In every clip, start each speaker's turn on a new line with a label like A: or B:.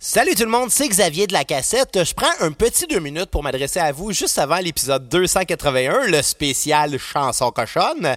A: Salut tout le monde, c'est Xavier de la cassette. Je prends un petit deux minutes pour m'adresser à vous juste avant l'épisode 281, le spécial chanson cochonne,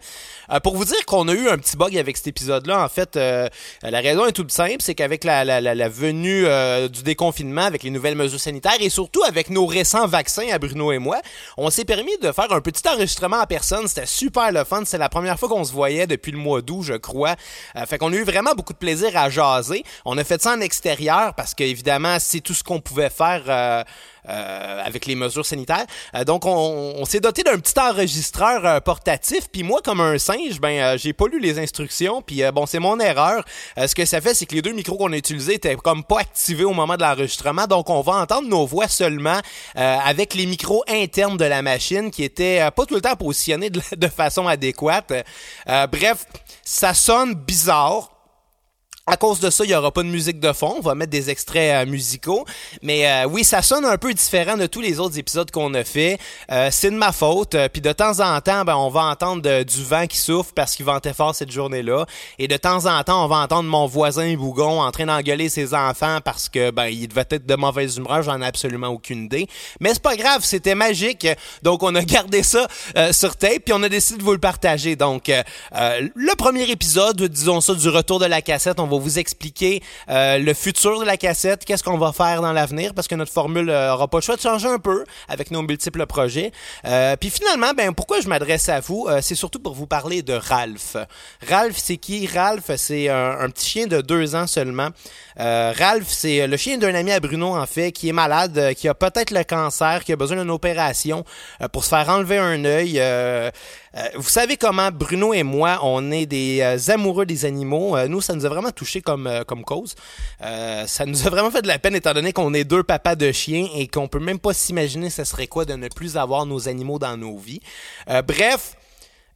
A: euh, pour vous dire qu'on a eu un petit bug avec cet épisode-là. En fait, euh, la raison est toute simple, c'est qu'avec la, la, la, la venue euh, du déconfinement, avec les nouvelles mesures sanitaires et surtout avec nos récents vaccins à Bruno et moi, on s'est permis de faire un petit enregistrement en personne. C'était super le fun. C'est la première fois qu'on se voyait depuis le mois d'août, je crois. Euh, fait qu'on a eu vraiment beaucoup de plaisir à jaser. On a fait ça en extérieur parce que évidemment, c'est tout ce qu'on pouvait faire euh, euh, avec les mesures sanitaires. Euh, donc, on, on s'est doté d'un petit enregistreur euh, portatif. Puis moi, comme un singe, ben, j'ai pas lu les instructions. Puis euh, bon, c'est mon erreur. Euh, ce que ça fait, c'est que les deux micros qu'on a utilisés étaient comme pas activés au moment de l'enregistrement. Donc, on va entendre nos voix seulement euh, avec les micros internes de la machine qui étaient euh, pas tout le temps positionnés de, de façon adéquate. Euh, bref, ça sonne bizarre. À cause de ça, il n'y aura pas de musique de fond. On va mettre des extraits euh, musicaux. Mais euh, oui, ça sonne un peu différent de tous les autres épisodes qu'on a fait. Euh, c'est de ma faute. Puis de temps en temps, ben, on va entendre de, du vent qui souffle parce qu'il ventait fort cette journée-là. Et de temps en temps, on va entendre mon voisin Bougon en train d'engueuler ses enfants parce que ben il devait être de mauvaise humeur. J'en ai absolument aucune idée. Mais c'est pas grave, c'était magique. Donc on a gardé ça euh, sur tape. Puis on a décidé de vous le partager. Donc euh, le premier épisode, disons ça, du retour de la cassette, on va vous expliquer euh, le futur de la cassette, qu'est-ce qu'on va faire dans l'avenir, parce que notre formule n'aura euh, pas le choix de changer un peu avec nos multiples projets. Euh, puis finalement, ben pourquoi je m'adresse à vous, Euh, c'est surtout pour vous parler de Ralph. Ralph, c'est qui Ralph, c'est un, un, petit chien de deux ans seulement. Euh, Ralph, c'est le chien d'un ami à Bruno en fait, qui est malade, euh, qui a peut-être le cancer, qui a besoin d'une opération euh, pour se faire enlever un œil. Euh, vous savez comment Bruno et moi, on est des euh, amoureux des animaux. Euh, nous, ça nous a vraiment touché comme, euh, comme cause. Euh, ça nous a vraiment fait de la peine étant donné qu'on est deux papas de chiens et qu'on peut même pas s'imaginer ce serait quoi de ne plus avoir nos animaux dans nos vies. Euh, bref,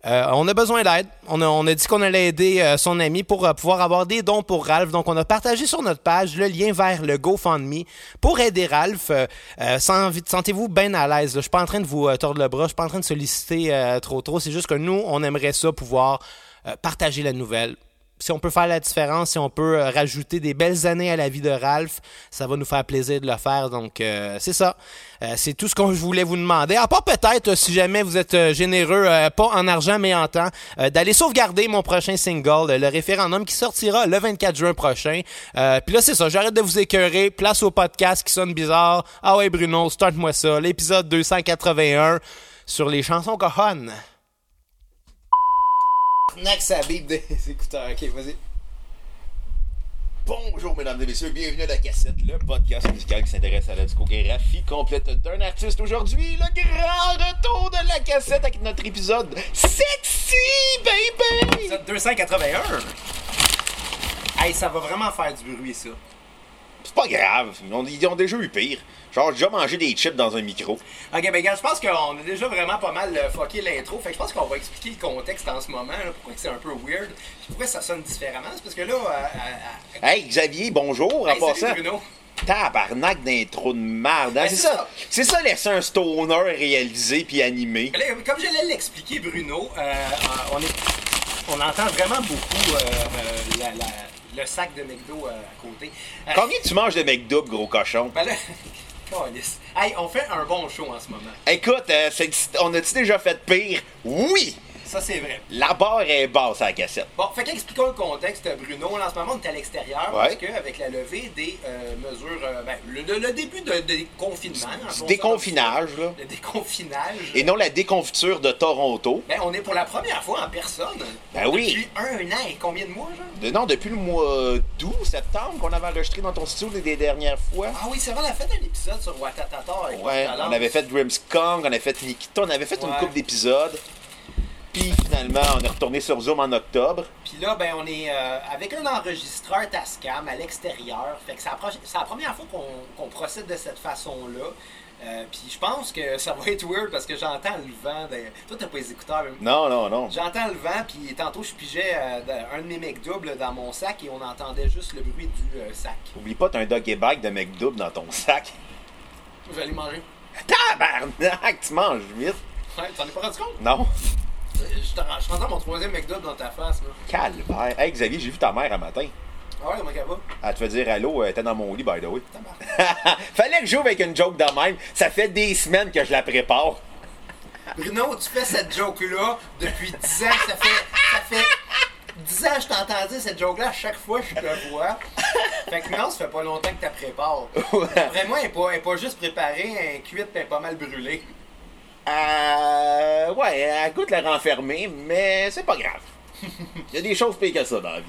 A: euh, on a besoin d'aide. On a, on a dit qu'on allait aider euh, son ami pour euh, pouvoir avoir des dons pour Ralph. Donc, on a partagé sur notre page le lien vers le GoFundMe pour aider Ralph. Euh, Sentez-vous bien à l'aise. Je suis pas en train de vous euh, tordre le bras. Je suis pas en train de solliciter euh, trop trop. C'est juste que nous, on aimerait ça pouvoir euh, partager la nouvelle. Si on peut faire la différence, si on peut euh, rajouter des belles années à la vie de Ralph, ça va nous faire plaisir de le faire. Donc, c'est ça. Euh, c'est tout ce que je voulais vous demander. À part peut-être, euh, si jamais vous êtes euh, généreux, pas en argent mais en temps, euh, d'aller sauvegarder mon prochain single, euh, le référendum qui sortira le 24 juin prochain. Euh, Puis là, c'est ça, j'arrête de vous écœurer. Place au podcast qui sonne bizarre. Ah ouais, Bruno, start-moi ça. L'épisode 281 sur les chansons cochonnes. Next, à bip des écouteurs. Ok, vas-y.
B: Bonjour mesdames et messieurs, bienvenue à La Cassette, le podcast musical qui s'intéresse à la discographie complète d'un artiste. Aujourd'hui, le grand retour de La Cassette avec notre épisode Sexy Baby!
A: Épisode 281! Hey, ça va vraiment faire du bruit ça.
B: C'est pas grave, ils ont, ils ont déjà eu pire. Genre, j'ai déjà mangé des chips dans un micro.
A: Ok, ben gars, je pense qu'on a déjà vraiment pas mal euh, fucké l'intro. Fait que je pense qu'on va expliquer le contexte en ce moment, là, pourquoi c'est un peu weird, pourquoi ça sonne différemment. C'est parce que là. Euh,
B: euh, hey Xavier, bonjour,
A: hey,
B: en passant.
A: Bruno.
B: Tabarnak d'intro de merde. hein.
A: Ben,
B: c'est
A: c'est
B: ça.
A: ça.
B: C'est ça, laisser un stoner réalisé puis animé.
A: Là, comme j'allais l'expliquer, Bruno, euh, euh, on, est- on entend vraiment beaucoup euh, euh, la- la- le sac de McDo euh, à côté. Euh,
B: Combien tu manges de McDo, gros cochon?
A: ben là, câlisse. Hey, on fait un bon show en ce moment.
B: Écoute, euh, c'est- on a-tu déjà fait pire? Oui!
A: Ça, c'est vrai.
B: La barre est basse à la cassette.
A: Bon, fait qu'expliquons le contexte, Bruno. Là, en ce moment, on est à l'extérieur parce
B: Ouais.
A: qu'avec la levée des euh, mesures, euh, ben, le, le- le début de, des confinements. en bon sens,
B: déconfinage, là.
A: Le déconfinage.
B: Et non la déconfiture de Toronto.
A: Ben, on est pour la première fois en personne.
B: Ben oui.
A: Depuis un an et combien de mois, genre?
B: De- non, depuis le mois d'août, septembre, qu'on avait enregistré dans ton studio des, des dernières fois.
A: Ah oui, c'est vrai, on a fait un épisode sur Watatata. avec
B: Ouais,
A: Watatata.
B: on avait fait Grimmskong, on avait fait Nikita, on avait fait une
A: Ouais.
B: couple d'épisodes. Puis finalement, on est retourné sur Zoom en octobre.
A: Puis là, ben, on est euh, avec un enregistreur Tascam à l'extérieur. Fait que c'est la, proche- c'est la première fois qu'on qu'on procède de cette façon-là. Euh, Puis je pense que ça va être weird parce que j'entends le vent. De... Toi, t'as pas les écouteurs. mais-
B: Non, non, non.
A: J'entends le vent, puis tantôt je pigeais euh, dans- un de mes mecs doubles dans mon sac et on entendait juste le bruit du euh, sac.
B: Oublie pas, t'as un doggy bag de McDouble dans ton sac.
A: Je vais aller manger.
B: Tabarnak, tu manges vite.
A: Ouais, t'en es pas rendu compte?
B: Non,
A: Je t'en- je t'entends mon troisième mec double dans ta face, là.
B: calvaire. Hey Xavier, j'ai vu ta mère un matin.
C: Ouais, comment qu'elle va?
B: Ah, tu veux dire allô, euh, t'es dans mon lit, by the way. Fallait que j'ouvre avec une joke de même. Ça fait des semaines que je la prépare.
D: Bruno, tu fais cette joke-là depuis 10 ans. Ça fait, ça fait 10 ans que je t'entends dire cette joke-là à chaque fois que je te vois. Fait que non, ça fait pas longtemps que tu la prépares. Vraiment, elle est pas, elle est pas juste préparée, elle est cuite pis elle est pas mal brûlée.
B: Euh, ouais, elle goûte la renfermer, mais c'est pas grave. Il y a des choses pires que ça dans la vie.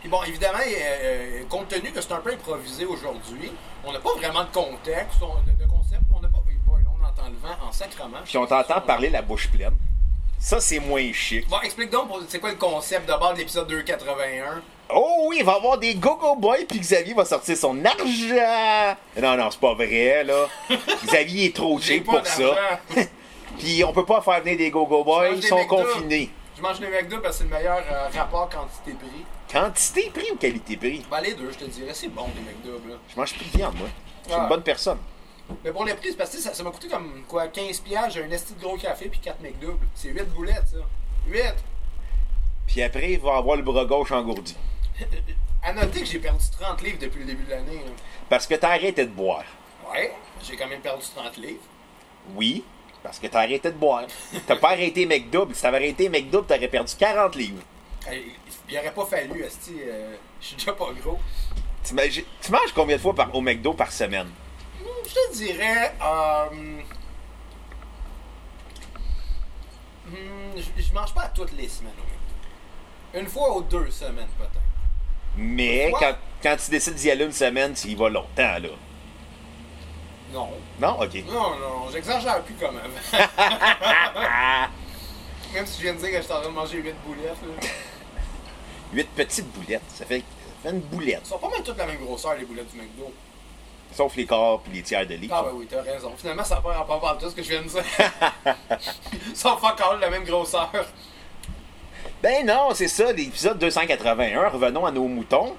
D: Puis bon, évidemment, euh, euh, compte tenu que c'est un peu improvisé aujourd'hui, on n'a pas vraiment de contexte, on- de, de concept, on n'a pas... Oui, boy, là, on entend le vent en sacrement.
B: Puis on t'entend parler la bouche pleine. Ça, c'est moins chic.
D: Bon, explique donc, pour- c'est quoi le concept de base de l'épisode 281?
B: Oh oui, il va y avoir des go-go boys, puis Xavier va sortir son argent. Non, non, c'est pas vrai, là. Xavier est trop
D: J'ai
B: cheap
D: pas
B: pour ça.
D: d'argent.
B: Puis on peut pas faire venir des go-go boys,
D: mange
B: ils
D: des
B: sont
D: McDo.
B: confinés.
D: Je mange les McDo parce que c'est le meilleur euh, rapport quantité-prix.
B: Quantité prix ou qualité prix?
D: Ben, les deux, je te dirais, c'est bon, les McDo, là.
B: Je mange plus de viande, moi. Je suis
D: Ah.
B: une bonne personne.
D: Mais pour les prix, c'est parce que ça ça m'a coûté comme, quoi, 15 piastres, j'ai un esti de gros café puis 4 McDo. C'est 8 boulettes, ça. 8!
B: Puis après, il va avoir le bras gauche engourdi.
D: À noter que j'ai perdu 30 livres depuis le début de l'année. là.
B: Parce que t'as arrêté de boire.
D: Ouais, j'ai quand même perdu 30 livres.
B: Oui, parce que t'as arrêté de boire. T'as pas arrêté McDouble. Si t'avais arrêté McDouble, t'aurais perdu 40 livres.
D: Hey, Euh, Il aurait pas fallu, esti, euh, je suis déjà pas gros.
B: T'imagines- Tu manges combien de fois par, au McDo par semaine?
D: Hmm, Je te dirais. euh, hmm, je- je mange pas toutes les semaines au McDo. Une fois ou deux semaines, peut-être.
B: Mais
D: Quoi?
B: quand, quand tu décides d'y aller une semaine, tu y vas longtemps, là.
D: Non.
B: Non? OK.
D: Non, non, j'exagère plus quand même. même si je viens de dire que je suis en train de manger 8 boulettes, là.
B: Huit petites boulettes. Ça fait, ça fait une boulette.
D: Elles sont pas mal toutes la même grosseur, les boulettes du McDo.
B: Sauf les corps puis les tiers de lit.
D: Ah, ben oui, t'as raison. Finalement, ça n'a pas rapport à tout ce que je viens de dire. Ils sont pas encore la même grosseur.
B: Ben non, c'est ça, l'épisode 281. Revenons à nos moutons.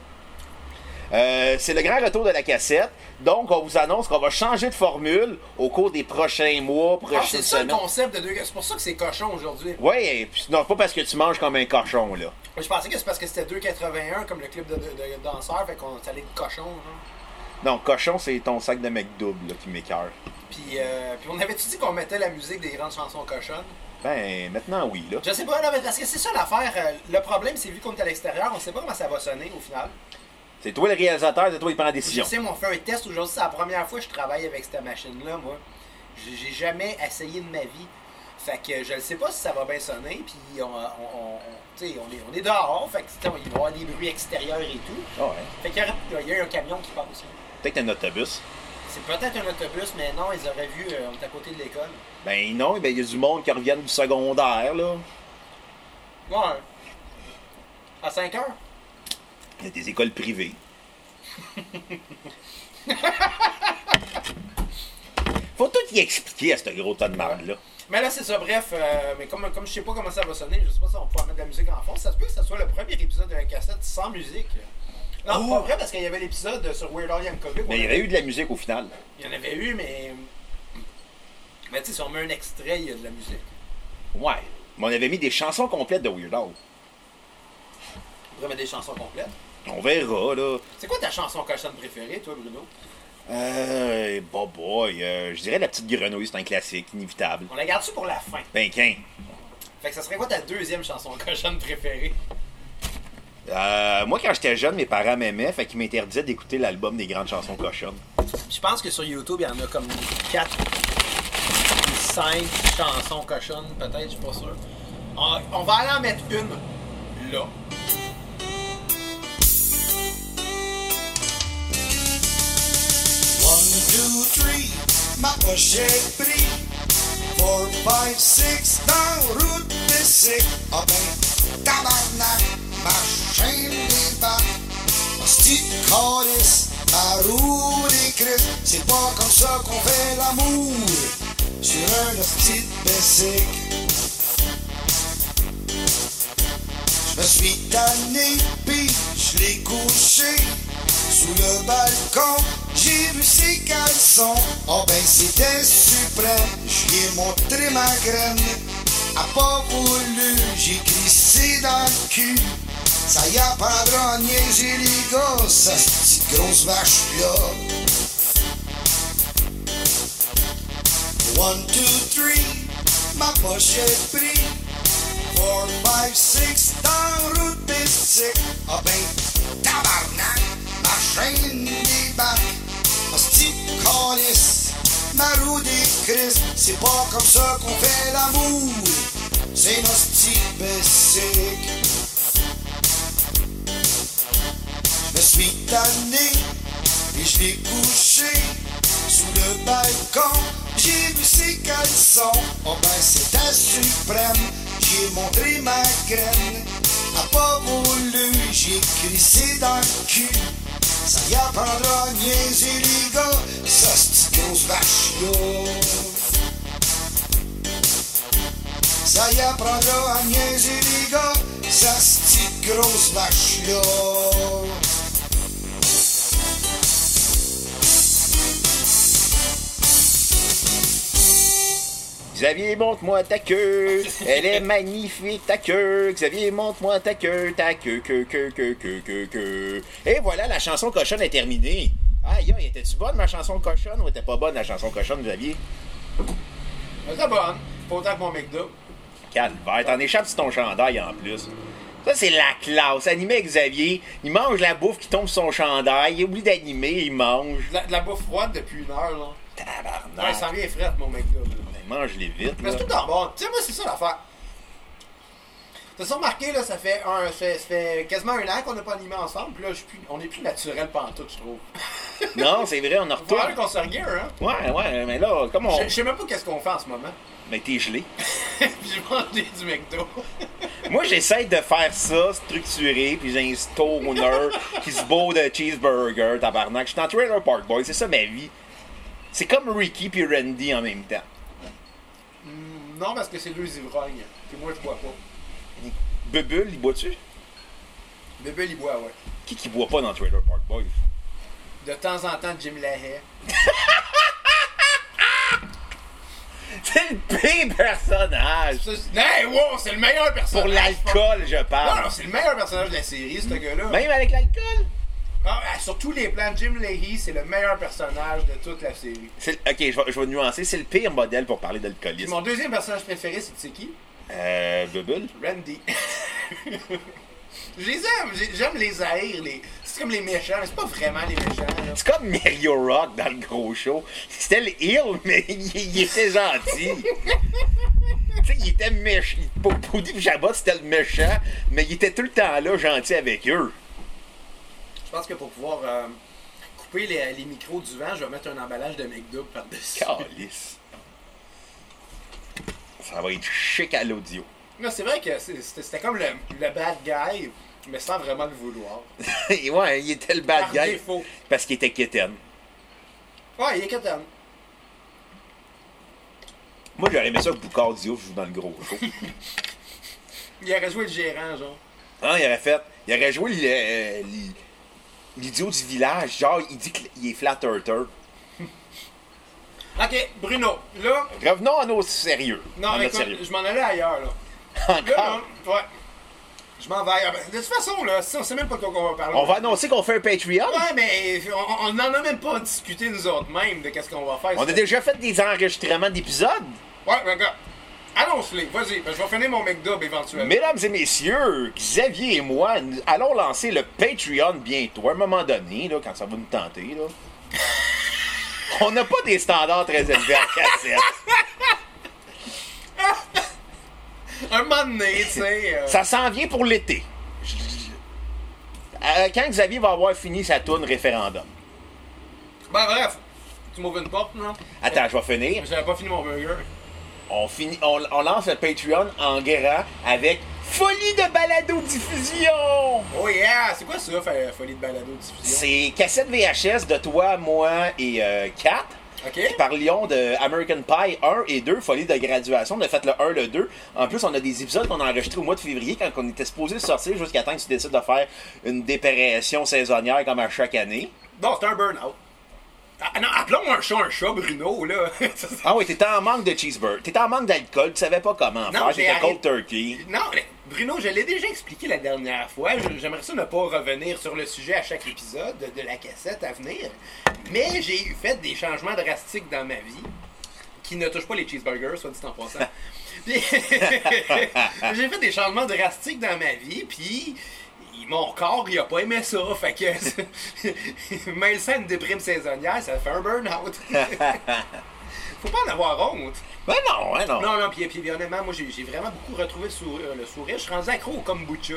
B: Euh, c'est le grand retour de la cassette. Donc, on vous annonce qu'on va changer de formule au cours des prochains mois, prochaines
D: Ah, c'est ça le
B: semaines.
D: concept de deux. C'est pour ça que c'est cochon aujourd'hui.
B: Ouais, et puis non, pas parce que tu manges comme un cochon, là.
D: Je pensais que c'est parce que c'était 2,81 comme le clip de, de, de danseur, fait qu'on est allé de cochon. genre.
B: Non, cochon, c'est ton sac de McDouble là, qui m'écœure.
D: Puis, euh, puis on avait-tu dit qu'on mettait la musique des grandes chansons cochonnes?
B: Ben, maintenant, oui, là.
D: Je sais pas, là, mais parce que c'est ça l'affaire. euh, Le problème, c'est vu qu'on est à l'extérieur, on sait pas comment ça va sonner au final.
B: C'est toi le réalisateur, c'est toi qui prends la
D: Tu
B: décision.
D: sais, on fait un test aujourd'hui, c'est la première fois que je travaille avec cette machine-là, moi. J'ai j'ai jamais essayé de ma vie. Fait que je ne sais pas si ça va bien sonner, puis on, on, on- on- tu sais, on est, on est dehors, fait que tu sais, il va y avoir des bruits extérieurs et tout.
B: Ah ouais.
D: Fait qu'il y a- il y a un camion qui passe. là.
B: Peut-être un autobus.
D: C'est peut-être un autobus, mais non, ils auraient vu, euh, on est à côté de l'école.
B: Ben non, ben, il y a du monde qui revient du secondaire, là.
D: Ouais. À 5 heures?
B: Il y a des écoles privées. Faut tout y expliquer à ce gros tas de marde-là.
D: Mais là, c'est ça, bref. euh, mais comme, comme je sais pas comment ça va sonner, je sais pas si on va pouvoir mettre de la musique en fond. Ça se peut que ce soit le premier épisode de la cassette sans musique. Non, c'est
B: Oh!
D: pas vrai, parce qu'il y avait l'épisode sur Weird Al Yankovic.
B: Mais il y avait eu de la musique au final.
D: Il y en avait eu, mais. Mais tu sais, si on met un extrait, il y a de la musique.
B: Ouais. Mais on avait mis des chansons complètes de Weird Al.
D: On pourrait mettre des chansons complètes.
B: On verra, là.
D: C'est quoi ta chanson cochonne préférée, toi, Bruno
B: Euh, bah boy, euh, je dirais la petite grenouille, c'est un classique, inévitable.
D: On la garde-tu pour la fin
B: Ben, qu'un.
D: Fait que ça serait quoi ta deuxième chanson cochonne préférée
B: Euh, moi, quand j'étais jeune, mes parents m'aimaient, fait qu'ils m'interdisaient d'écouter l'album des grandes chansons cochonnes.
D: Je pense que sur YouTube, il y en a comme 4 5 chansons cochonnes, peut-être, je suis pas sûr. On, on va aller en mettre une là.
E: One, two, three, ma pochette pris. Four, five, six, dans route des six. Ah ben, tabarnak, ma chaîne débat. Hostie, calice, ma roue décrit. C'est pas comme ça qu'on fait l'amour sur un hostie de bicycle. Je me suis tanné, puis je l'ai couché sous le balcon. J'ai vu ses caleçons. Oh ben c'était suprême. Je lui ai montré ma graine. A pas voulu, j'ai glissé dans le cul. Ça y apprendra à niaiser les gars, ça cette grosse vache-là. One, two, three, ma poche est prise. Four, five, six, dans route des six. Ah ben, tabarnak, ma chaîne débarque. Hostie, calice, ma roue des crises. C'est pas comme ça qu'on fait l'amour. C'est nos petits basic. Je me suis tanné et je l'ai couché sous le balcon. J'ai vu ses caleçons, oh ben c'était suprême. J'ai montré ma graine, n'a pas voulu, j'ai crissé dans le cul. Ça y apprendra à niaiser les gars, ça c'est grosse vache-là. Ça y apprendra à niaiser les gars, ça cette grosse vache-là.
B: Xavier, montre-moi ta queue. Elle est magnifique, ta queue. Xavier, montre-moi ta queue, ta queue, queue, queue, queue, queue, queue, queue. Et voilà, la chanson cochonne est terminée. Aïe, aïe, était-tu bonne ma chanson cochonne ou était pas bonne la chanson cochonne, Xavier?
D: C'est bonne. Pas autant que mon McDo.
B: Calvaire, t'en échappes sur ton chandail en plus. Ça, c'est la classe. Animé avec Xavier, il mange la bouffe qui tombe sur son chandail, il oublie d'animer, il mange.
D: De la, de la bouffe froide depuis une heure, là. Ouais,
B: Tabarnak.
D: ça vient frette, mon McDo. là.
B: Ben, mange-les vite.
D: Mais
B: là.
D: c'est tout en bon. Tu sais, moi, c'est ça l'affaire. T'as remarqué, là, ça fait, un, ça, ça fait quasiment un an qu'on n'a pas animé ensemble. Puis là, je suis plus, on est plus naturel pantoute, je trouve.
B: Non, c'est vrai, on en
D: Faut aller
B: retourne.
D: qu'on se regarde, hein.
B: Ouais, ouais, mais là, comme on.
D: Je je sais même pas qu'est-ce qu'on fait en ce moment.
B: Mais t'es gelé.
D: Puis je mange des- du McDo.
B: Moi, j'essaie de faire ça structuré, puis j'ai un stoner qui se bourre de cheeseburger, tabarnak. Je suis en Trailer Park Boy, c'est ça ma vie. C'est comme Ricky puis Randy en même temps.
D: non, parce que c'est deux ivrognes. Puis moi, je bois pas.
B: Bubule, il boit-tu?
D: Bébé, il boit, ouais.
B: Qui qui boit pas dans Trailer Park Boy?
D: De temps en temps, Jim Lahaye.
B: C'est le pire personnage!
D: Ça, c'est- Hey, wow, c'est le meilleur personnage.
B: Pour l'alcool, je
D: Non, non,
B: parle.
D: c'est le meilleur personnage de la série, ce gars-là.
B: Même avec l'alcool?
D: Ah, ah, sur tous les plans, Jim Leahy, c'est le meilleur personnage de toute la série.
B: C'est le- Ok, je vais, je vais nuancer. C'est le pire modèle pour parler
D: Puis
B: d'alcoolisme.
D: mon deuxième personnage préféré, c'est tu sais qui?
B: Euh, Bubule?
D: Randy. je les aime, j'ai- j'aime les haïr. Les... C'est comme les méchants, mais c'est pas vraiment les méchants. là.
B: C'est comme Mario Rock dans le gros show. C'était le heel, mais il, il était gentil. tu sais, il était méchant. Pour Poudy et Jabba, c'était le méchant, mais il était tout le temps là, gentil avec eux.
D: Je pense que pour pouvoir euh, couper les, les micros du vent, je vais mettre un emballage de McDo par-dessus.
B: Calice. Ça va être chic à l'audio.
D: Non, c'est vrai que c'est- c'était c'était comme le, le bad guy, mais sans vraiment le vouloir.
B: Et ouais, il était le bad
D: Par
B: guy.
D: défaut.
B: Parce qu'il était quétaine.
D: Ouais, il est quatorze.
B: Moi, j'aurais aimé ça que Boucard Diouf joue dans le gros show.
D: Il aurait joué le gérant, genre.
B: Hein, il aurait fait. Il aurait joué le- euh, l'i- l'idiot du village. Genre, il dit qu'il est flat earther.
D: Ok, Bruno, là,
B: Revenons à nos sérieux.
D: non,
B: à
D: mais
B: notre
D: écoute,
B: sérieux. Ah.
D: je m'en allais ailleurs, là. Là,
B: Encore.
D: là, ouais. Je m'en vais ailleurs. Ben, De toute façon, là, si on sait même pas de quoi on va parler.
B: On va annoncer qu'on fait un Patreon.
D: Ouais, mais on- on n'en a même pas discuté nous autres même de qu'est-ce qu'on va faire.
B: On a déjà fait des enregistrements d'épisodes.
D: Ouais, mais gars, annonce-les, vas-y. Ben, je vais finir mon McDub éventuellement.
B: Mesdames et messieurs, Xavier et moi, nous allons lancer le Patreon bientôt, à un moment donné, là, quand ça va nous tenter. Là. On n'a pas des standards très élevés à cassette.
D: Un moment donné, tu sais. euh,
B: Ça s'en vient pour l'été. Je- je- Euh, Quand Xavier va avoir fini sa tourne référendum.
D: Ben, bref, tu m'ouvres une porte, non?
B: Attends, je vais finir.
D: J'avais pas fini mon burger.
B: On, finit, on, on lance le Patreon en guérant avec Folie de balado-diffusion!
D: Oh yeah! C'est quoi ça, fa- folie de balado diffusion?
B: C'est cassette VHS de toi, moi et euh, Kat.
D: Ok.
B: Qui parlions de American Pie 1 et 2, folie de graduation. On a fait le 1, le 2. En plus, on a des épisodes qu'on a enregistrés au mois de février quand on était supposé le sortir jusqu'à temps que tu décides de faire une dépression saisonnière comme à chaque année.
D: Non, c'est un burn-out. Ah, non, appelons un chat un chat, Bruno, là.
B: Ah oui, t'étais en manque de cheeseburger. T'étais en manque d'alcool, tu savais pas comment
D: Non,
B: faire.
D: j'ai
B: T'étais cold
D: arrêté-
B: turkey.
D: non, mais Bruno, je l'ai déjà expliqué la dernière fois. Je- J'aimerais ça ne pas revenir sur le sujet à chaque épisode de la cassette à venir. Mais j'ai fait des changements drastiques dans ma vie qui ne touchent pas les cheeseburgers, soit dit en passant. Puis- j'ai fait des changements drastiques dans ma vie, puis mon corps, il a pas aimé ça. Fait que, même ça, une déprime saisonnière, ça fait un burn-out. Faut pas en avoir honte.
B: Ben non, hein, non.
D: Non, non, puis, puis, puis honnêtement, moi j'ai j'ai vraiment beaucoup retrouvé le sourire, le sourire. Je suis rendu accro au kombucha.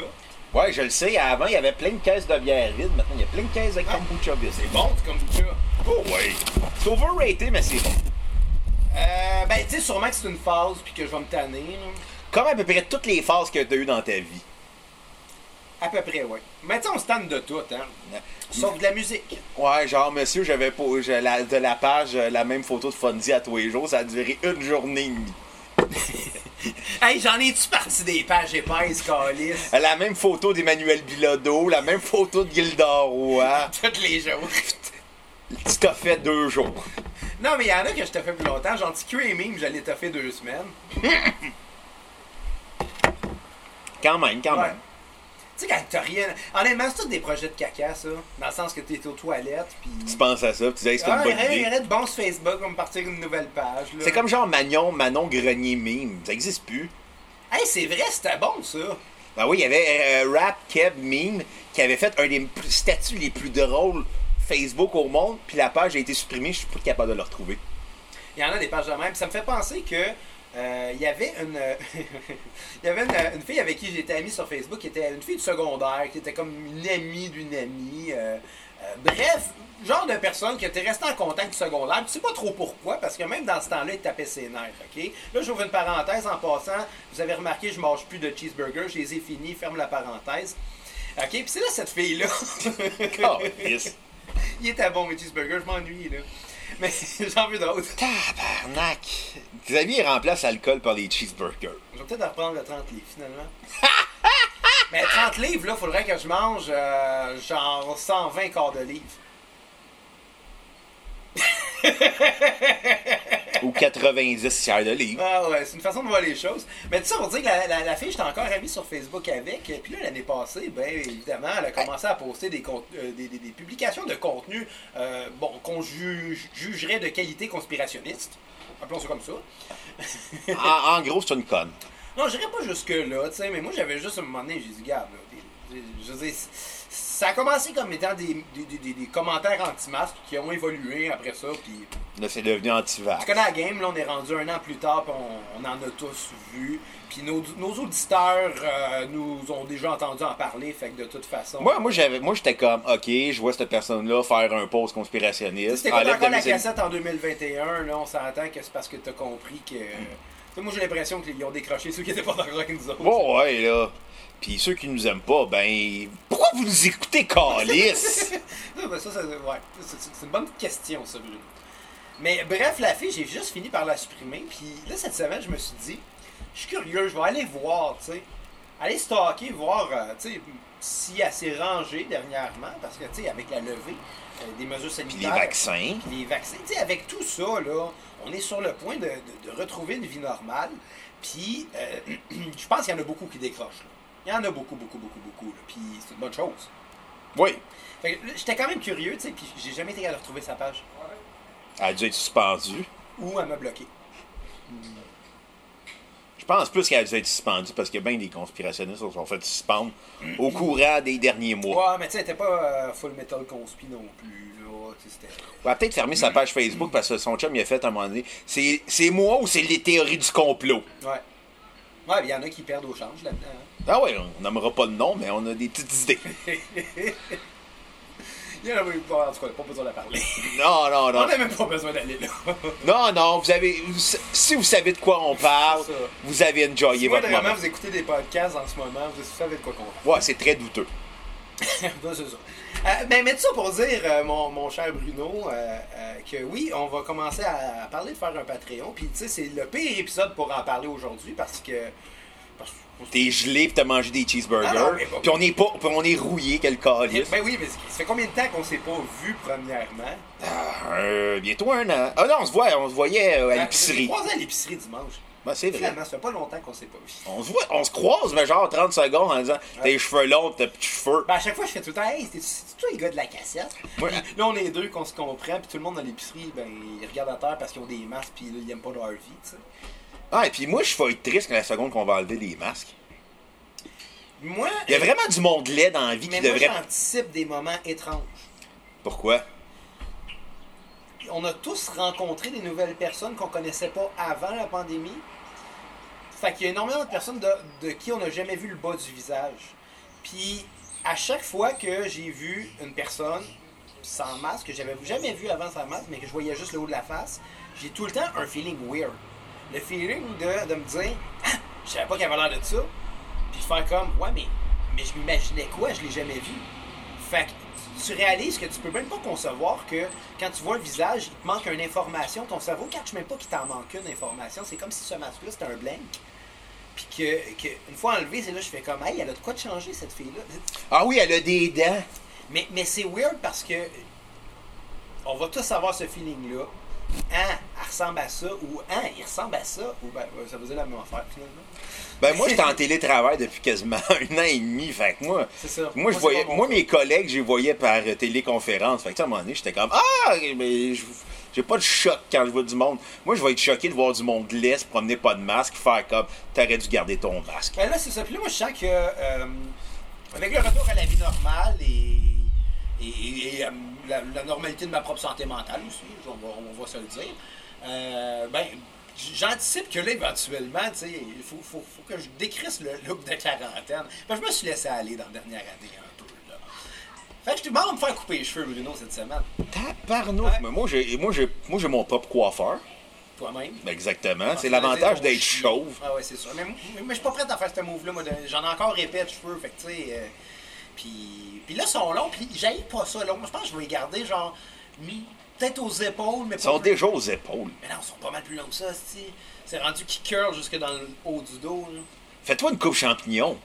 B: Ouais, je le sais, avant, il y avait plein de caisses de bière vide. Maintenant, il y a plein de caisses de kombucha vide.
D: C'est bon du kombucha.
B: Oh, ouais. C'est overrated, mais c'est bon.
D: Euh, ben, tu sais sûrement que c'est une phase puis que je vais me tanner. là.
B: Comme à peu près toutes les phases que t'as eues dans ta vie.
D: À peu près, ouais. Mais tu sais, on se tanne de tout, hein. Sauf de la musique.
B: Ouais, genre, monsieur, j'avais pas je- la- de la page euh, la même photo de Fonzie à tous les jours. Ça a duré une journée et demie.
D: Hey, j'en ai-tu parti des pages épaisses, calice?
B: Euh, La même photo d'Emmanuel Bilodeau, la même photo de Gildor Roy.
D: Toutes les jours.
B: Tu t'as fait deux jours.
D: non, mais il y en a que je t'ai fait plus longtemps. J'en ai et mime, je l'ai fait deux semaines.
B: Quand même, quand
D: Ouais.
B: même.
D: Tu sais, quand t'as rien. Honnêtement, c'est tous des projets de caca, ça. Dans le sens que t'es aux toilettes, puis.
B: Tu penses à ça, puis tu dis, Hey, c'est une
D: Ah,
B: bonne
D: hey,
B: idée.
D: arrête, bon sur Facebook, on va me partir une nouvelle page. là.
B: C'est comme genre Magnon, Manon Grenier meme. Ça existe plus.
D: Hey, c'est vrai, c'était bon ça.
B: Ben oui, il y avait euh, Rap Keb Meme qui avait fait un des plus- statuts les plus drôles Facebook au monde, puis la page a été supprimée, je suis pas capable de le retrouver.
D: Il y en a des pages de même. Puis Ça me fait penser que euh, il y avait une il y avait une, une fille avec qui j'étais amie sur Facebook qui était une fille du secondaire qui était comme une amie d'une amie. euh, euh, bref, genre de personne que t'es resté en contact du secondaire. Tu sais pas trop pourquoi parce que même dans ce temps-là, il te tapait ses nerfs. Ok. Là, j'ouvre une parenthèse en passant. Vous avez remarqué, je mange plus de cheeseburger. Je les ai finis. Ferme la parenthèse. Ok. Puis c'est là cette fille là. Ah,
B: Oh, yes.
D: Il était bon, mes cheeseburgers, je m'ennuie, là. Mais j'en veux d'autres.
B: Tabarnak! Xavier remplace l'alcool par les cheeseburgers.
D: Je vais peut-être reprendre le 30 livres, finalement. Mais 30 livres, là, faudrait que je mange euh, genre 120 quarts de livre.
B: Ou 90 tiers de livre.
D: Ah ouais, c'est une façon de voir les choses. Mais tout ça pour dire que la, la, la fille, j'étais encore amie sur Facebook avec. Et Puis là, l'année passée, ben évidemment, elle a commencé à poster des, cont- euh, des, des- des publications de contenu euh, bon, qu'on juge- jugerait de qualité conspirationniste. Appelons ça comme ça.
B: En, en gros, c'est une conne.
D: Non, j'irais pas jusque-là, tu sais, mais moi j'avais juste un moment donné, j'ai dit, garde, là, t'es- je- je veux dire, c- ça a commencé comme étant des, des, des- des- des commentaires anti-masques qui ont évolué après ça, puis
B: Là, c'est devenu anti-vax.
D: tu connais la game, là, on est rendu un an plus tard, puis on, on en a tous vu, puis nos, nos auditeurs euh, nous ont déjà entendu en parler, fait que de toute façon...
B: Moi, moi, j'avais, moi, j'étais comme, ok, je vois cette personne-là faire un pause conspirationniste.
D: C'était comme
B: enlève
D: encore
B: de
D: la
B: mes amis.
D: cassette en 2021, là, on s'entend que c'est parce que t'as compris que... Tu sais, Moi j'ai l'impression qu'ils ont décroché ceux qui étaient pas d'accord avec nous autres.
B: Bon, ouais, là. Puis ceux qui nous aiment pas, ben, pourquoi vous nous écoutez, Calice?
D: Non, mais Ah, ben ça, ça- ouais, c'est- c'est c'est une bonne question, ça, Bruno. Mais bref, la fille, j'ai juste fini par la supprimer. Puis là, cette semaine, je me suis dit, je suis curieux, je vais aller voir, tu sais. Aller stocker, voir, euh, tu sais, si elle s'est rangée dernièrement, parce que, tu sais, avec la levée euh, des mesures
B: Puis
D: sanitaires.
B: les vaccins.
D: puis les vaccins. Tu sais, avec tout ça, là, on est sur le point de, de- de retrouver une vie normale. Puis, euh, je pense qu'il y en a beaucoup qui décrochent, là. Il y en a beaucoup, beaucoup, beaucoup, beaucoup. là. Puis, c'est une bonne chose.
B: Oui.
D: Fait que, là, j'étais quand même curieux, tu sais, puis j'ai jamais été capable de retrouver sa page.
B: Elle a dû être suspendue.
D: Ou elle m'a bloqué.
B: Je pense plus qu'elle a dû être suspendue parce que ben des conspirationnistes se sont fait suspendre au courant des derniers mois.
D: Mm-hmm. Ouais, mais tu sais, elle était pas euh, full metal conspi non plus, là. tu sais, c'était-
B: Elle a peut-être fermé
D: Mm-hmm.
B: sa page Facebook parce que son chum il a fait à un moment donné. C'est c'est moi ou c'est les théories du complot?
D: Ouais. Ouais, il y en a qui perdent au change là-dedans. hein.
B: Ah ouais, on nommera pas de nom, mais on a des petites idées.
D: Il y en a pas, en tout cas, pas besoin d'en parler.
B: Non, non,
D: On
B: non.
D: n'a même pas besoin d'aller là.
B: Non, non, vous avez. vous- Si vous savez de quoi on parle,
D: C'est ça.
B: vous avez enjoyé
D: Si moi,
B: votre
D: vraiment,
B: moment.
D: vous écoutez des podcasts en ce moment, vous savez de quoi qu'on parle.
B: Ouais, c'est très douteux.
D: Ben, c'est ça. Euh, ben, mais tout ça pour dire, euh, mon, mon cher Bruno, euh, euh, que oui, on va commencer à, à parler de faire un Patreon. Puis, tu sais, c'est le pire épisode pour en parler aujourd'hui parce que Parce que-
B: T'es gelé pis t'as mangé des cheeseburgers.
D: Ah non, mais pas-
B: Puis on est pas, puis on est rouillé quel calice.
D: Ben oui, mais ça fait combien de temps qu'on s'est pas vu premièrement?
B: Euh, bientôt un an. Ah non, on se voit, on se voyait euh, à
D: J'ai
B: l'épicerie.
D: croisé à l'épicerie dimanche.
B: Ben, c'est vrai.
D: Ben, Finalement, ça fait pas longtemps qu'on s'est pas vu.
B: On se voit, on se croise, mais genre 30 secondes en disant t'as les cheveux longs, pis t'as plus de cheveux.
D: Ben, à chaque fois, je fais tout le temps, hey, c'est- c'est toi le gars de la cassette.
B: Ouais.
D: Puis là, on est deux qu'on se comprend, puis tout le monde dans l'épicerie, ben, ils regardent à terre parce qu'ils ont des masques, puis là, ils aiment pas leur vie, tu sais.
B: Ah, et puis moi, je vais être triste quand la seconde qu'on va enlever les masques.
D: Moi,
B: Il y a vraiment du monde laid dans la vie
D: mais
B: qui
D: moi,
B: devrait.
D: j'anticipe des moments étranges.
B: Pourquoi?
D: On a tous rencontré des nouvelles personnes qu'on connaissait pas avant la pandémie. Fait qu'il y a énormément de personnes de, de qui on n'a jamais vu le bas du visage. Puis, à chaque fois que j'ai vu une personne sans masque, que j'avais jamais vu avant sans masque, mais que je voyais juste le haut de la face, j'ai tout le temps un feeling weird. Le feeling de, de me dire, ah, je savais pas qu'elle avait l'air de ça. Puis de faire comme, ouais, mais, mais je m'imaginais quoi, je l'ai jamais vu. Fait que tu réalises que tu peux même pas concevoir que quand tu vois un visage, il te manque une information. Ton cerveau cache même pas qu'il t'en manque une information. C'est comme si ce masque-là, c'était un blank. Puis que, que une fois enlevé, c'est là je fais comme, hey, elle a de quoi de changer cette fille-là.
B: Ah oui, elle a des dents.
D: Mais, mais c'est weird parce que on va tous avoir ce feeling-là. Hein, elle ressemble à ça, ou hein, il ressemble à ça, ou ben, euh, ça veut dire la même affaire finalement.
B: Ben moi, j'étais en télétravail depuis quasiment un an et demi. Fait que moi,
D: C'est ça.
B: moi, je
D: Moi, c'est
B: voyais,
D: pas mon
B: moi
D: cas.
B: mes collègues, je les voyais par euh, téléconférence. Fait que tu sais, à un moment donné, j'étais comme ah, mais je- j'ai pas de choc quand je vois du monde. Moi, je vais être choqué de voir du monde laisse, promener pas de masque, faire comme t'aurais dû garder ton masque.
D: Ben là, c'est ça. Puis là, moi, je sens que euh, avec le retour à la vie normale et, et- et, euh, la, la normalité de ma propre santé mentale aussi, on va, on va se le dire, euh, ben, j- j'anticipe que là, éventuellement, tu sais, il faut, faut- faut que je décrisse le look de quarantaine. Ben, je me suis laissé aller dans la dernière année un peu, là. Fait que je te demande de me faire couper les cheveux, Bruno, cette semaine.
B: Tabarnouche.
D: Ouais.
B: Mais moi, j'ai, moi, j'ai, moi, j'ai mon propre coiffeur.
D: Toi-même.
B: Ben, Exactement. c'est
D: Ah,
B: l'avantage
D: ton
B: d'être
D: chien.
B: chauve.
D: Ah ouais, c'est sûr. Mais, mais- mais je suis pas prête à faire ce move-là. Moi, de- j'en ai encore épais de cheveux. Fait que, tu sais. euh, puis, puis là, ils sont longs. Puis, j'aille pas ça long. Moi, je pense que je vais les garder, genre, mis peut-être aux épaules, mais pas.
B: Ils sont
D: plus-
B: déjà aux épaules.
D: Mais non, ils sont pas mal plus longs que ça, c'ti. C'est rendu qui curl jusque dans le haut du dos, là.
B: Fais-toi une coupe champignon.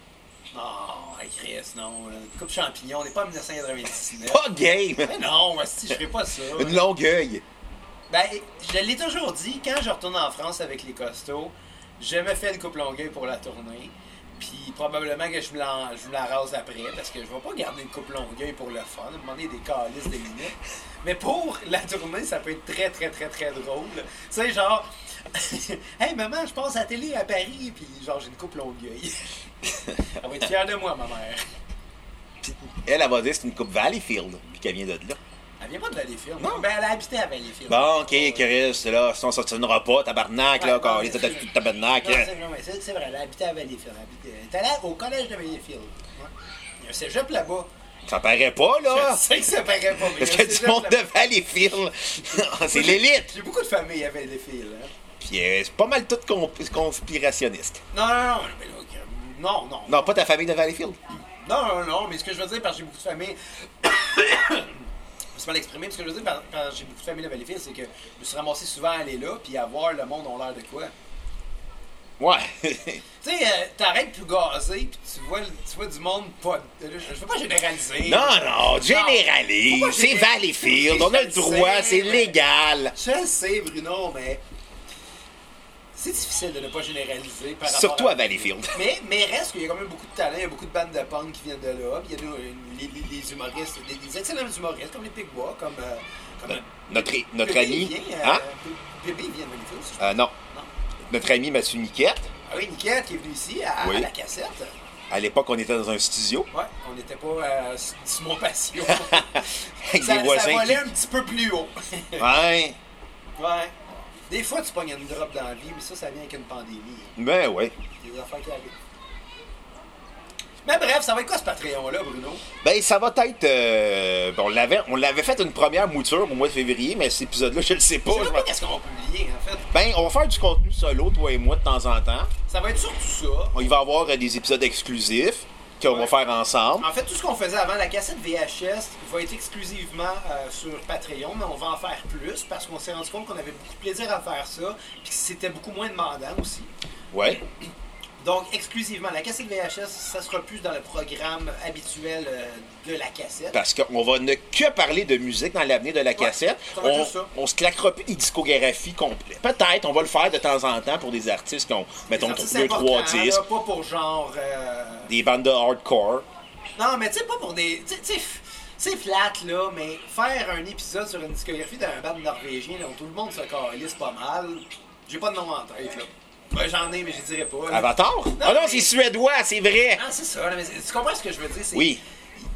D: Oh, hey, Chris, non. là. Coupe champignon, on n'est pas en 1999.
B: Pas game.
D: Mais non, si je ferai pas ça.
B: Une longueuil.
D: Ben, je l'ai toujours dit, quand je retourne en France avec les costauds, je me fais une coupe longueuil pour la tournée. Puis probablement que je me, la, je me la rase après, parce que je vais pas garder une coupe longueuil pour le fun. À un moment donné, des calices de minutes. Mais pour la tournée, ça peut être très, très, très, très drôle. Tu sais, genre, hey maman, je passe à la télé à Paris, puis genre, j'ai une coupe longueuil. Elle va être fière de moi, ma mère.
B: Elle, elle va dire c'est une coupe Valleyfield. Puis qu'elle vient de là.
D: Elle vient pas de Valleyfield.
B: Non.
D: Ben, elle a habité à Valleyfield.
B: Bon, ok, Chris, là, sinon ça ne tiendra pas, tabarnak, là,
D: Ouais,
B: quand
D: non,
B: les
D: mais
B: t'as
D: c'est-
B: tout tabarnak.
D: Non,
B: hein.
D: c'est- non, mais C'est c'est vrai, elle habitait à Valleyfield. Elle habitait- elle était allée au collège de Valleyfield. Ouais. Il y a un cégep là-bas.
B: Ça paraît pas,
D: Je
B: là.
D: sais que ça paraît pas,
B: Ah!
D: mais.
B: Parce
D: il y a un
B: que du
D: cégep
B: monde
D: là-bas.
B: de Valleyfield, c'est l'élite.
D: J'ai beaucoup de familles à Valleyfield. hein.
B: Puis euh, c'est pas mal tout comp- conspirationniste.
D: Non, non, non, mais là, ok, non, non.
B: Non, pas ta famille de Valleyfield.
D: Non, non, non, mais ce que je veux dire, parce que j'ai beaucoup de familles. Je me suis mal exprimé, mais ce que je veux dire, par- parce que j'ai beaucoup de familles de Valleyfield, c'est que je me suis ramassé souvent à aller là, puis à voir le monde ont l'air de quoi.
B: Ouais.
D: Tu sais, euh, t'arrêtes plus gazé, puis tu vois, tu vois du monde pas. Je je veux pas généraliser.
B: non, non,
D: Faut pas
B: généralise. C'est
D: généraliser.
B: Valleyfield, on a le
D: Je
B: droit,
D: sais,
B: c'est
D: mais-
B: légal.
D: Je sais, Bruno, mais c'est difficile de ne pas généraliser. Par rapport
B: Surtout à Valleyfield.
D: Mais, mais reste qu'il y a quand même beaucoup de talent, il y a beaucoup de bandes de punk qui viennent de là. puis Il y a nous- les, les- les humoristes, des, des excellents humoristes comme les Pigbois, comme. euh, comme
B: Notre, Ben, notre
D: Bébé,
B: ami.
D: il vient, euh,
B: Hein?
D: Bébé il vient de Valleyfield, si je
B: Euh, non.
D: Non.
B: Notre ami Mathieu Niquette.
D: Ah oui, Niquette qui est venu ici à, à
B: Oui.
D: la cassette.
B: À l'époque, on était dans un studio.
D: Ouais, on n'était pas euh, sur sur mon patio.
B: Avec
D: ça,
B: des
D: ça
B: voisins
D: volait
B: qui.
D: un petit peu plus haut.
B: Ouais.
D: ouais. Des fois, tu pognes une drop dans la vie, mais ça, ça vient avec une pandémie.
B: Ben ouais.
D: Il y a des affaires qui arrivent. Mais bref, ça va être quoi ce Patreon-là, Bruno?
B: Ben, ça va être. euh, on l'avait, on l'avait fait une première mouture au mois de février, mais cet épisode-là, je le sais pas.
D: je sais
B: Je
D: même pas
B: m'en-
D: qu'est-ce qu'on va publier, en fait.
B: Ben, on va faire du contenu solo, toi et moi, de temps en temps.
D: Ça va être surtout ça.
B: On- Il va y avoir euh, des épisodes exclusifs qu'on va
D: Ouais.
B: faire ensemble.
D: En fait, tout ce qu'on faisait avant, la cassette VHS va être exclusivement euh, sur Patreon, mais on va en faire plus parce qu'on s'est rendu compte qu'on avait beaucoup de plaisir à faire ça, puis que c'était beaucoup moins demandant aussi.
B: Ouais.
D: Donc, exclusivement, la cassette VHS, ça sera plus dans le programme habituel euh, de la cassette.
B: Parce qu'on va ne que parler de musique dans l'avenir de la cassette.
D: ça va être
B: on,
D: juste ça.
B: on se claquera plus des discographies complètes. Peut-être, on va le faire de temps en temps pour des artistes qui ont, mettons,
D: Ça, c'est
B: 2 trois
D: important, là,
B: disques,
D: Pas pour genre. euh,
B: des bandes de hardcore.
D: Non, mais tu sais, pas pour des. Tu sais, tu sais, f- c'est flat, là, mais faire un épisode sur une discographie d'un band norvégien dont tout le monde se calisse pas mal, j'ai pas de nom en tête, là. Ben, j'en ai, mais je dirais pas. là.
B: Avatar? Ah non,
D: mais-
B: c'est suédois, c'est vrai!
D: Non, c'est ça, là, mais c'est- tu comprends ce que je veux dire? c'est-
B: Oui.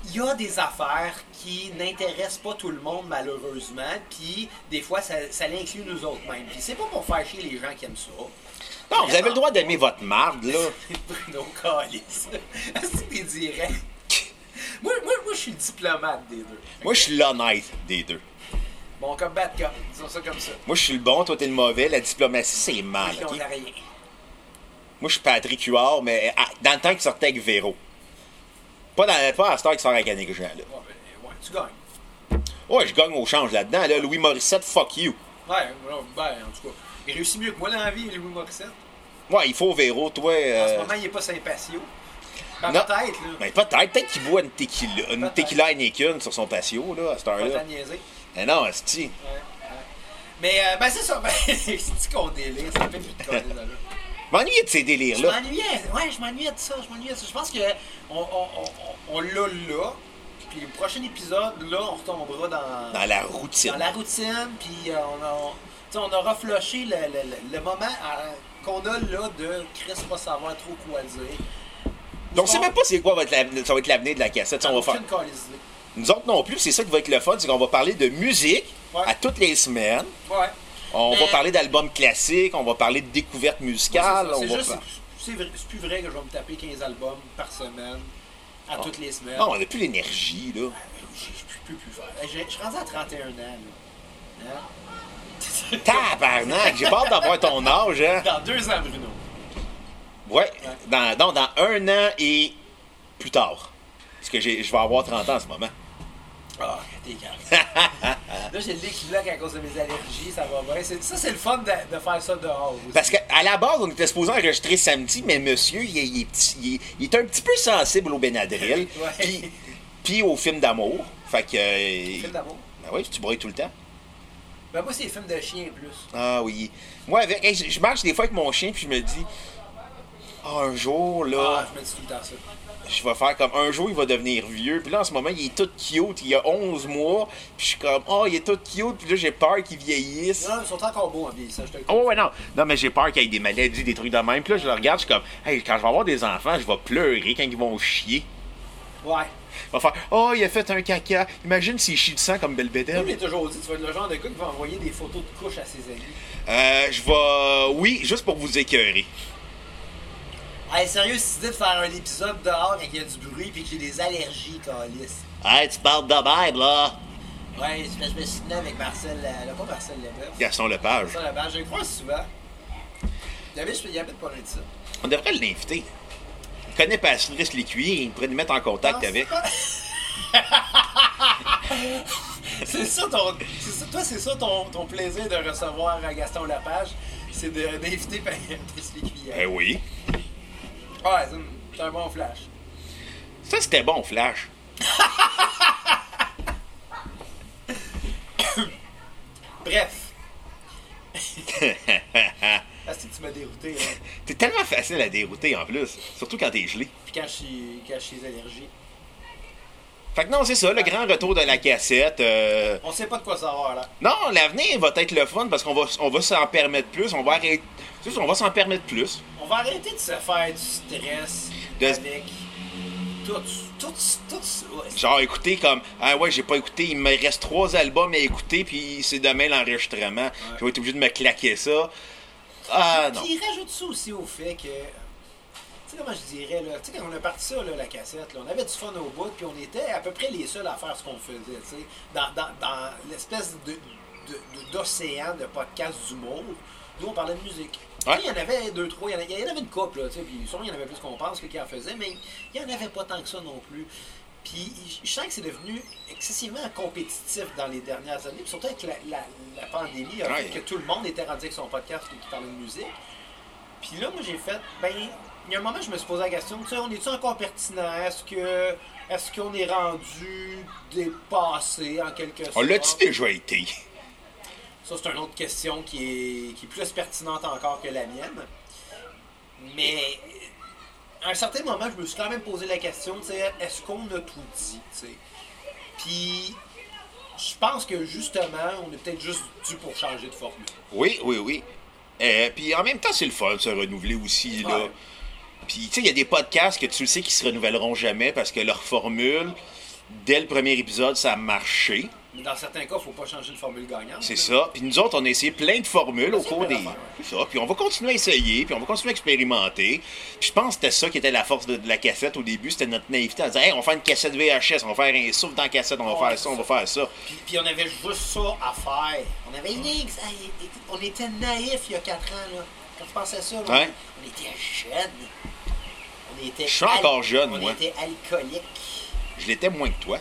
D: Il y a des affaires qui n'intéressent pas tout le monde, malheureusement, puis des fois, ça, ça l'inclut nous autres même. Puis c'est pas pour faire chier les gens qui aiment ça. Ah.
B: Non, vous avez le droit d'aimer votre marde, là.
D: Bruno Callis. c'est des directs. Moi, moi, moi je suis le diplomate des deux.
B: Moi, je suis l'honnête des deux.
D: Bon, comme bad cop, disons ça comme ça.
B: Moi, je suis le bon, toi, t'es le mauvais. La diplomatie, c'est mal,
D: Puis
B: Ah, OK?
D: on n'a rien.
B: Moi, je suis Patrick Huard, mais ah, dans le temps qu'il sortait avec Véro. Pas, dans, pas à cette heure qu'il sort avec Annick Jean, là.
D: Ouais, ben, ouais, tu gagnes.
B: Ouais, je gagne au change là-dedans. Là, Louis Morissette, fuck you.
D: Ouais, voilà, ben, en tout cas, il réussit mieux que moi dans la vie, Louis Morissette.
B: Ouais, il faut Véro, toi.
D: En ce
B: euh,
D: moment, il est pas sympathieux. Ben,
B: non.
D: peut-être, là.
B: Mais peut-être, peut-être qu'il boit une tequila, une
D: Peut-être.
B: tequila Heineken sur son patio, là, à cette
D: On va
B: heure-là.
D: t'en niaiser.
B: Mais non, esti.
D: Ouais, ouais. Mais, euh, ben, c'est ça. Ben, c'est qu'on délire. Ça fait plus de conneries, là.
B: M'ennuyez de ces
D: Je
B: délires-là.
D: m'ennuyais. Ouais, je m'ennuyais de ça. Je m'ennuyais de ça. Je pense que on, on, on, on- on l'a là. Puis le prochain épisode, là, on retombera dans,
B: Dans la routine.
D: dans la routine. Puis euh, on, a, tu sais, on aura flushé le, le- le- le moment euh, qu'on a là de Chris va savoir trop quoi dire.
B: Donc, c'est même pas c'est quoi votre l'avenir- ça va être l'avenir de la cassette. ça, on va faire.
D: Aucune calice d'idée.
B: Nous autres non plus, c'est ça qui va être le fun, c'est qu'on va parler de musique
D: Ouais.
B: à toutes les semaines.
D: Ouais.
B: On
D: Mais-
B: va parler d'albums classiques, on va parler de découvertes musicales. on
D: Ouais, c'est ça. C'est
B: va
D: juste,
B: par-
D: c'est vrai- c'est plus vrai que je vais me taper 15 albums par semaine,
B: Ah.
D: à toutes les semaines.
B: Non, on n'a plus l'énergie, là.
D: Je je peux plus faire. Je je suis rendu à 31 ans, là. Hein?
B: Tabarnak, j'ai peur d'avoir ton âge, hein.
D: Dans deux ans, Bruno.
B: Ouais, dans, non, dans un an et plus tard. Parce que j'ai- je vais avoir 30 ans en ce moment.
D: Ah, t'es calme. là, j'ai le nez qui bloque à cause de mes allergies, ça va bien. C'est- Ça, c'est le fun de, de faire ça dehors. aussi.
B: Parce qu'à la base, on était supposé enregistrer samedi, mais monsieur, il, est- il est, petit- il est- il est un petit peu sensible au Benadryl,
D: Ouais.
B: puis, puis au film d'amour. Fait que... euh,
D: Film d'amour?
B: Ben oui, tu broyes tout le temps.
D: Ben, moi, c'est les films de chien plus.
B: Ah oui. Moi, avec, hey, je je marche des fois avec mon chien, puis je me dis, Ah, un jour,
D: Ah,
B: là,
D: je me dis tout le temps ça.
B: je vais faire comme, un jour, il va devenir vieux. Puis là, en ce moment, il est tout cute, il a 11 mois, puis je suis comme, oh, il est tout cute, puis là, j'ai peur qu'il vieillisse.
D: Non, non, ils sont encore beaux en vieillissant, je te le
B: Oh ouais, non. Non, mais j'ai peur qu'il y ait des maladies, des trucs de même. Puis là, je le regarde, je suis comme, hey, quand je vais avoir des enfants, je vais pleurer quand ils vont chier.
D: Ouais.
B: Je vais faire, oh, il a fait un caca. Imagine s'il chie du sang comme Belvedere.
D: Comme je l'ai toujours dit, tu vas être le genre de gars qui va envoyer des photos de couches à ses amis.
B: Euh, je vais, oui, juste pour vous écœurer.
D: Hey, sérieux, cette idée de faire un épisode dehors quand il y a du bruit puis que j'ai des allergies, calice.
B: Hey, tu parles de Bible, là.
D: Ouais, je me- je me suis tenu avec Marcel, euh, là, pas Marcel Leboeuf.
B: Gaston Lepage.
D: Ça, là-bas, je le crois souvent. Il habite, il habite pas loin de ça.
B: On devrait l'inviter. Il connaît Patrice Lécuyer, il pourrait nous mettre en contact
D: Non,
B: avec.
D: C'est ça ton. c'est ça- toi, c'est ça ton, ton plaisir de recevoir euh, Gaston Lapage, c'est de- d'inviter Patrice
B: Eh
D: Lécuyer.
B: oui.
D: Ouais, c'est un- c'est un bon flash.
B: Ça, c'était bon, Flash.
D: Bref. Est-ce que tu m'as dérouté, hein?
B: T'es tellement facile à dérouter en plus, surtout quand t'es gelé.
D: Puis quand je suis quand je suis allergique.
B: Fait que non, c'est ça, le grand retour de la cassette. euh,
D: On sait pas de quoi ça va avoir, là.
B: Non, l'avenir va être le fun parce qu'on va, on va s'en permettre plus. On va arrêter. c'est juste, on va s'en permettre plus.
D: On va arrêter de se faire du stress
B: De-
D: avec tout, tout, tout, ouais.
B: Genre, écouter comme Ah ouais, j'ai pas écouté, il me reste trois albums à écouter, puis c'est demain l'enregistrement. Je vais être obligé de me claquer ça. Ah non.
D: Puis il rajoute ça aussi au fait que. Tu sais comment je dirais, là, tu sais, quand on a parti ça, là, la cassette, là, on avait du fun au bout, puis on était à peu près les seuls à faire ce qu'on faisait, tu sais, dans, dans, dans l'espèce de, de- de- d'océan de podcasts d'humour. Nous, on parlait de musique. Tu sais,
B: Ouais.
D: Il y en avait deux, trois, il y en a- il y en avait, une couple, là, tu sais, puis sûrement il y en avait plus qu'on pense que qui en faisait, mais il n'y en avait pas tant que ça non plus. Puis je sens que c'est devenu excessivement compétitif dans les dernières années, puis surtout avec la, la- la pandémie, a fait
B: Ouais.
D: que tout le monde était rendu avec son podcast qui parlait de musique. Puis là, moi, j'ai fait, ben, il y a un moment, je me suis posé la question, tu sais, on est-tu encore pertinent? Est-ce que, est-ce qu'on est rendu dépassé en quelque sorte?
B: On l'a-tu déjà été?
D: Ça, c'est une autre question qui est, qui est plus pertinente encore que la mienne. Mais à un certain moment, je me suis quand même posé la question, tu sais, est-ce qu'on a tout dit? tu sais? Puis je pense que justement, on est peut-être juste dû pour changer de formule.
B: Oui, oui, oui. Euh, puis en même temps, c'est le fun de se renouveler aussi, là.
D: Ouais.
B: Puis, tu sais, il y a des podcasts que tu le sais qui se renouvelleront jamais parce que leur formule, dès le premier épisode, ça a marché.
D: Mais dans certains cas, faut pas changer de formule gagnante.
B: C'est
D: là.
B: ça. Puis nous autres, on a essayé plein de formules au
D: C'est
B: cours
D: plein
B: des.
D: d'affaires, ouais.
B: C'est ça. Puis on va continuer à essayer, puis on va continuer à expérimenter. Puis je pense que c'était ça qui était la force de, de la cassette au début. C'était notre naïveté à dire Hey, on va faire une cassette VHS, on va faire un souffle dans la cassette, on va
D: Ouais,
B: faire ça, on va faire ça.
D: Puis, puis on avait juste ça à faire. On avait rien que ça- On était naïf il y a 4 ans, là. Quand je pensais ça, là,
B: Ouais.
D: on était jeunes. On était
B: Je suis
D: al-
B: encore jeune,
D: on
B: moi.
D: était alcooliques.
B: Je l'étais moins que toi.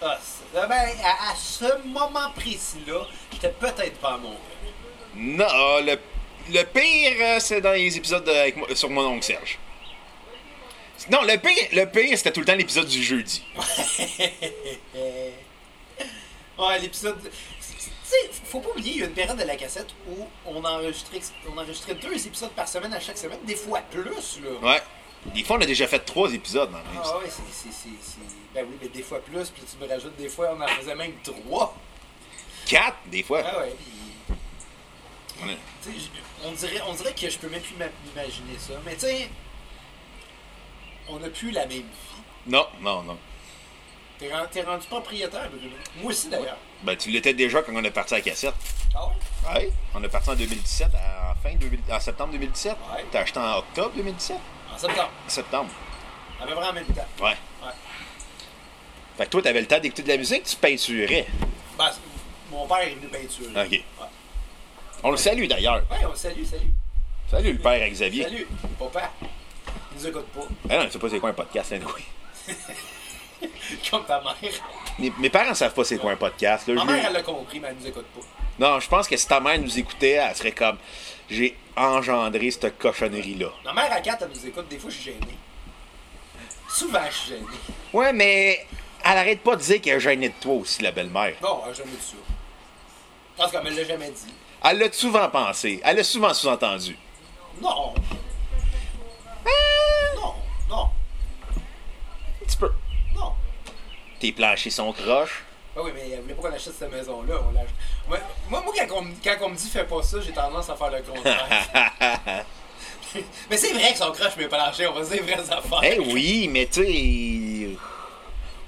D: Ah, c'est- ah ben, à, à ce moment précis-là, j'étais peut-être pas amoureux.
B: Non, euh, le, le pire, euh, c'est dans les épisodes de- avec moi- euh, sur mon oncle Serge. Non, le pire, le pire c'était tout le temps l'épisode du jeudi.
D: Ouais, l'épisode. Tu sais, faut pas oublier, il y a une période de la cassette où on enregistrait, on enregistrait deux épisodes par semaine à chaque semaine, des fois plus, là.
B: Ouais. Des fois, on a déjà fait trois épisodes dans le même.
D: Ah ouais, c'est, c'est, c'est, c'est- Ben oui, mais des fois plus, puis tu me rajoutes des fois, on en faisait même trois.
B: Quatre, des fois.
D: Ah ouais. puis,
B: On a-
D: tu sais, je- on dirait, on dirait que je peux même plus m'a- m'imaginer ça. Mais tu sais, on n'a plus la même vie.
B: Non, non, non.
D: T'es, ren- t'es rendu propriétaire, Bruno. Moi aussi, d'ailleurs.
B: Ben, tu l'étais déjà quand on est parti à la cassette.
D: Ah ouais?
B: Ouais. On est parti en 2017, à- en fin 2000 en septembre 2017.
D: Ouais.
B: T'as acheté en octobre 2017?
D: En septembre.
B: En septembre.
D: À peu près en même temps.
B: Ouais.
D: Ouais.
B: Fait que toi, t'avais le temps d'écouter de la musique, tu peinturais.
D: Ben, c'est- mon père est venu peinture. là.
B: Ok. On le salue d'ailleurs.
D: Ouais, on salut, salut.
B: Salut le père Xavier.
D: Salut, papa. Il nous écoute pas.
B: Ah non, je sais pas c'est quoi un podcast, anyway.
D: Comme ta mère.
B: Mes, mes parents savent pas c'est quoi un podcast. là.
D: Ma
B: Je-
D: mère, elle l'a compris, mais elle nous écoute pas.
B: Non, je pense que si ta mère nous écoutait, elle serait comme j'ai engendré cette cochonnerie-là.
D: Ma mère à 4, elle nous écoute. Des fois, je suis gêné. Souvent, je suis gêné.
B: Ouais, mais elle arrête pas de dire qu'elle est gênée de toi aussi, la belle-mère.
D: Non, elle a jamais dit ça. En tout cas, elle me l'a jamais dit.
B: Elle l'a souvent pensé. Elle l'a souvent sous-entendu.
D: Non. Non, non,
B: Ah! Un petit peu.
D: non.
B: Tes planchers sont croches.
D: Ben oui, mais elle voulait pas qu'on achète cette maison-là. On l'a- Ouais, Moi, moi, quand on, me- quand on me dit fais pas ça, j'ai tendance à faire le contraire. mais c'est vrai que son crush m'est pas lâché, on va dire les vraies affaires.
B: Eh oui, mais tu sais,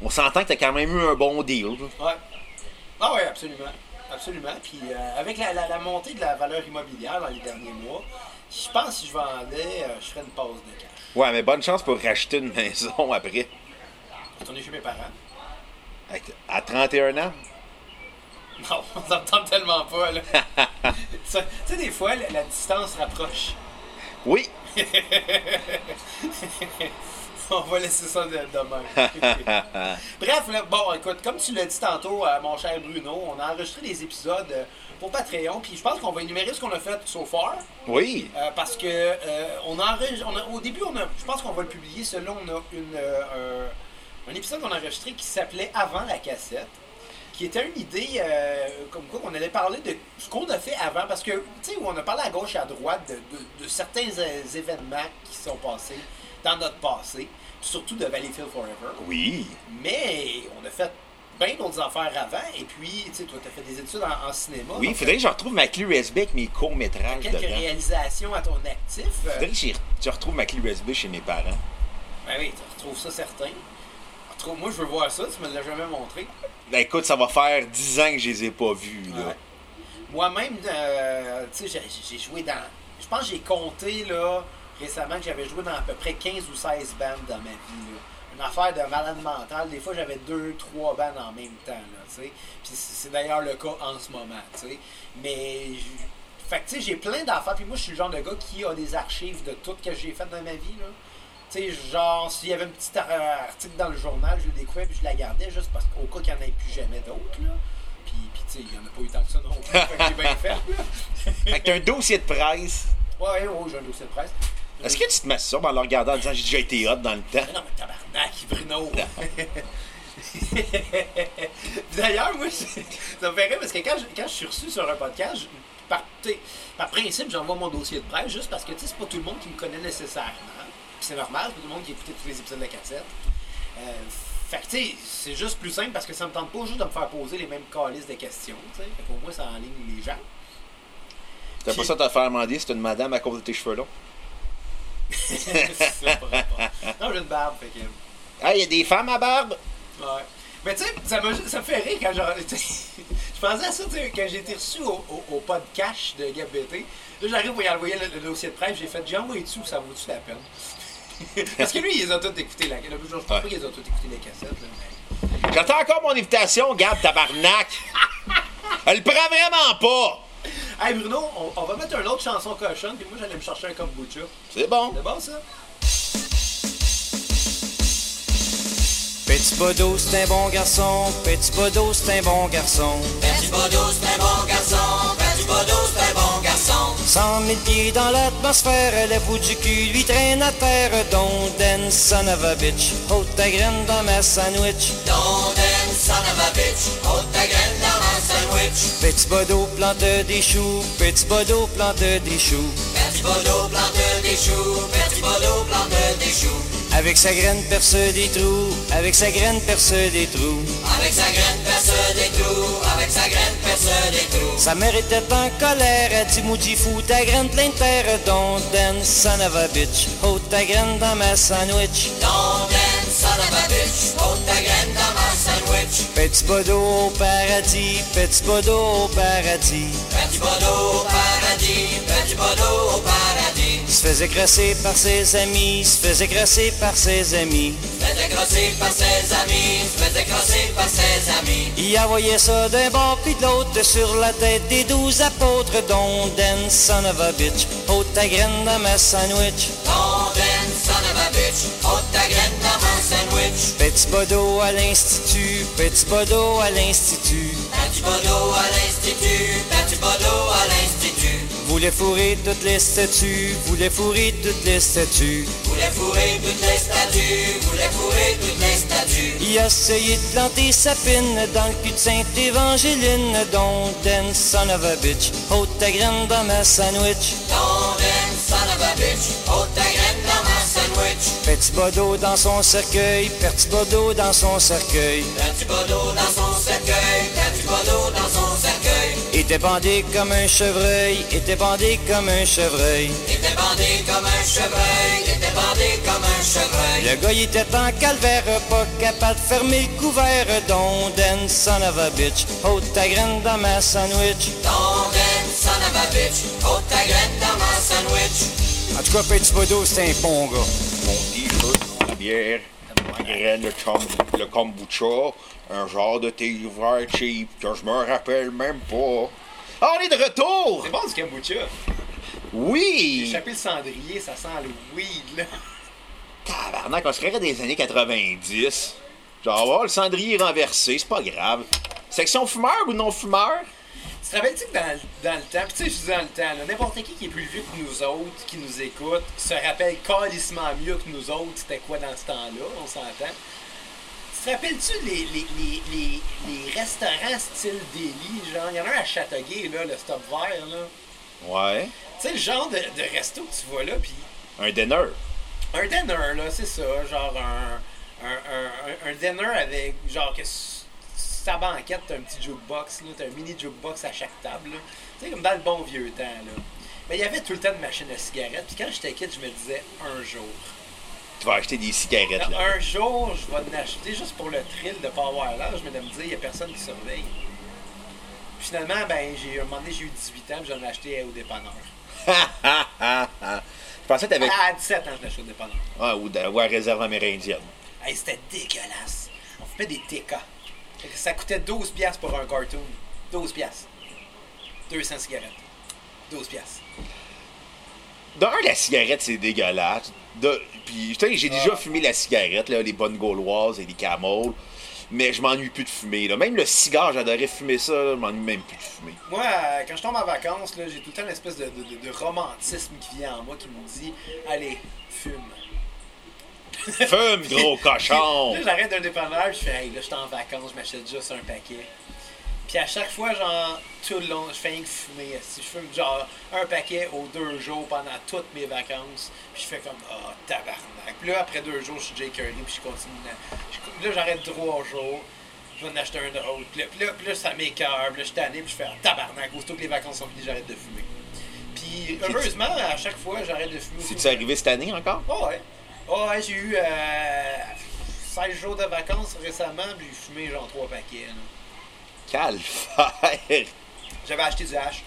B: on s'entend que t'as quand même eu un bon deal.
D: Ouais. Ah ouais, absolument. Absolument. Puis euh, avec la, la- la montée de la valeur immobilière dans les derniers mois, je pense que si je vendais, euh, je ferais une pause de cash.
B: Ouais, mais bonne chance pour racheter une maison après.
D: Retourner chez mes parents.
B: Avec- À 31 ans.
D: Non, on s'entend tellement pas, là. tu sais, des fois, la, la distance rapproche.
B: Oui,
D: On va laisser ça de- demain. Bref, là, bon, écoute, comme tu l'as dit tantôt, euh, mon cher Bruno, on a enregistré des épisodes euh, pour Patreon, puis je pense qu'on va énumérer ce qu'on a fait so far.
B: oui.
D: Euh, parce que euh, on enregistre- on a- au début, on a, je pense qu'on va le publier. Selon on a une, euh, un, un épisode qu'on a enregistré qui s'appelait Avant la cassette, qui était une idée euh, comme quoi on allait parler de ce qu'on a fait avant, parce que tu sais où on a parlé à gauche et à droite de, de- de certains euh, événements qui sont passés dans notre passé, surtout de Valleyfield Forever.
B: Oui.
D: Mais on a fait bien d'autres affaires avant, et puis tu sais, toi, t'as fait des études en, en cinéma.
B: Oui,
D: donc,
B: faudrait que je retrouve ma clé USB avec mes courts-métrages
D: Quelques
B: dedans.
D: réalisations à ton actif. euh,
B: Faudrait que j'y re- je retrouve ma clé USB chez mes parents.
D: Ben oui, tu retrouves ça certain. Tu retrouves- Moi, je veux voir ça, tu me l'as jamais montré.
B: Ben, écoute, ça va faire 10 ans que je les ai pas vus, là.
D: Ouais. Moi-même, euh, tu sais, j'ai- j'ai joué dans. Je pense que j'ai compté, là, récemment, que j'avais joué dans à peu près 15 ou 16 bandes dans ma vie, là. Une affaire de malade mental. Des fois, j'avais deux, trois bandes en même temps, là, tu sais. Puis c'est c'est d'ailleurs le cas en ce moment, tu sais. Mais. je- Fait que, tu sais, j'ai plein d'affaires. Puis moi, je suis le genre de gars qui a des archives de tout que j'ai fait dans ma vie, là. Tu sais, genre, s'il y avait un petit ar- article dans le journal, je le découvrais puis je la gardais juste parce qu'au cas qu'il n'y en ait plus jamais d'autres, là. Puis, puis tu sais, il n'y en a pas eu tant que ça non plus. fait que j'ai bien fait, là.
B: Fait que t'as un dossier de presse
D: Ouais, oh, j'ai un dossier de presse.
B: Est-ce que tu te masturbes en le regardant en disant j'ai déjà été hot dans le temps?
D: Mais Non, mais tabarnak, Bruno! D'ailleurs, moi, je- ça me fait rire parce que quand je, quand je suis reçu sur un podcast, je- par, tu sais, par principe, j'envoie mon dossier de presse juste parce que tu sais, c'est pas tout le monde qui me connaît nécessairement. Puis c'est normal, c'est pas tout le monde qui écoutait tous les épisodes de la cassette. Euh, fait que, tu sais, c'est juste plus simple parce que ça me tente pas juste de me faire poser les mêmes calices de questions. tu sais. Fait qu'au moins, ça enligne les gens.
B: T'as pas ça de te faire demander si t'es une madame à cause de tes cheveux longs?
D: C'est pas rapport. non, j'ai une barbe, fait que.
B: Ah, il y a des femmes à barbe?
D: Ouais. Mais tu sais, ça, m'a- ça me fait rire quand genre, tu sais, je pensais à ça, tu sais, quand j'ai été reçu au, au, au podcast de Gab BT. Là, j'arrive pour y envoyer le, le dossier de presse, j'ai fait, j'ai envoyé tout, ça vaut-tu la peine? Parce que lui, ils ont tous écouté la cassette. Je pense pas qu'ils ont tous écouté les cassettes, là, mais-
B: J'attends encore mon invitation, Gab, tabarnak! Elle prend vraiment pas!
D: Hey Bruno, on, on va mettre une autre chanson cochonne, puis moi, j'allais me chercher un kombucha.
B: C'est bon.
D: C'est bon, ça?
F: Petit Bodo, c'est un bon garçon. Petit Bodo, c'est un bon garçon.
G: Fais du bodo, c'est un bon garçon. Fais du bodo, c'est un bon garçon.
F: Cent mille pieds dans l'atmosphère, le bout du cul lui traîne à terre. Don't dance, son of a bitch. Ôte ta graine dans ma sandwich.
G: Donden, son of a bitch. Ôte ta graine dans ma sandwich.
F: Petit Bodo plante des choux. Petit Bodo plante des choux.
G: Fais du bodo, plante des choux. Fais du bodo, plante des choux.
F: Avec sa graine perce des trous. Avec sa graine perce des trous.
G: Avec sa graine, perce des trous. Avec sa graine, perce des trous.
F: Sa mère était en colère. Elle dit Maudit fou, ta graine pleine de terre. Don't dance, son of a bitch. Ôte ta graine dans ma sandwich.
G: Donden, son of a bitch. Ôte ta graine dans ma sandwich.
F: Petit Bodo au paradis, petit Bodo au paradis.
G: Fais du bodo au paradis. Fais du bodo au paradis.
F: Il se faisait crasser par ses amis, il se faisait crasser par ses amis.
G: Fais décrosser par e ses amis. Fais décrosser par ses amis.
F: Il envoyait ça d'un bord puis de l'autre sur la tête des douze apôtres. Don't dance, son of a bitch, ôte ta graine dans ma sandwich.
G: Golden son of a bitch, ôte ta graine dans mon sandwich.
F: Petit Bodo à l'institut, petit Bodo à l'institut.
G: T'as du bodo à l'institut, t'as du bodo à l'institut.
F: Voulait fourrer toutes les statues, voulait fourrer toutes les statues.
G: Voulait fourrer toutes les statues, voulait fourrer toutes les statues.
F: Il a essayé de planter sa pine dans le cul de Sainte-Évangéline. Don't dance, son of a bitch. Ôte ta graine dans ma sandwich.
G: Golden son of a bitch, ôte ta graine dans mon sandwich.
F: Petit bodo dans son cercueil, petit bodo dans son cercueil.
G: T'as du bodo dans son cercueil, t'as du bodo dans son cercueil.
F: Était bandé comme un chevreuil, était bandé comme un chevreuil.
G: Il était bandé comme un chevreuil, il était bandé comme un chevreuil.
F: Le gars il était en calvaire, pas capable de fermer le couvert. Don't dance, son of a bitch. Ôte ta graine dans ma sandwich.
G: Golden son of a bitch, ôte ta graine dans mon sandwich.
F: En tout cas, petit bodo, c'est un bon gars.
B: Mon t-shirt, la bière, la graine, le, cham- le kombucha, un genre de thé vert cheap que je me rappelle même pas. Ah, on est de retour!
D: C'est bon du kombucha.
B: Oui!
D: Échapper le cendrier, ça sent le weed, là.
B: Tabarnak, on se créerait des années 90. Genre, oh, le cendrier est renversé, c'est pas grave. Section fumeur ou non fumeur?
D: Tu te rappelles-tu que dans, le- dans le temps, pis tu sais, je dis dans le temps, là, n'importe qui qui est plus vieux que nous autres, qui nous écoute, se rappelle calissement mieux que nous autres, c'était quoi dans ce temps-là, on s'entend. Tu te rappelles-tu les, les, les, les, les restaurants style délit, genre, il y en a un à Châteauguay, là, le Stop Vert, là.
B: Ouais.
D: Tu sais, le genre de, de resto que tu vois là, puis
B: Un dinner.
D: un dinner, là, c'est ça, genre un, un, un, un- un dinner avec, genre, que s- sa banquette, t'as un petit jukebox, là, t'as un mini jukebox à chaque table, là. Tu sais, comme dans le bon vieux temps, là. Mais il y avait tout le temps de machines à cigarettes, puis quand j'étais kid, je me disais, un jour.
B: Tu vas acheter des cigarettes, là.
D: Un jour, je vais en acheter juste pour le thrill de pas avoir l'âge, mais de me dire, il n'y a personne qui surveille. Puis Finalement, ben, j'ai, un moment donné, j'ai eu 18 ans, puis j'en ai acheté au dépanneur.
B: je pensais que t'avais...
D: À 17 ans, je l'ai acheté au dépanneur.
B: Ah, ou, de- ou à réserve amérindienne.
D: Hey, c'était dégueulasse. On fait des TK. Fait que Ça coûtait 12 pièces pour un cartoon. 12 pièces. 200 cigarettes. 12 pièces.
B: De un, la cigarette, c'est dégueulasse. De, puis, tu sais, j'ai déjà fumé la cigarette, là, les bonnes gauloises et les camels. mais je m'ennuie plus de fumer. Là. Même le cigare, j'adorais fumer ça, là, je m'ennuie même plus de fumer.
D: Moi, euh, quand je tombe en vacances, là, j'ai tout le temps une espèce de, de- de- de romantisme qui vient en moi qui me dit Allez, fume.
B: Fume, gros cochon!
D: Là, j'arrête d'un dépanneur, je fais Hey, là, je suis en vacances, je m'achète juste un paquet. Puis à chaque fois, genre, tout le long, je fais rien que fumer. Si je fume, genre, un paquet aux deux jours pendant toutes mes vacances, puis je fais comme Ah, tabarnak. Puis là, après deux jours, je suis Jay Curry, puis je continue. dans- je- Là, j'arrête trois jours. Je vais en acheter un autre. Puis là, puis là, puis là, ça m'écœure. Puis là, je suis tanné, puis je fais Ah, tabarnak. Aussitôt que les vacances sont finies, j'arrête de fumer. Puis heureusement, à chaque fois, j'arrête de fumer.
B: C'est-tu arrivé cette année encore?
D: Oh ouais. Oh ouais, j'ai eu euh, 16 jours de vacances récemment, puis j'ai fumé genre 3 paquets. là.
B: Calvaire!
D: J'avais acheté du hash.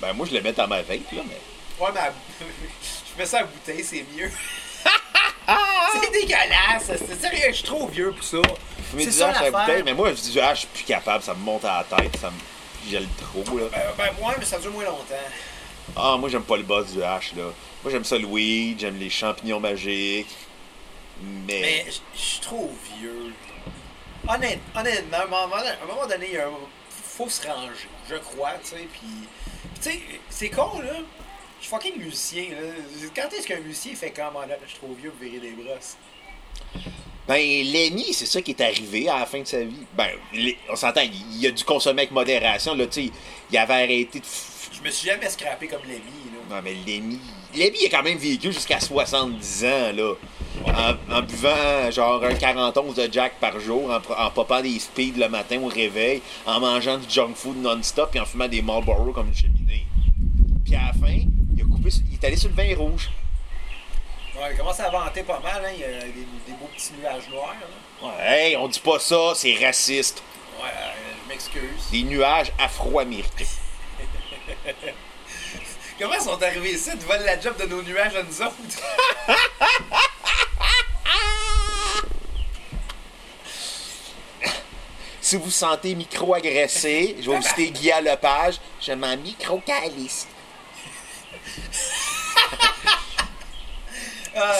B: Ben moi je le mets dans ma vape là, mais.
D: Ouais, mais à- je mets ça à bouteille, c'est mieux. c'est dégueulasse. C'est sérieux, je suis trop vieux pour ça.
B: Fumer
D: C'est
B: du
D: ça
B: hash à la
D: l'affaire.
B: bouteille, mais moi je dis du hash, je suis plus capable, ça me monte à la tête, ça me gèle trop là.
D: Ben, ben ouais, mais ça dure moins longtemps.
B: Ah moi j'aime pas le boss du hash là. Moi j'aime ça le weed, j'aime les champignons magiques. Mais,
D: Mais je- je suis trop vieux. Honnête, honnêtement, à un moment donné- à un moment donné, il y a un- faut se ranger, je crois, tu sais, puis... puis tu sais, c'est con, là. Je suis fucking musicien, là. Quand est-ce qu'un musicien fait comme, Ah, là, je suis trop vieux pour virer des brosses?
B: Ben Lenny, c'est ça qui est arrivé à la fin de sa vie. Ben les- on s'entend, il il a dû consommer avec modération là, tu sais, il avait arrêté de f-
D: Je me suis jamais scrappé comme Lemmy, là.
B: Non mais Lenny, Lenny a quand même vécu jusqu'à 70 ans là. En, en buvant genre un 41 de Jack par jour, en, pr- en popant des speeds le matin au réveil, en mangeant du junk food non-stop et en fumant des Marlboro comme une cheminée. Puis à la fin, il a coupé, sur- il est allé sur le vin rouge.
D: Ouais, il commence à vanter pas mal, hein. Il y a des, des beaux petits nuages noirs, là.
B: Ouais, hey, on dit pas ça, c'est raciste.
D: Ouais, euh, je m'excuse.
B: Des nuages afro-américains.
D: Comment ils sont arrivés ici? Tu voles la job de nos nuages à nous autres?
B: Si vous vous sentez micro-agressé, je vais vous citer Guy Lepage, je m'en micro-calisse.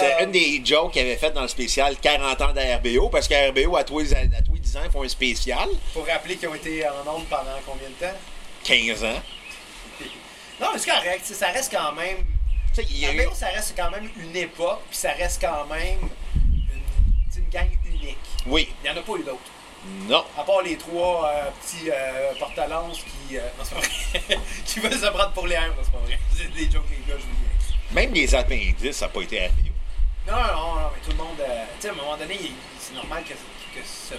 B: C'est une des jokes qu'il avait fait dans le spécial 40 ans d'RBO, parce qu'à RBO, à tous, les, à tous les 10 ans, ils font un spécial,
D: Faut rappeler qu'ils ont été en onde pendant combien de temps?
B: 15 ans.
D: Non, mais c'est correct, tu sais, ça reste quand même.
B: Tu sais, il y a eu-
D: RBO, ça reste quand même une époque, puis ça reste quand même une, tu sais, une gang unique.
B: Oui,
D: Il n'y en a pas eu d'autres.
B: non,
D: À part les trois euh, petits euh, porte-lances qui. euh, non, c'est pas vrai. qui veulent se prendre pour les airs, non, c'est pas vrai. C'est des jokes, les gars, je vous dis.
B: même les appendices, ça n'a pas été RBO.
D: Non, non, non, mais tout le monde. euh, tu sais, à un moment donné, il- c'est normal que, que ce,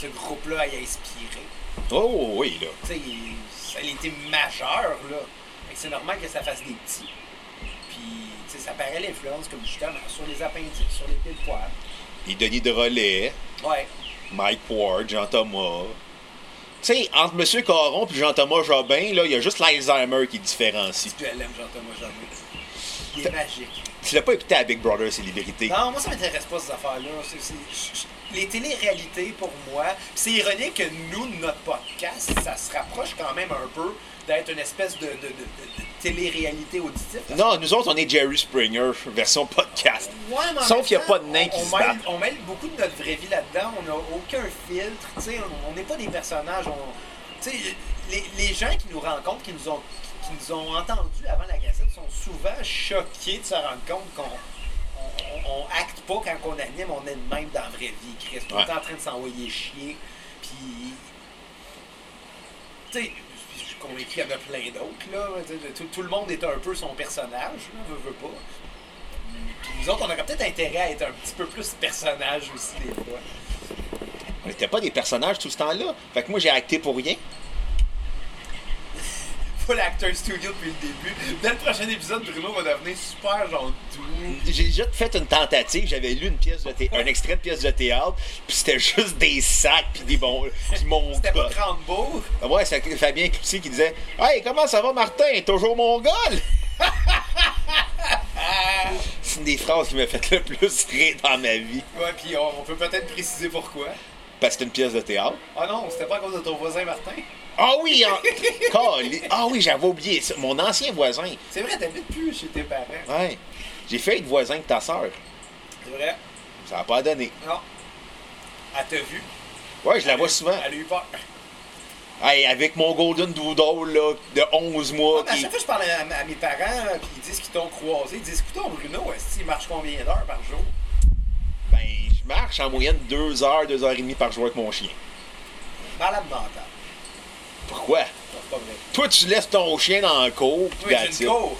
D: ce groupe-là ait inspiré.
B: Oh oui, là.
D: Tu sais, il- ça a été majeur, là. Fait que C'est normal que ça fasse des petits. Puis, tu sais, ça paraît l'influence, comme justement, sur les appendices, sur les pieds de poire.
B: Et Denis Drolet,
D: Ouais.
B: Mike Ward, Jean-Thomas. Tu sais, entre M. Caron et Jean-Thomas Jobin, là, il y a juste l'Alzheimer qui différencie.
D: Je l'aime, Jean-Thomas Jardin. Il est magique.
B: Tu l'as pas écouté à Big Brother, c'est les vérités.
D: Non, moi, ça m'intéresse pas, ces affaires-là. C'est- c'est- je- je- les téléréalités, pour moi, pis c'est ironique que nous, de notre podcast, ça se rapproche quand même un peu d'être une espèce de, de, de, de, de téléréalité auditive.
B: Non, nous autres, on est Jerry Springer, version podcast.
D: Ouais, mais en
B: Sauf
D: même
B: qu'il n'y a
D: temps,
B: pas de nain qui
D: on,
B: se
D: on mêle,
B: battent.
D: on mêle beaucoup de notre vraie vie là-dedans. On n'a aucun filtre. tu sais, on on n'est pas des personnages. on- tu sais, les, les gens qui nous rencontrent, qui nous ont, qui nous ont entendus avant la cassette, sont souvent choqués de se rendre compte qu'on on, on- on acte pas quand on anime. On est de même dans la vraie vie. Chris, on
B: Ouais.
D: est en train de s'envoyer chier. Puis tu sais, je suis convaincu qu'il y en a plein d'autres, là. Tu sais, Tout, tout le monde est un peu son personnage, là, veut, veut pas. Puis nous autres, on aurait peut-être intérêt à être un petit peu plus personnage aussi, des fois.
B: On n'était pas des personnages tout ce temps-là. Fait que moi, j'ai acté pour rien.
D: Pas l'acteur studio depuis le début. Dans le prochain épisode, Bruno va devenir super genre doux.
B: J'ai déjà fait une tentative, j'avais lu une pièce de thé- un extrait de pièce de théâtre, puis c'était juste des sacs puis des bons qui m'ont
D: C'était pas Rambo.
B: Ouais, c'est Fabien Cloutier qui disait Hey, comment ça va, Martin? Toujours mongol? c'est une des phrases qui m'a fait le plus rire dans ma vie.
D: Ouais, puis on, on peut peut-être préciser pourquoi.
B: Parce que c'est une pièce de théâtre.
D: Ah non, c'était pas à cause de ton voisin Martin.
B: Ah oui! en- Cali- Ah oui, j'avais oublié ça. Mon ancien voisin.
D: C'est vrai, t'habites plus chez tes parents.
B: Ouais. J'ai fait être voisin de ta sœur.
D: C'est vrai.
B: Ça n'a pas donné.
D: Non. Elle t'a vu.
B: Ouais, je la vois souvent.
D: Elle a eu peur.
B: Hey, avec mon Golden Doodle là, de 11 mois.
D: À
B: qui-
D: chaque fois que je parle à, à mes parents, là, puis ils disent qu'ils t'ont croisé, ils disent Écoute, Bruno, est-ce qu'il marche combien d'heures par jour
B: Ben, je marche en moyenne 2 heures, 2 heures et demie par jour avec mon chien.
D: Malade mental.
B: Pourquoi?
D: Non, c'est pas vrai.
B: Toi, tu laisses ton chien dans le cours. puis
D: Oui,
B: that's
D: j'ai
B: it.
D: une cour.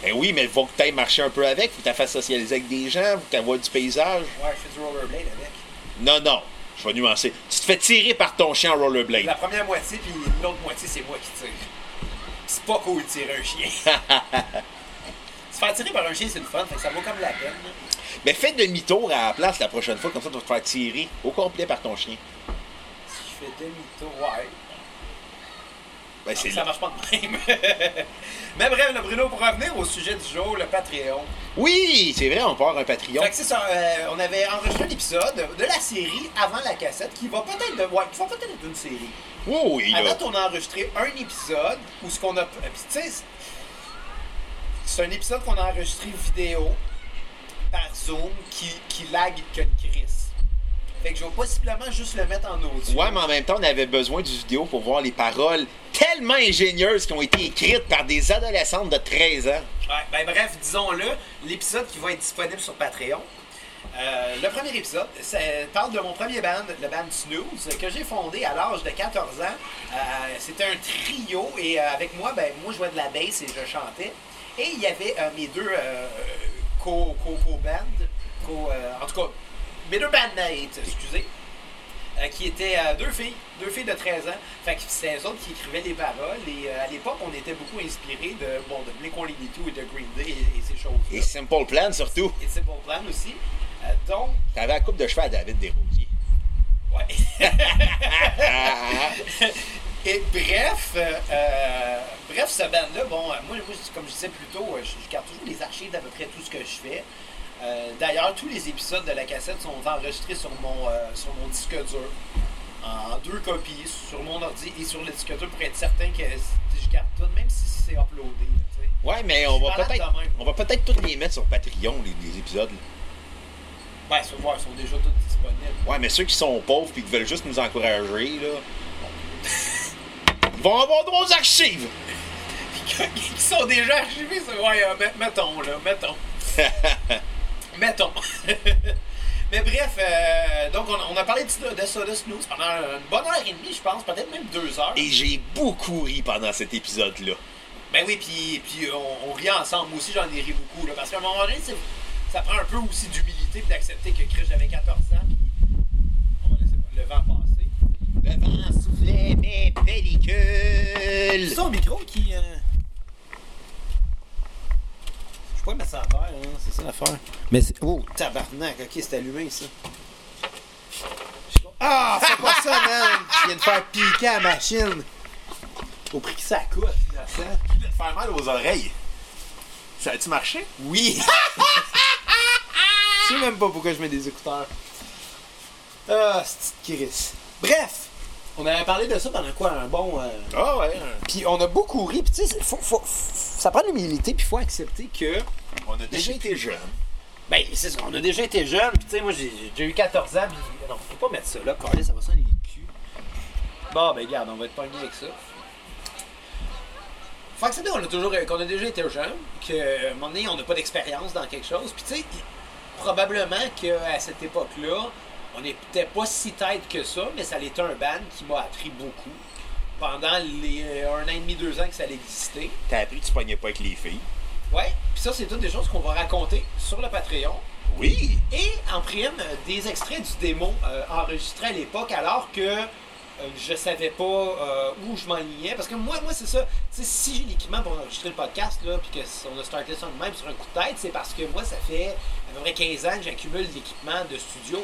B: Ben oui, mais faut que t'ailles marcher un peu avec, faut que t'as fait socialiser avec des gens, faut que t'aies voir du paysage.
D: Ouais, je fais du rollerblade avec.
B: Non, non, je vais nuancer. Tu te fais tirer par ton chien en rollerblade.
D: La première moitié, puis l'autre moitié, c'est moi qui tire. C'est pas cool de tirer un chien. Se faire tirer par un chien, c'est le fun, fait que ça vaut comme la peine. là.
B: Mais fais demi-tour à la place la prochaine fois, comme ça tu vas te faire tirer au complet par ton chien.
D: Si je fais demi-tour, ouais.
B: Ben c'est
D: Ça marche pas de même. Mais bref, là, Bruno, pour revenir au sujet du jour, le Patreon.
B: Oui, c'est vrai, on part un Patreon.
D: Fait que c'est ça, euh, on avait enregistré l'épisode de la série avant la cassette qui va peut-être devoir, qui va peut-être être une série.
B: Oui, oui,
D: À
B: là.
D: date, on a enregistré un épisode où ce qu'on a. euh, Puis, tu sais, c'est- c'est un épisode qu'on a enregistré vidéo par Zoom qui, qui lag que le Chris. Fait que je vais possiblement juste le mettre en audio.
B: Ouais, mais en même temps, on avait besoin du vidéo pour voir les paroles tellement ingénieuses qui ont été écrites par des adolescentes de 13 ans.
D: Ouais, ben bref, disons-le, l'épisode qui va être disponible sur Patreon. Euh, le premier épisode ça parle de mon premier band, le band Snooze, que j'ai fondé à l'âge de 14 ans. Euh, C'était un trio et euh, avec moi, ben moi je jouais de la bass et je chantais. Et il y avait euh, mes deux euh, co, co, co bands en tout cas, mes deux bandmates, excusez. Euh, qui étaient euh, deux filles, deux filles de 13 ans. Fait que c'est eux autres qui écrivaient les paroles. Et euh, à l'époque, on était beaucoup inspirés de, bon, de Blink 182 et de Green Day et, et ces choses-là.
B: Et Simple Plan surtout.
D: Et Simple Plan aussi. Euh, donc,
B: T'avais la coupe de cheveux à David Desrosiers.
D: ouais. et bref, euh, euh, bref, ce band-là, bon, euh, moi, moi, comme je disais plus tôt, euh, je, je garde toujours les archives d'à peu près tout ce que je fais. Euh, D'ailleurs, tous les épisodes de la cassette sont enregistrés sur mon, euh, sur mon disque dur. en deux copies sur mon ordi et sur le disque dur pour être certain que je garde tout, même si c'est uploadé. là, tu sais.
B: Ouais, mais on va
D: Malade
B: peut-être
D: de même.
B: on va peut-être tous les mettre sur Patreon, les, les épisodes. là.
D: Ouais, sur moi, ils sont déjà tous disponibles.
B: Ouais, mais ceux qui sont pauvres et qui veulent juste nous encourager, là. Ils vont avoir droit aux archives!
D: Qui sont déjà archivés, ça. Ouais, euh, met- mettons, là, mettons. mettons. Mais bref, euh, donc on, on a parlé de, de ça, de Snooze pendant une bonne heure et demie, je pense, peut-être même deux heures.
B: Et j'ai beaucoup ri pendant cet épisode-là.
D: Ben oui, puis, puis on, on rit ensemble. Moi aussi, j'en ai ri beaucoup. Là, parce qu'à un moment donné, c'est- ça prend un peu aussi d'humilité puis d'accepter que Chris, j'avais 14 ans. Puis on va laisser le vent passer.
B: Le vent soufflait mes pellicules!
D: son micro qui. euh, Je pourrais mettre ça à terre, hein, c'est ça l'affaire. Mais c'est. Oh, tabarnak, ok, c'est allumé ça. Je sais pas. Ah, fais pas ça, man! Je viens de faire piquer à la machine. Au prix que ça coûte, innocent.
B: de faire mal aux oreilles. Ça a-tu marché?
D: Oui! Je sais même pas pourquoi je mets des écouteurs. Ah, c'est Chris. Bref! On avait parlé de ça pendant quoi? Un bon. euh,
B: Ah ouais.
D: Puis on a beaucoup ri. Puis tu sais, c'est- faut- faut- ça prend de l'humilité. Puis faut accepter que.
B: On a déjà été jeunes.
D: Ben, c'est ça, on a déjà été jeune. Puis tu sais, moi, j'ai j'ai eu 14 ans. Puis non, faut pas mettre ça là. Carlis, ça va sonner les culs. Bon, ben, regarde, on va être pogné avec ça. Faut accepter qu'on a, toujours, qu'on a déjà été jeune. Qu'à un moment donné, on n'a pas d'expérience dans quelque chose. Puis tu sais, probablement qu'à cette époque-là, on n'était pas si tête que ça, mais ça a été un ban qui m'a appris beaucoup pendant les euh, un an et demi, deux ans que ça allait exister.
B: T'as appris que tu pognais pas avec les filles.
D: Ouais, puis ça, c'est toutes des choses qu'on va raconter sur le Patreon.
B: Oui.
D: Et en prime, euh, des extraits du démon euh, enregistré à l'époque, alors que euh, je savais pas euh, où je m'enlignais. Parce que moi, moi c'est ça. Tu sais, si j'ai l'équipement pour enregistrer le podcast, là, puis que si on a starté ça de même sur un coup de tête, c'est parce que moi, ça fait à peu près 15 ans que j'accumule l'équipement de studio.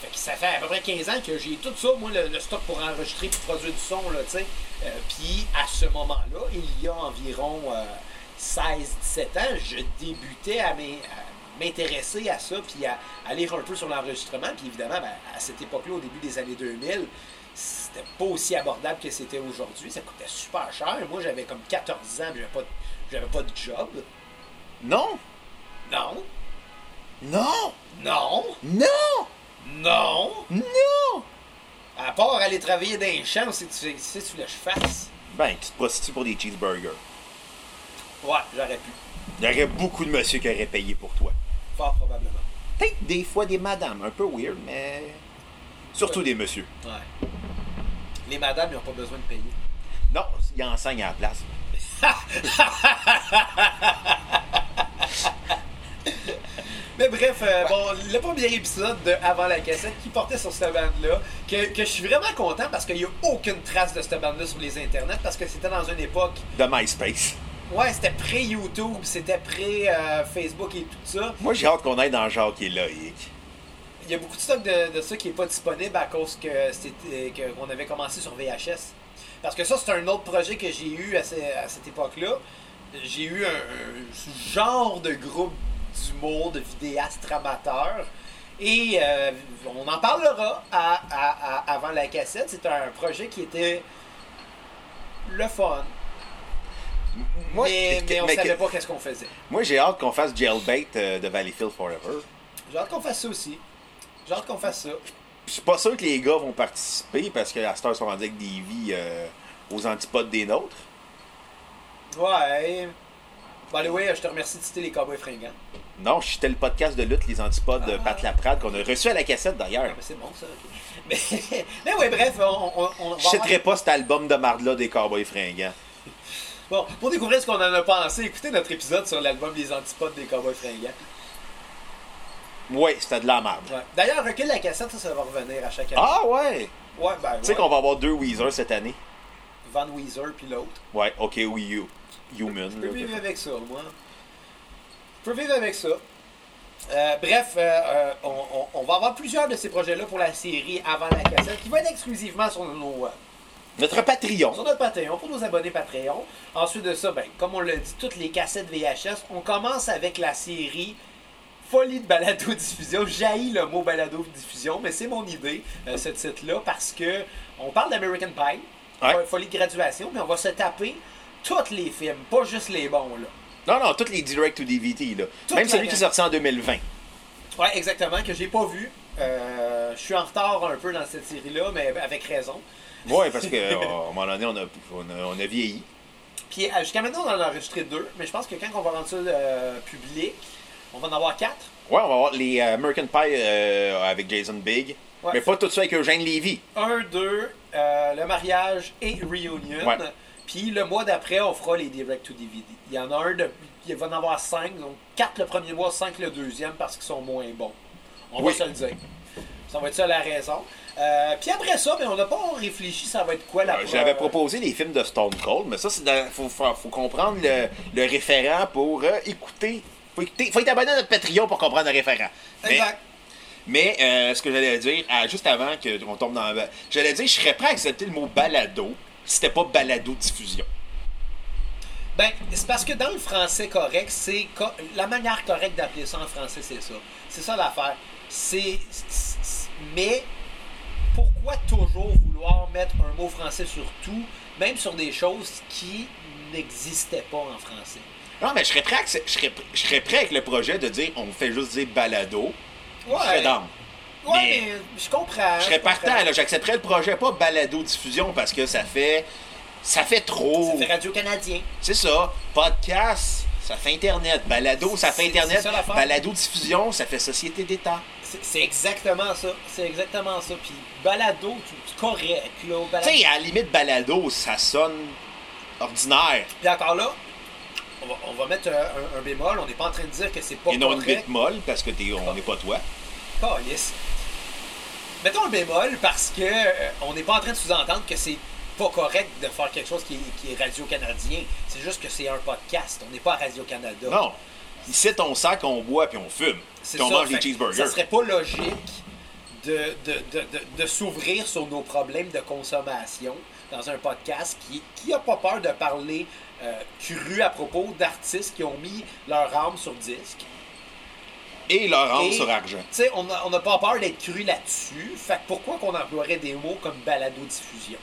D: Fait que ça fait à peu près 15 ans que j'ai tout ça, moi, le, le stock pour enregistrer puis produire du son, là, tu sais. Euh, puis à ce moment-là, il y a environ 16-17 ans, je débutais à m'in- à m'intéresser à ça, puis à, à lire un peu sur l'enregistrement. Puis évidemment, ben, à cette époque-là, au début des années 2000, c'était pas aussi abordable que c'était aujourd'hui. Ça coûtait super cher. Moi, j'avais comme 14 ans, puis j'avais pas, de- j'avais pas de job.
B: Non.
D: Non,
B: Non.
D: non,
B: Non.
D: Non!
A: Non!
D: À part aller travailler dans les champs, c'est tu sais tu voulais que je fasse.
B: Ben, tu te prostitues pour des cheeseburgers.
D: Ouais, j'aurais pu.
B: Il y aurait beaucoup de monsieur qui auraient payé pour toi.
D: Fort probablement.
B: Peut-être des fois des madames, un peu weird, mais. Surtout des messieurs.
D: Ouais. Les madames, ils n'ont pas besoin de payer.
B: Non, il y a enseigne à la place.
D: Mais bref, euh, bon, le premier épisode de Avant la cassette qui portait sur cette bande-là, que, que je suis vraiment content parce qu'il n'y a aucune trace de cette bande-là sur les internets parce que c'était dans une époque.
B: De MySpace.
D: Ouais, c'était pré-YouTube, c'était pré-Facebook et tout ça.
B: Moi, j'ai hâte qu'on aille dans le genre qui est laïque.
D: Il y a beaucoup de stock de, de ça qui n'est pas disponible à cause que c'était que- qu'on avait commencé sur VHS. Parce que ça, c'est un autre projet que j'ai eu à, ce- à cette époque-là. J'ai eu un, un genre de groupe d'humour, de vidéastes amateurs. Et euh, on en parlera à- à- à- avant la cassette. C'est un projet qui était le fun.
B: Moi,
D: mais, mais on
B: mais-
D: savait pas qu'est-ce qu'on faisait.
B: Moi, j'ai hâte qu'on fasse Jailbait euh, de Valleyfield Forever.
D: J'ai hâte qu'on fasse ça aussi. J'ai hâte qu'on fasse ça.
B: Je suis pas sûr que les gars vont participer parce que la star sont rendus avec des vies euh, aux antipodes des nôtres.
D: Ouais. By the way, je te remercie de citer les Cowboys fringants.
B: Non, j'étais le podcast de lutte Les Antipodes de Pat Laprade qu'on a reçu à la cassette d'ailleurs.
D: Ah, mais c'est bon, ça, ok. Mais, mais ouais, bref, on, on, on va
B: Je
D: avoir-
B: citerai pas cet album de marde-là des Cowboys fringants.
D: Bon, pour découvrir ce qu'on en a pensé, écoutez notre épisode sur l'album Les Antipodes des Cowboys fringants.
B: Ouais, c'était de la merde.
D: Ouais. D'ailleurs, recule la cassette, ça, ça va revenir à chaque année.
B: Ah ouais!
D: Ouais, ben,
B: Tu sais qu'on va avoir deux Weezer cette année.
D: Van Weezer puis l'autre.
B: Ouais, ok, oui, you. Human.
D: Je peux
B: là.
D: vivre avec ça, moi. Je peux vivre avec ça. Euh, bref, euh, euh, on, on- on va avoir plusieurs de ces projets-là pour la série Avant la cassette, qui va être exclusivement sur nos, euh,
B: Notre Patreon.
D: sur notre Patreon pour nos abonnés Patreon. Ensuite de ça, ben, comme on l'a dit, toutes les cassettes VHS, on commence avec la série Folie de balado diffusion. J'haïs le mot balado diffusion, mais c'est mon idée, euh, ce titre-là, parce que on parle d'American Pie,
B: Ouais.
D: Folie de graduation, mais on va se taper tous les films, pas juste les bons, là.
B: Non, non, toutes les direct to DVD, là.
D: Toute
B: Même
D: la
B: celui qui est
D: gang.
B: sorti en 2020.
D: Ouais, exactement, que j'ai pas vu. Euh, je suis en retard un peu dans cette série-là, mais avec raison.
B: Ouais, parce que, oh, à un moment donné, on a, on a, on a vieilli.
D: Puis euh, jusqu'à maintenant, on en a enregistré deux, mais je pense que quand on va rendre ça euh, public, on va en avoir quatre.
B: Ouais, on va voir les euh, American Pie euh, avec Jason Big.
D: Ouais.
B: Mais pas tout ça avec Eugène Levy.
D: Un, deux, euh, le mariage et Reunion.
B: Ouais.
D: Puis le mois d'après, on fera les Direct to DVD. Il y en a un, de, il va en avoir cinq, donc quatre le premier mois, cinq le deuxième parce qu'ils sont moins bons. On
B: Oui.
D: va se le dire. Ça va être ça la raison. Euh, puis après ça, mais on n'a pas réfléchi, ça va être quoi la
B: Euh, J'avais
D: pro-
B: proposé les films de Stone Cold, mais ça, c'est dans- faut, faut, faut comprendre le, le référent pour euh, écouter. Faut écouter. Faut être abonné à notre Patreon pour comprendre le référent. Mais-
D: Exact.
B: Mais euh, ce que j'allais dire, ah, juste avant que- qu'on tombe dans. J'allais dire, je serais prêt à accepter le mot balado si c'était pas balado-diffusion.
D: Ben, c'est parce que dans le français correct, c'est co- la manière correcte d'appeler ça en français, c'est ça. C'est ça l'affaire. C'est c'est- c'est- mais pourquoi toujours vouloir mettre un mot français sur tout, même sur des choses qui n'existaient pas en français.
B: Non, mais je serais prêt, à accep- je serais, pr- je serais prêt avec le projet de dire on fait juste dire balado.
D: Ouais.
B: Je serais down.
D: Ouais, mais, je comprends.
B: Je serais
D: comprends.
B: partant, là, j'accepterais le projet, pas balado-diffusion parce que ça fait. Ça fait trop.
D: Ça fait radio canadien.
B: C'est ça. Podcast, ça fait Internet. Balado, ça fait
D: C'est-
B: Internet.
D: c'est ça l'affaire.
B: Balado-diffusion, ça fait Société d'État.
D: C'est c'est exactement ça. C'est exactement ça. Puis balado, tu, tu correct là. Balado.
B: Tu sais, à la limite, balado, ça sonne ordinaire.
D: Puis encore là, on va, on va mettre euh, un, un bémol. On n'est pas en train de dire que c'est pas
B: Et non une
D: correct.
B: bite molle parce que t'es, on n'est pas toi.
D: Calisse. Mettons le bémol parce que euh, on n'est pas en train de sous-entendre que c'est pas correct de faire quelque chose qui, est- qui est radio-canadien. C'est juste que c'est un podcast. On n'est pas à Radio-Canada.
B: Non. Ici, on sac, on boit puis on fume.
D: C'est
B: Puis on
D: ça,
B: mange
D: fait
B: des
D: que
B: cheeseburgers.
D: Ça serait pas logique de, de, de, de, de s'ouvrir sur nos problèmes de consommation dans un podcast qui, qui a pas peur de parler euh, cru à propos d'artistes qui ont mis leur âme sur disque.
B: Et leur âme
D: Et,
B: Ah, sur argent.
D: Tu sais, on n'a on a pas peur d'être cru là-dessus. Fait que pourquoi qu'on emploierait des mots comme balado-diffusion?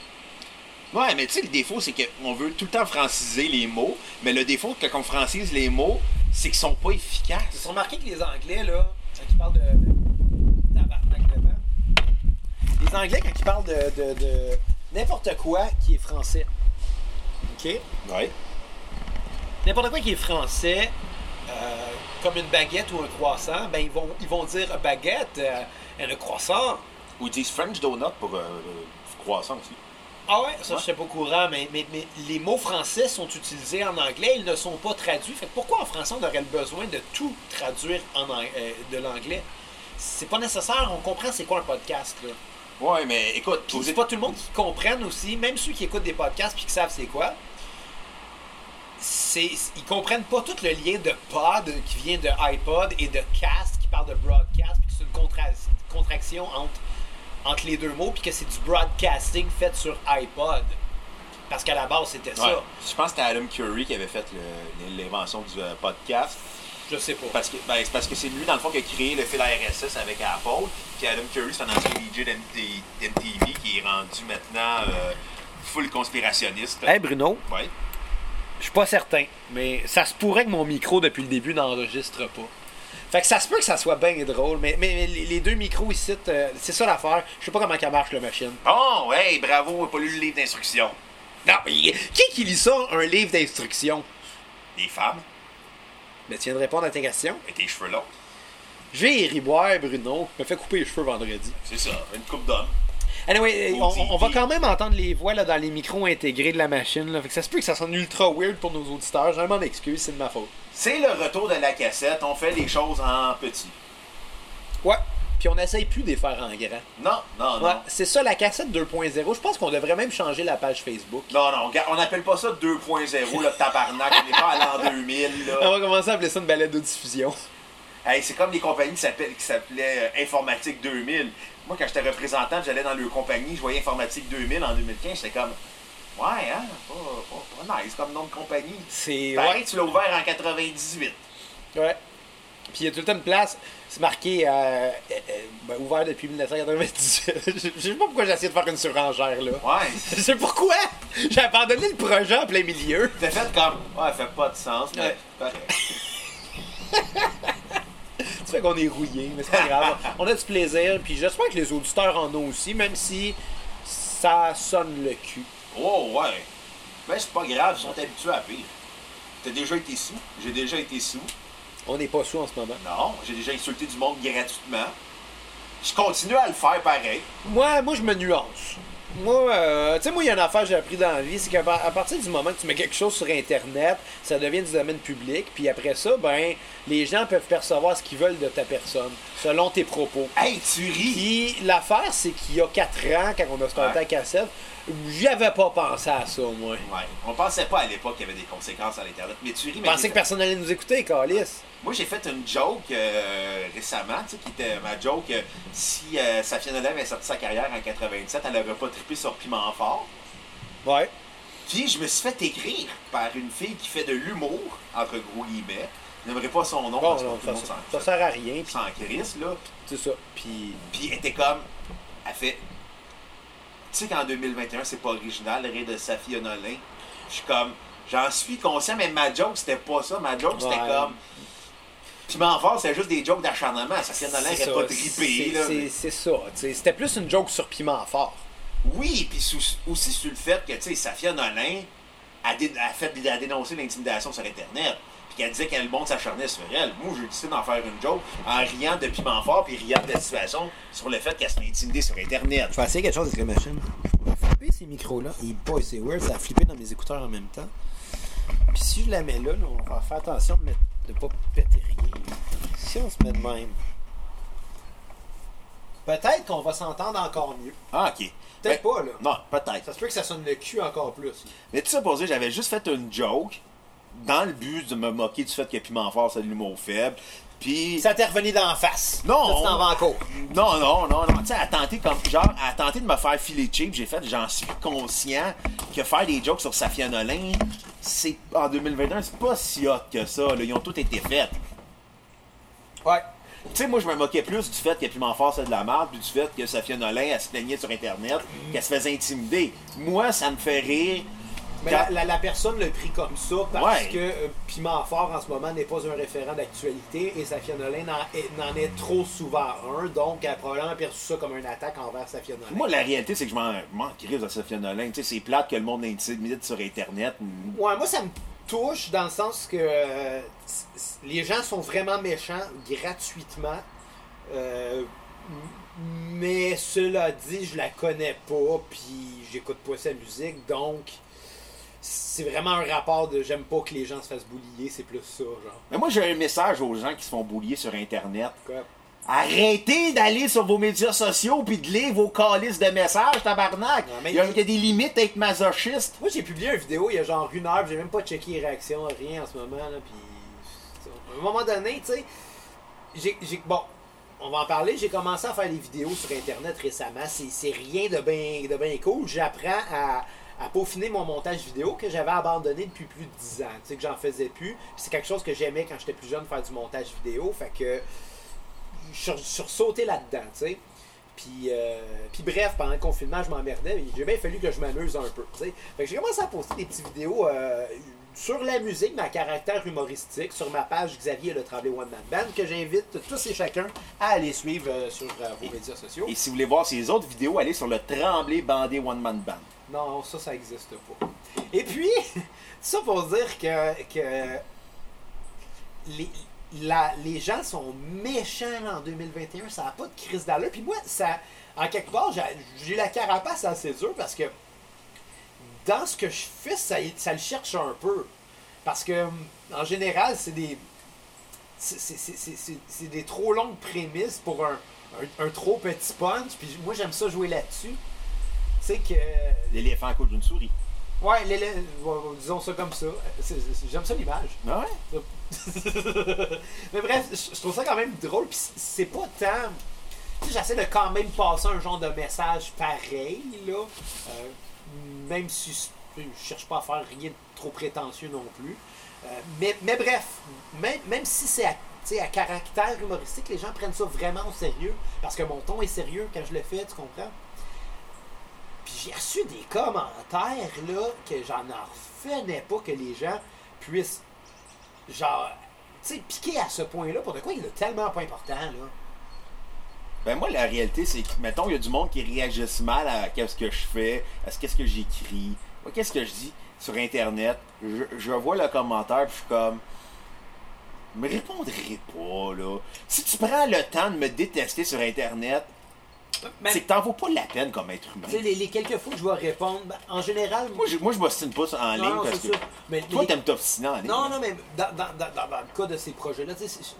B: Ouais, mais tu sais, le défaut, c'est qu'on veut tout le temps franciser les mots, mais le défaut, quand on francise les mots, c'est qu'ils sont pas
D: J'ai
B: efficaces.
D: remarqué que les Anglais, là, quand ils parlent de, de tabarnak de vent, les Anglais, quand ils parlent de, de- de n'importe quoi qui est français, OK?
B: Ouais.
D: N'importe quoi qui est français, euh, comme une baguette ou un croissant, ben ils vont, ils vont dire baguette euh, et le croissant.
B: Ou ils disent French donut pour euh, euh, croissant aussi.
D: Ah ouais, ça
B: Ouais.
D: je sais pas au courant, mais, mais, mais les mots français sont utilisés en anglais, ils ne sont pas traduits. Fait que pourquoi en français on aurait le besoin de tout traduire en ang- euh, de l'anglais? C'est pas nécessaire, on comprend c'est quoi un podcast là.
B: Ouais, mais écoute,
D: Puis
B: aux
D: c'est
B: Éta-
D: pas tout le monde qui comprenne aussi, même ceux qui écoutent des podcasts puis qui savent c'est quoi. C'est, ils comprennent pas tout le lien de pod qui vient de iPod et de cast qui parle de broadcast puis que c'est une contra- contraction entre, entre les deux mots puis que c'est du broadcasting fait sur iPod. Parce qu'à la base c'était
B: Ouais.
D: ça.
B: Je pense que c'était Adam Curie qui avait fait le- l'invention du euh, podcast.
D: Je sais pas.
B: Parce que, ben, c'est parce que c'est lui, dans le fond, qui a créé le fil RSS avec Apple. Puis Adam Curry, c'est un ancien DJ d'MTV qui est rendu maintenant euh, full conspirationniste.
D: Bruno,
B: Ouais.
D: je suis pas certain, mais ça se pourrait que mon micro depuis le début n'enregistre pas. Fait que ça se peut que ça soit bien drôle, mais, mais, mais les les deux micros ici, euh, c'est ça l'affaire. Je sais pas comment ça marche la machine.
B: Oh, ouais, bravo, on a pas lu le livre d'instruction.
D: Non, mais y- qui qui lit ça, un livre d'instruction?
B: Des femmes
D: Mais tu viens de répondre à ta question.
B: et tes cheveux longs.
D: Je vais y riboire, Bruno. Je me fais couper les cheveux vendredi.
B: C'est ça, une coupe d'hommes.
D: Anyway, euh,
B: Maudit
D: on, on va
B: gay.
D: quand même entendre les voix là, dans les micros intégrés de la machine. Là. Fait que ça se peut que ça sonne ultra weird pour nos auditeurs. Je m'en excuse, c'est de ma faute.
B: C'est le retour de la cassette, on fait les choses en petit.
D: Ouais. Puis on essaye plus de les faire en grand.
B: Non, non, non.
D: Ouais, c'est ça la cassette 2.0. Je pense qu'on devrait même changer la page Facebook.
B: Non, non, regarde, on n'appelle pas ça 2.0, là, tabarnak, on n'est pas à l'an 2000, là.
D: On va commencer à appeler ça une balade de diffusion.
B: Hey, c'est comme les compagnies qui s'appellent- qui s'appelaient euh, Informatique 2000. Moi, quand j'étais représentant, j'allais dans leur compagnie, je voyais Informatique 2000 en 2015, j'étais comme, ouais, hein, pas, pas, pas nice comme nom de compagnie.
D: C'est.
B: Pareil, tu l'as ouvert en 98.
D: Ben, Ouais. Puis il y a tout le temps une place, c'est marqué euh, euh, euh, ben, ouvert depuis 1998. Je- Je sais pas pourquoi j'ai essayé de faire une surangère là.
B: Ouais.
D: Je sais pourquoi! J'ai abandonné le projet en plein milieu.
B: T'as fait comme, ouais, ça fait pas de sens, mais
D: Ouais.
B: correct.
D: C'est fait qu'on est rouillé, mais c'est pas grave. On a du plaisir, puis j'espère que les auditeurs en ont aussi, même si ça sonne le cul.
B: Oh, ouais. Ben, c'est pas grave, ils sont habitués à pire. T'as déjà été sous, j'ai déjà été sous.
D: On n'est pas sous en ce moment.
B: Non, j'ai déjà insulté du monde gratuitement. Je continue à le faire pareil.
D: Moi, moi je me nuance. Moi, euh, tu sais, moi, il y a une affaire que j'ai appris dans la vie, c'est qu'à par- à partir du moment que tu mets quelque chose sur Internet, ça devient du domaine public, puis après ça, ben, les gens peuvent percevoir ce qu'ils veulent de ta personne, selon tes propos.
B: Hey, tu ris!
D: Puis l'affaire, c'est qu'il y a 4 ans, quand on a starté
B: Ouais.
D: à cassette, j'y avais pas pensé à ça, moi.
B: Ouais, on pensait pas à l'époque qu'il y avait des conséquences à l'Internet. Mais tu ris,
D: Je
B: mais.
D: pensais que personne allait nous écouter, Calis.
B: Moi, j'ai fait une joke euh, récemment, tu sais, qui était ma joke. euh, si euh, Safia Nolin avait sorti sa carrière en 87, elle n'aurait pas trippé sur Piment Fort.
D: Ouais.
B: Puis, je me suis fait écrire par une fille qui fait de l'humour, entre gros guillemets. Je n'aimerais pas son nom,
D: Bon,
B: parce que
D: non,
B: tout
D: ça,
B: le monde s'en-
D: ça sert à rien, puis
B: s'en crisse, là.
D: c'est ça. Puis
B: Puis elle était comme, elle fait, tu sais qu'en 2021, c'est pas original, le rire de Safi Honolin. Je suis comme, j'en suis conscient, mais ma joke, c'était pas ça. Ma joke, c'était
D: Ouais.
B: comme, puis m'en face, c'est juste des jokes d'acharnement. Safi Honolin
D: c'est
B: n'aurait pas
D: ça, c'est-
B: trippé, là.
D: c'est- c'est ça. tu sais, C'était plus une joke sur Piment Fort.
B: Oui, puis sous- aussi sur le fait que, tu sais, Safi Honolin a, dé- a fait a dénoncé l'intimidation sur Internet. Puis qu'elle disait qu'elle monde s'acharnait sur elle. Moi, j'ai décidé d'en faire une joke en riant de piment fort puis riant de la situation sur le fait qu'elle se fait intimider sur Internet.
H: Je vais essayer quelque chose avec la machine. Je vais flipper ces micros-là. Et boy, c'est weird, ça a flippé dans mes écouteurs en même temps. Puis si je la mets là, là, on va faire attention de ne pas péter rien. Si on se met de même.
D: Peut-être qu'on va s'entendre encore mieux.
B: Ah, OK.
D: Peut-être
B: Ben,
D: pas, là.
B: Non, peut-être.
D: Ça se peut que ça sonne le cul encore plus.
B: Mais tout ça pour dire, j'avais juste fait une joke dans le but de me moquer du fait que Piment Fort, c'est de l'humour faible. Puis.
D: Ça t'est revenu d'en face.
B: Non,
D: Ça, tu t'en
B: on-
D: vas en cours.
B: Non, non, non, non. Tu sais, à tenter comme. Genre, à tenter de me faire filer cheap, j'ai fait, j'en suis conscient que faire des jokes sur Safia Nolin, c'est. En 2021, c'est pas si hot que ça, là. Ils ont tous été faits.
D: Ouais.
B: Tu sais, moi, je me moquais plus du fait que Piment Fort, c'est de la merde, puis du fait que Safia Nolin, elle se plaignait sur Internet, qu'elle se faisait intimider. Moi, ça me fait rire
D: Mais la, la- la personne le prit comme ça parce
B: Ouais.
D: que euh, Piment Fort en ce moment n'est pas un référent d'actualité et Safia Nolin n'en est, n'en est trop souvent un, donc elle a probablement perçu ça comme une attaque envers Safia Nolin.
B: Moi, la réalité, c'est que je m'en m'en crisse de Sophia Nolin. Tu sais, c'est plate que le monde l'intimide sur Internet.
D: Ouais, moi, ça me touche dans le sens que euh, c- c- les gens sont vraiment méchants gratuitement. Euh, m- mais cela dit, je la connais pas, puis j'écoute pas sa musique, donc c'est vraiment un rapport de j'aime pas que les gens se fassent boulier, c'est plus ça, genre.
B: Mais moi, j'ai un message aux gens qui se font boulier sur Internet.
D: Quoi?
B: Arrêtez d'aller sur vos médias sociaux puis de lire vos calices de messages, tabarnak!
D: Non, mais-
B: il, y a, il y a des limites à être masochiste.
D: Moi, j'ai publié une vidéo il y a genre une heure, puis j'ai même pas checké les réactions, rien en ce moment. Là, puis, à un moment donné, tu sais, j'ai- j'ai. Bon, on va en parler. J'ai commencé à faire des vidéos sur Internet récemment. C'est c'est rien de bien de ben cool. J'apprends à, à peaufiner mon montage vidéo que j'avais abandonné depuis plus de 10 ans. Tu sais, que j'en faisais plus. Puis C'est quelque chose que j'aimais quand j'étais plus jeune, faire du montage vidéo. Fait que sur, sursauter là-dedans, tu sais. Puis, euh, puis bref, pendant le confinement, je m'emmerdais. mais J'ai bien fallu que je m'amuse un peu, tu sais. Fait que j'ai commencé à poster des petites vidéos euh, sur la musique, mais à caractère humoristique, sur ma page Xavier Le Tremblay One Man Band, que j'invite tous et chacun à aller suivre euh, sur euh, vos médias sociaux.
B: Et si vous voulez voir ces autres vidéos, allez sur le Tremblay Bandé One Man Band.
D: Non, ça, ça n'existe pas. Et puis, ça pour dire que, que les, la- les gens sont méchants là, en 2021. Ça n'a pas de crise d'allure. Puis moi, ça, en quelque part, j'ai- j'ai la carapace assez dure parce que dans ce que je fais, ça, ça le cherche un peu. Parce que, en général, c'est des. c'est- c'est- c'est- c'est- C'est c'est des trop longues prémices pour un, un- un trop petit punch. Puis moi, j'aime ça jouer là-dessus. Tu sais que.
B: L'éléphant à cause d'une souris.
D: Ouais, les- les- bon, disons ça comme ça. C'est- c'est- J'aime ça l'image.
B: Ah ouais?
D: Mais bref, je je trouve ça quand même drôle. Puis c'est- c'est pas tant. Tu sais, j'essaie de quand même passer un genre de message pareil, là. Euh, même si je- je cherche pas à faire rien de trop prétentieux non plus. Euh, mais, mais bref, même, même si c'est à, tu sais, à caractère humoristique, les gens prennent ça vraiment au sérieux. Parce que mon ton est sérieux quand je le fais, tu comprends? Puis j'ai reçu des commentaires, là, que j'en en revenais pas que les gens puissent, genre, tu sais, piquer à ce point-là pour de quoi il est tellement pas important, là.
B: Ben moi, la réalité, c'est que, mettons, il y a du monde qui réagisse mal à qu'est-ce que je fais, à ce qu'est-ce que j'écris, à qu'est-ce que je dis sur Internet. Je, je vois le commentaire, puis je suis comme... Me répondrai pas, là. Si tu prends le temps de me détester sur Internet,
D: Ben,
B: c'est que t'en vaut pas la peine comme être humain.
D: Tu sais, les, les quelques fois que je vais répondre, ben, en général,
B: Moi, je, moi, je m'obstine pas en ligne
D: non, non,
B: parce
D: c'est
B: que...
D: ça. Mais
B: Toi,
D: les-
B: t'aimes t'obstiner en ligne.
D: Non, non, mais dans, dans- dans- dans- dans le cas de ces projets-là, tu sais, c'est-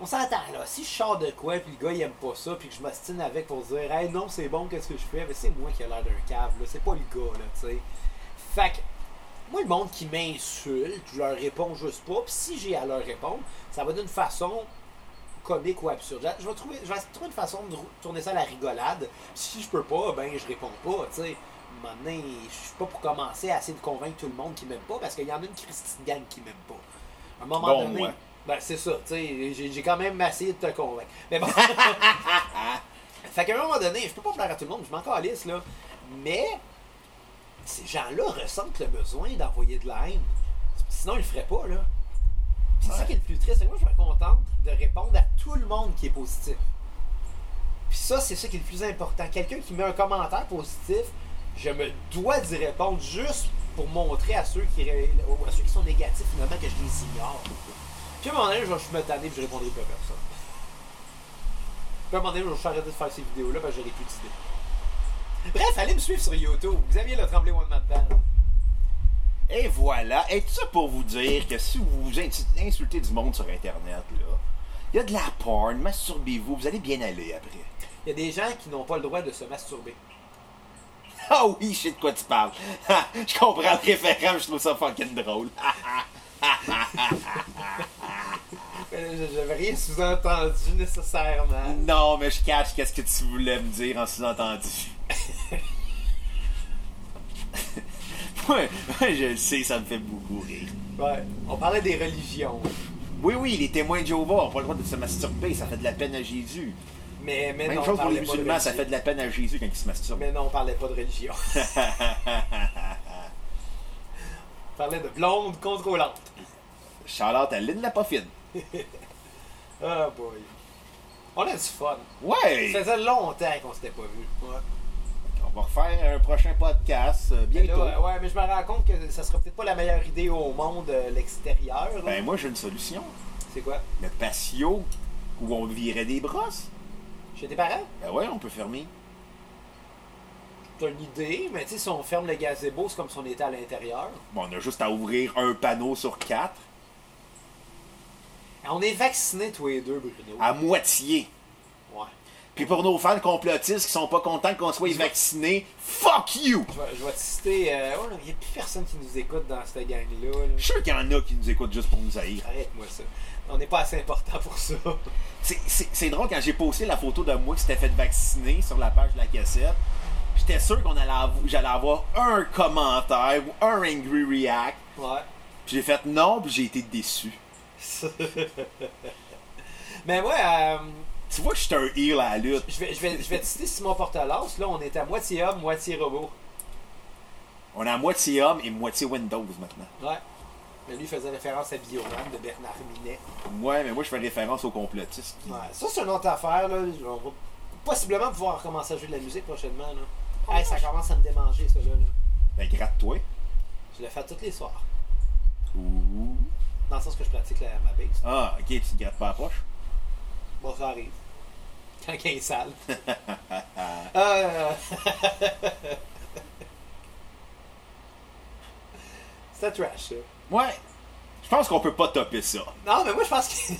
D: on s'entend là. Si je sors de quoi, puis le gars il aime pas ça, puis que je m'astine avec pour dire, hey non, c'est bon, qu'est-ce que je fais, mais c'est moi qui a l'air d'un cave, là, c'est pas le gars, là, tu sais. Fait que, moi, le monde qui m'insulte, je leur réponds juste pas, puis si j'ai à leur répondre, ça va d'une façon comique ou absurde. Je- Je vais trouver, je vais trouver une façon de rou- tourner ça à la rigolade. Si je peux pas, ben je réponds pas, tu sais. À un moment donné, je suis pas pour commencer à essayer de convaincre tout le monde qui m'aime pas, parce qu'il y en a une Christine Gang qui m'aime pas. À un moment
B: Bon,
D: donné,
B: moi.
D: ben c'est ça, tu sais, j'ai j'ai quand même essayé de te convaincre. Mais bon. fait qu'à un moment donné, je peux pas plaire à tout le monde, je m'en calisse, là. Mais ces gens-là ressentent le besoin d'envoyer de la haine. Sinon, ils le feraient pas, là. C'est ça qui est le plus triste. C'est que moi, je me contente de répondre à tout le monde qui est positif. Puis ça, c'est ça qui est le plus important. Quelqu'un qui met un commentaire positif, je me dois d'y répondre juste pour montrer à ceux qui, ré- à ceux qui sont négatifs, finalement, que je les ignore. Puis à un moment donné, je vais me tanner et je répondrai pas à personne. Puis à un moment donné, je vais arrêter de faire ces vidéos-là parce que j'aurai plus d'idées. Bref, allez me suivre sur YouTube. Xavier Le Tremblay One Man Band.
B: Et voilà. Et tout ça pour vous dire que si vous vous inti- insultez du monde sur Internet, là, il y a de la porn, masturbez-vous, vous allez bien aller après.
D: Il y a des gens qui n'ont pas le droit de se masturber.
B: Ah oui, je sais de quoi tu parles. Ha, je comprends le référent, mais je trouve ça fucking drôle. Ah, Ha, ha.
D: Euh, J'avais rien sous-entendu nécessairement.
B: non, mais je cache qu'est-ce que tu voulais me dire en sous-entendu. Ouais, ouais, je le sais, ça me fait beaucoup rire.
D: Ouais. On parlait des religions.
B: Oui, oui, les témoins de Jéhovah n'ont pas le droit de se masturber, ça fait de la peine à Jésus.
D: Mais, mais
B: Même
D: non, on
B: chose pour
D: parlait
B: les
D: pas de
B: musulmans, ça
D: religion.
B: fait de la peine à Jésus quand ils se masturbent.
D: Mais non, on parlait pas de religion. parlait de blonde contrôlante.
B: Charlotte à Lynn Lapofine.
D: Oh boy. On a du fun.
B: Ouais!
D: Ça faisait longtemps qu'on s'était pas vu. Ouais.
B: On va refaire un prochain podcast euh,
D: Mais Ben là,
B: bientôt.
D: ouais, ouais, mais je me rends compte que ça sera peut-être pas la meilleure idée au monde, euh, l'extérieur. là.
B: Ben moi j'ai une solution.
D: C'est quoi?
B: Le patio où on virait des brosses.
D: Chez tes parents?
B: Ben ouais, on peut fermer.
D: T'as une idée, mais tu sais, si on ferme le gazebo, c'est comme si on était à l'intérieur.
B: Bon, on a juste à ouvrir un panneau sur quatre.
D: On est vaccinés tous les deux, Bruno.
B: À moitié.
D: Ouais.
B: Puis pour nos fans complotistes qui sont pas contents qu'on soit vaccinés, fuck you!
D: Je vais, je vais te citer. Euh, oh, il n'y a plus personne qui nous écoute dans cette gang-là. là.
B: Je suis sûr qu'il y en a qui nous écoutent juste pour nous haïr.
D: Arrête-moi ça. On n'est pas assez important pour ça.
B: C'est- C'est c'est drôle, quand j'ai posté la photo de moi qui s'était fait vacciner sur la page de la cassette, j'étais sûr qu'on allait avo- j'allais avoir un commentaire ou un angry react.
D: Ouais.
B: Puis j'ai fait non, puis j'ai été déçu.
D: mais ouais, euh,
B: Tu vois que je suis un heel à la lutte.
D: je, vais, je, vais, je vais te citer Simon Portalas. Là, on est à moitié homme, moitié robot.
B: On est à moitié homme et moitié Windows maintenant.
D: Ouais. Mais lui faisait référence à Bioman de Bernard Minet.
B: Ouais, mais moi je fais référence aux complotistes.
D: Ouais. Ça, c'est une autre affaire. Là. On va possiblement pouvoir recommencer à jouer de la musique prochainement. Là. Hey, ça commence à me démanger, ça. Là, là.
B: Ben gratte-toi.
D: Je le fais tous les soirs.
B: Ouh.
D: Dans le sens que je pratique la, ma base.
B: Ah, ok, tu te grattes pas la poche.
D: Bon, ça arrive. Quand il est sale. Euh, C'était trash, ça.
B: Ouais. Je pense qu'on peut pas topper ça.
D: Non, mais moi, je pense que.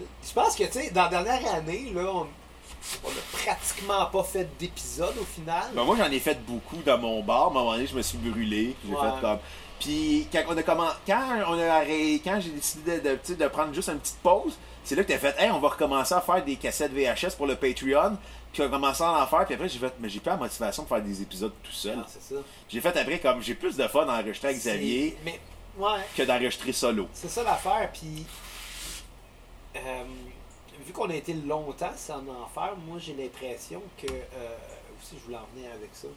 D: je pense que, tu sais, dans la dernière année, là, on, on a pratiquement pas fait d'épisode au final.
B: Ben, moi, j'en ai fait beaucoup dans mon bar. À un moment donné, je me suis brûlé. puis J'ai
D: Ouais.
B: fait comme. Puis quand on a commen- quand on a arrêté, quand j'ai décidé de, de, tu sais, de prendre juste une petite pause, c'est là que t'as fait, hey, on va recommencer à faire des cassettes VHS pour le Patreon. Puis on a commencé à en faire. Puis après, j'ai fait, mais j'ai pas la motivation de faire des épisodes tout seul.
D: Non, Ah, c'est ça.
B: J'ai fait après comme j'ai plus de fun d'enregistrer avec Xavier
D: C'est- Mais, ouais.
B: que d'enregistrer solo.
D: C'est ça l'affaire, puis euh, vu qu'on a été longtemps sans en faire, moi j'ai l'impression que euh, aussi je voulais en venir avec ça.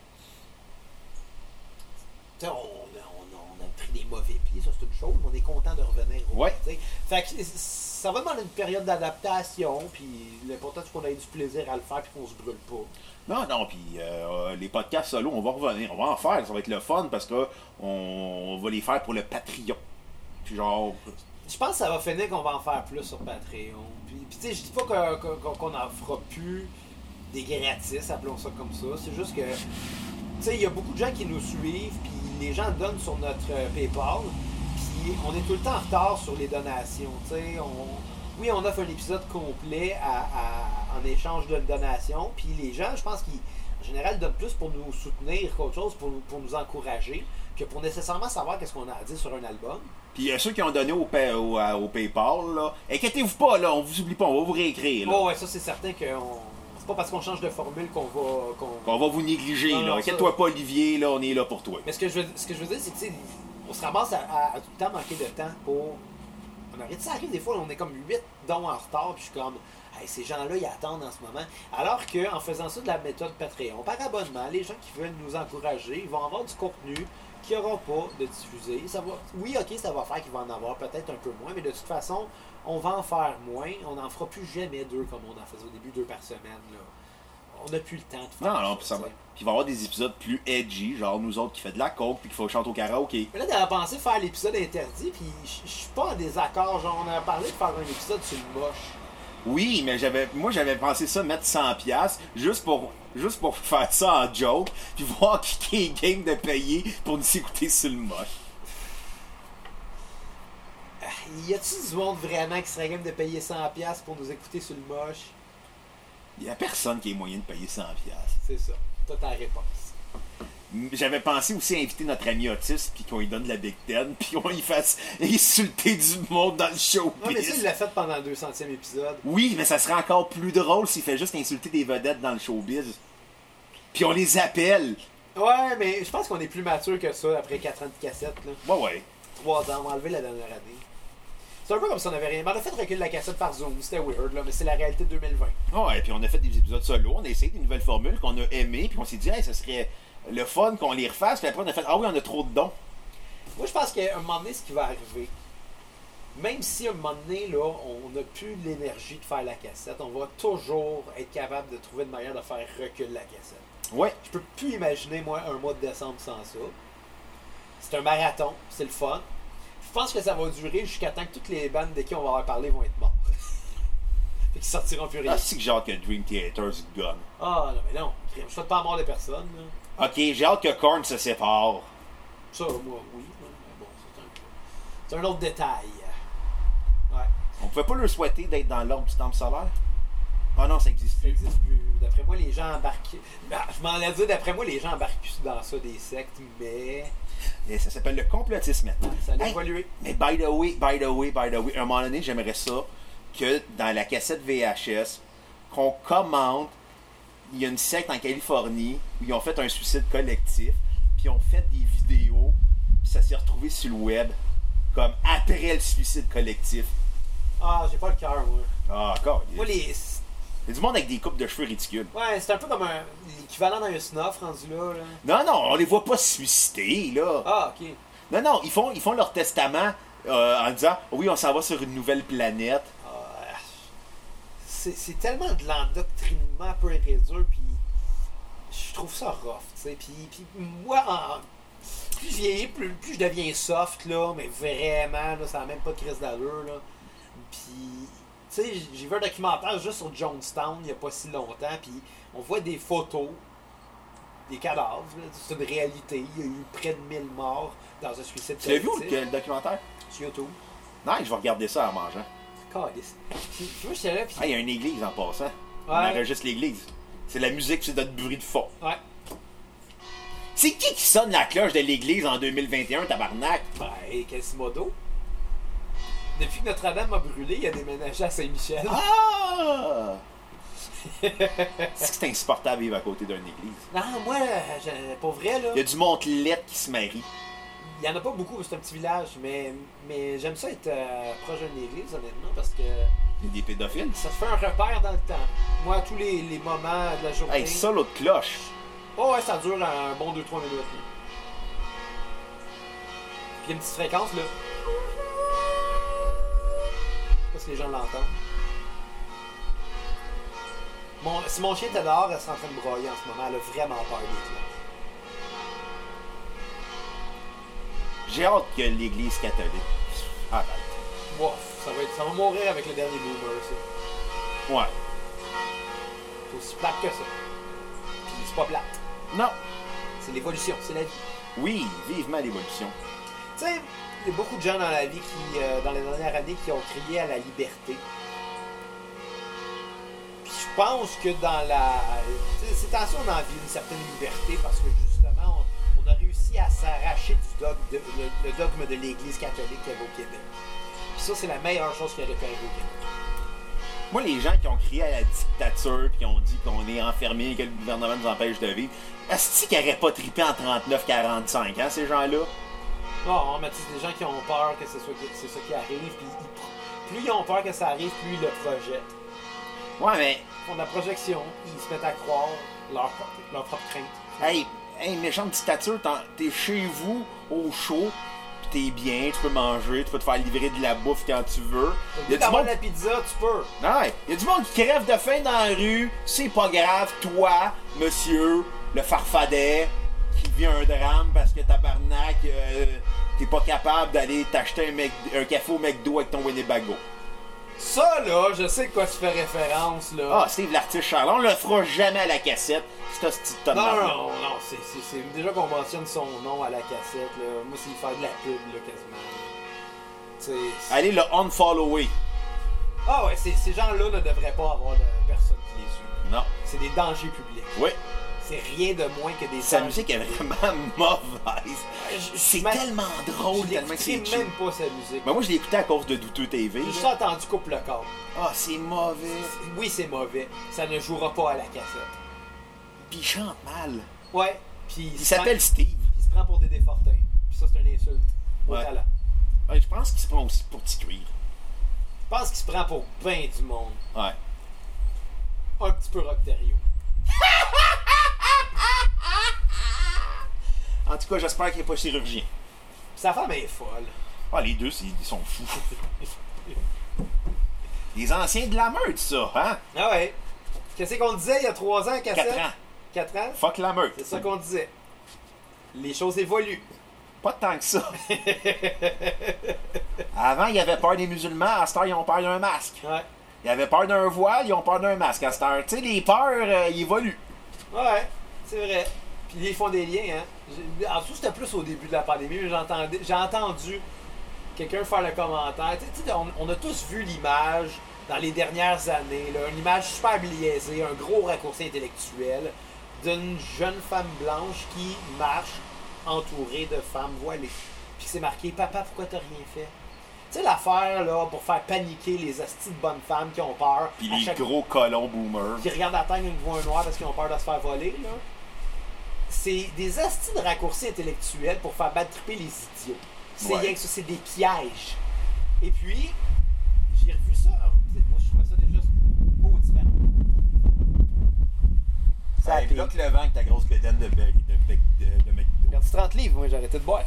D: Tu sais, on, on- on a pris des mauvais pieds, ça c'est une chose, mais on est content de revenir. au-
B: Ouais.
D: tu sais. Fait que c- ça va demander une période d'adaptation, puis l'important c'est qu'on ait du plaisir à le faire puis qu'on se brûle pas.
B: Non, non, puis euh, les podcasts solo, on va revenir, on va en faire, ça va être le fun parce que on, on va les faire pour le Patreon. Puis genre,
D: Je pense que ça va finir qu'on va en faire plus sur Patreon. Puis, puis tu sais, je dis pas que- que- qu'on qu'on en fera plus des gratis, appelons ça comme ça. C'est juste que, tu sais, il y a beaucoup de gens qui nous suivent, puis les gens donnent sur notre euh, PayPal, puis on est tout le temps en retard sur les donations, tu sais. On- Oui, on offre un épisode complet à- à- en échange d'une donation, puis les gens, je pense qu'ils, en général, donnent plus pour nous soutenir qu'autre chose, pour, pour nous encourager, que pour nécessairement savoir qu'est-ce qu'on a à dire sur un album.
B: Puis euh, ceux qui ont donné au, pay- au, à- au PayPal, là, inquiétez-vous pas, là, on vous oublie pas, on va vous réécrire. Là.
D: Oh, ouais, ça c'est certain que on... c'est pas parce qu'on change de formule qu'on va. qu'on-
B: On va vous négliger,
D: Non,
B: là.
D: non,
B: Inquiète-toi
D: ça-
B: pas, Olivier, là, on est là pour toi.
D: Mais ce que je veux, ce que je veux dire, c'est que tu sais, on se ramasse à, à- à tout le temps manquer de temps pour. On arrête. Ça arrive des fois, on est comme 8 dons en retard, puis je suis comme. Hey, ces gens-là, ils attendent en ce moment. Alors que en faisant ça de la méthode Patreon, par abonnement, les gens qui veulent nous encourager, ils vont avoir du contenu qu'ils n'auront pas de diffuser. Ça va... Oui, ok, ça va faire qu'il va en avoir peut-être un peu moins, mais de toute façon, on va en faire moins. On n'en fera plus jamais deux comme on en faisait au début, deux par semaine. Là. On n'a plus le temps de faire
B: Non, non,
D: ça,
B: puis ça va.
D: tu sais.
B: Puis il va y avoir des épisodes plus edgy, genre nous autres qui fait de la coke, puis qu'il faut chanter au karaoké.
D: Mais là, d'avoir pensé faire l'épisode interdit, puis je- je suis pas en désaccord. Genre, on a parlé de faire un épisode sur le moche.
B: Oui, mais j'avais, moi, j'avais pensé ça, mettre 100 pièces juste pour, juste pour faire ça en joke, puis voir qui est game de payer pour nous écouter sur le moche.
D: Ben, Y a-tu du monde vraiment qui serait game de payer 100$ pour nous écouter sur le moche?
B: Il y a personne qui ait moyen de payer 100 pièces.
D: C'est ça. Toi, ta réponse.
B: J'avais pensé aussi à inviter notre ami autiste, puis qu'on lui donne de la Big Ten, puis qu'on lui fasse insulter du monde dans le show.
D: Non, mais ça, il l'a fait pendant le 200e épisode.
B: Oui, mais ça serait encore plus drôle s'il fait juste insulter des vedettes dans le showbiz. Puis on les appelle.
D: Ouais, mais je pense qu'on est plus mature que ça après 4 ans de cassette. Là.
B: Ouais, ouais.
D: 3 ans, on va enlever la dernière année. C'est un peu comme si on avait rien. Mais on a fait reculer la cassette par Zoom. C'était weird, là, mais c'est la réalité de 2020.
B: Ouais, puis on a fait des épisodes solo, on a essayé des nouvelles formules qu'on a aimées, puis on s'est dit, hey, ça serait le fun qu'on les refasse, puis après on a fait, ah oui, on a trop de dons.
D: Moi, je pense qu'à un moment donné, ce qui va arriver, même si à un moment donné, là, on n'a plus l'énergie de faire la cassette, on va toujours être capable de trouver une manière de faire recul la cassette.
B: Ouais.
D: Je peux plus imaginer, moi, un mois de décembre sans ça. C'est un marathon, c'est le fun. Je pense que ça va durer jusqu'à temps que toutes les bandes de qui on va avoir parlé vont être mortes. Fait qu'ils sortiront plus rien.
B: Ah, c'est que j'ai hâte que Dream Theater se gonne.
D: Ah, non, mais non. Je ne souhaite pas la mort de personne. là.
B: Ok, j'ai hâte que Korn se sépare.
D: Ça, moi, oui. Mais bon, c'est un, c'est un autre détail. Ouais.
B: On pouvait pas leur souhaiter d'être dans l'ordre du temple solaire? Ah non, ça existe
D: Ça
B: plus.
D: n'existe plus. D'après moi, les gens embarquent. Ben, je m'en ai dit, d'après moi, les gens embarquent dans ça des sectes, mais
B: Et ça s'appelle le complotisme maintenant.
D: ça a
B: Hey,
D: évolué.
B: Mais by the way, by the way, by the way, à un moment donné, j'aimerais ça que dans la cassette VHS, qu'on commente, il y a une secte en Californie où ils ont fait un suicide collectif, puis ils ont fait des vidéos, puis ça s'est retrouvé sur le web, comme après le suicide collectif.
D: Ah, j'ai pas le cœur, moi.
B: Ah, encore. Il y a-
D: Moi, les.
B: il y a du monde avec des coupes de cheveux ridicules.
D: Ouais, c'est un peu comme un. l'équivalent d'un snuff rendu là, là.
B: Non, non, on les voit pas se suicider, là.
D: Ah, ok.
B: Non, non, ils font, ils font leur testament euh, en disant oui, on s'en va sur une nouvelle planète.
D: Ah, c'est c'est tellement de l'endoctrinement peu et dur, puis je trouve ça rough, tu sais. Puis, puis moi, en- plus je vieillis, plus, plus je deviens soft, là, mais vraiment, là, ça n'a même pas de crise d'allure, là. Puis, tu sais, j'ai vu un documentaire juste sur Jonestown il n'y a pas si longtemps, puis on voit des photos des cadavres, là. c'est une réalité. Il y a eu près de 1000 morts dans un suicide
B: Tu l'as vu
D: collectif
B: le, le documentaire?
D: sur YouTube.
B: Non, je vais regarder ça en mangeant.
D: Calisse. Puis, puis moi, j'étais là, puis
B: Ah, il y a une église en passant. On
D: Ouais.
B: enregistre l'église. C'est la musique, c'est notre bruit de fond.
D: ouais.
B: C'est qui qui sonne la cloche de l'église en 2021, tabarnak?
D: Ben, Quasimodo. Depuis que Notre-Dame a brûlé, il a déménagé à Saint-Michel.
B: Ah! c'est que c'est insupportable de vivre à côté d'une église.
D: Ah, Non, moi, je- pour vrai, là,
B: Il y a du monde lettre qui se marie.
D: il y en a pas beaucoup, c'est un petit village, mais, mais j'aime ça être euh, proche d'une église, honnêtement, parce que
B: Il y a des pédophiles.
D: ça te fait un repère dans le temps. Moi, à tous les, les moments de la journée.
B: Hey, ça, l'autre cloche.
D: Oh, ouais, ça dure un bon 2-3 minutes. là. Puis il y a une petite fréquence, là. Je sais pas si les gens l'entendent. Mon- si mon chien était dehors, elle serait en train de broyer en ce moment. Elle a vraiment peur des cloches.
B: J'ai hâte que l'église catholique. Ah, Arrête.
D: Ouf, ça va, être, ça va mourir avec le dernier boomer, ça.
B: ben. Ouais.
D: C'est aussi plate que ça. Puis c'est pas plate.
B: Non.
D: C'est l'évolution, c'est la vie.
B: Oui, vivement l'évolution.
D: Tu sais, il y a beaucoup de gens dans la vie qui, euh, dans les dernières années, qui ont crié à la liberté. Puis je pense que dans la. tu sais, Ces temps-ci, on a envie une certaine liberté parce que justement, on, on a réussi à s'arracher du dogme de, le, le dogme de l'Église catholique qu'il y avait au Québec. Puis ça, c'est la meilleure chose qui aurait pu arriver au Québec.
B: Moi, les gens qui ont crié à la dictature, puis qui ont dit qu'on est enfermés, que le gouvernement nous empêche de vivre, est-ce qu'ils n'auraient pas trippé en 39-45 hein, ces gens-là?
D: Non, mais tu sais, c'est des gens qui ont peur que c'est ça qui, c'est ça qui arrive. Puis ils- plus ils ont peur que ça arrive, plus ils le projettent.
B: Ouais, mais,
D: Ils font de la projection, ils se mettent à croire leur, propre- leur propre crainte.
B: hey, hey méchante dictature, t'en- t'es chez vous, au chaud, puis t'es bien, tu peux manger, tu peux te faire livrer de la bouffe quand tu veux. Il y a du
D: T'as
B: monde,
D: la pizza, tu peux.
B: Ouais, il y a du monde qui crève de faim dans la rue, c'est pas grave, toi, monsieur, le farfadet, qui vit un drame parce que tabarnak, euh, t'es pas capable d'aller t'acheter un, Mc- un café au McDo avec ton Winnebago.
D: Ça, là, je sais de quoi tu fais référence, là.
B: Ah, Steve l'artiste Charlon, on le fera jamais à la cassette, c'est un petit tonne
D: non, non,
B: d'argent.
D: non, non, c'est- c'est c'est déjà qu'on mentionne son nom à la cassette, là. Moi, c'est faire de la pub, là, quasiment. C'est-
B: Allez, le unfollowé.
D: Ah ouais, c'est- ces gens-là ne devraient pas avoir de personne qui les suit.
B: Non.
D: C'est des dangers publics.
B: Oui.
D: C'est rien de moins que des
B: Sa
D: dangers-
B: musique est vraiment mauvaise.
D: je-
B: C'est
D: ma-
B: tellement drôle,
D: Je
B: tellement que c'est Ben cheap.
D: l'écouterai même pas, sa musique.
B: Mais moi, je l'ai écouté à cause de Douteux TV.
D: J'ai juste
B: là.
D: entendu coupe le corps.
B: Ah, c'est mauvais.
D: Oui, c'est mauvais. Ça ne jouera pas à la cassette.
B: Puis il chante mal.
D: Ouais, puis...
B: Il s'appelle Steve.
D: Il se prend pour des défortins. Puis ça, c'est une insulte. Au
B: Ouais.
D: talent.
B: Ouais, je pense qu'il se prend aussi pour petit cuir.
D: Je pense qu'il se prend pour bien du monde.
B: Ouais.
D: Un petit peu Rockterio.
B: En tout cas, j'espère qu'il n'est pas chirurgien.
D: Sa femme est folle.
B: Ah, les deux, c'est- ils sont fous. Les anciens de la meute, ça, hein?
D: Ah ouais. Qu'est-ce qu'on disait il y a 3 ans, Cassette?
B: Quatre ans.
D: 4 ans?
B: Fuck la meute.
D: C'est ça qu'on disait. Les choses évoluent.
B: Pas tant que ça. Avant, ils avaient peur des musulmans. À cette heure, ils ont peur d'un masque.
D: Ouais.
B: Ils avaient peur d'un voile, ils ont peur d'un masque. À cette heure, tu sais, les peurs, euh, ils évoluent.
D: Ouais, c'est vrai. Puis ils font des liens, hein. J'ai- En dessous, c'était plus au début de la pandémie, mais j'entendais- j'ai entendu quelqu'un faire le commentaire. Tu sais, tu sais, on, on a tous vu l'image dans les dernières années, là, une image super biaisée, un gros raccourci intellectuel d'une jeune femme blanche qui marche entourée de femmes voilées. Puis c'est marqué Papa, pourquoi t'as rien fait Tu sais, l'affaire, là, pour faire paniquer les hosties de bonnes femmes qui ont peur.
B: Puis
D: à
B: les
D: chaque
B: gros colons boomers.
D: qui regardent la terre une voix noire parce qu'ils ont peur de se faire voler, là. C'est des astis de raccourcis intellectuels pour faire battriper les idiots. C'est
B: Ouais.
D: rien que ça, c'est des pièges. Et puis, j'ai revu ça. Alors, Moi, je trouvais ça déjà beau différent. Ça a
B: Hey,
D: piqué.
B: Ben, bloque le vent avec ta grosse bedaine de, bec, de, bec, de, de McDo.
D: perdu 30 livres, moi j'ai arrêté de boire.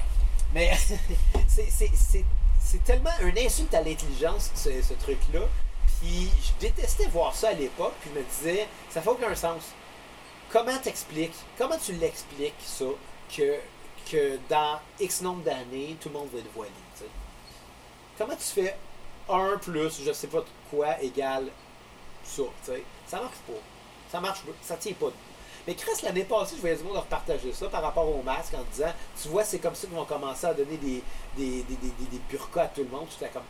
D: Mais c'est- c'est- c'est c'est tellement une insulte à l'intelligence, ce, ce truc-là. Puis je détestais voir ça à l'époque, puis je me disais, ça fait aucun sens. Comment t'expliques, comment tu l'expliques ça, que, que dans X nombre d'années, tout le monde va être voilé, tu sais? Comment tu fais 1 plus je sais pas quoi égale ça, tu sais? Ça marche pas. Ça marche pas. Ça tient pas debout. Mais Chris, l'année passée, je voyais du monde repartager ça par rapport au masque en disant Tu vois, c'est comme ça qu'ils vont commencer à donner des, des, des, des, des, des burkas à tout le monde. J'étais comme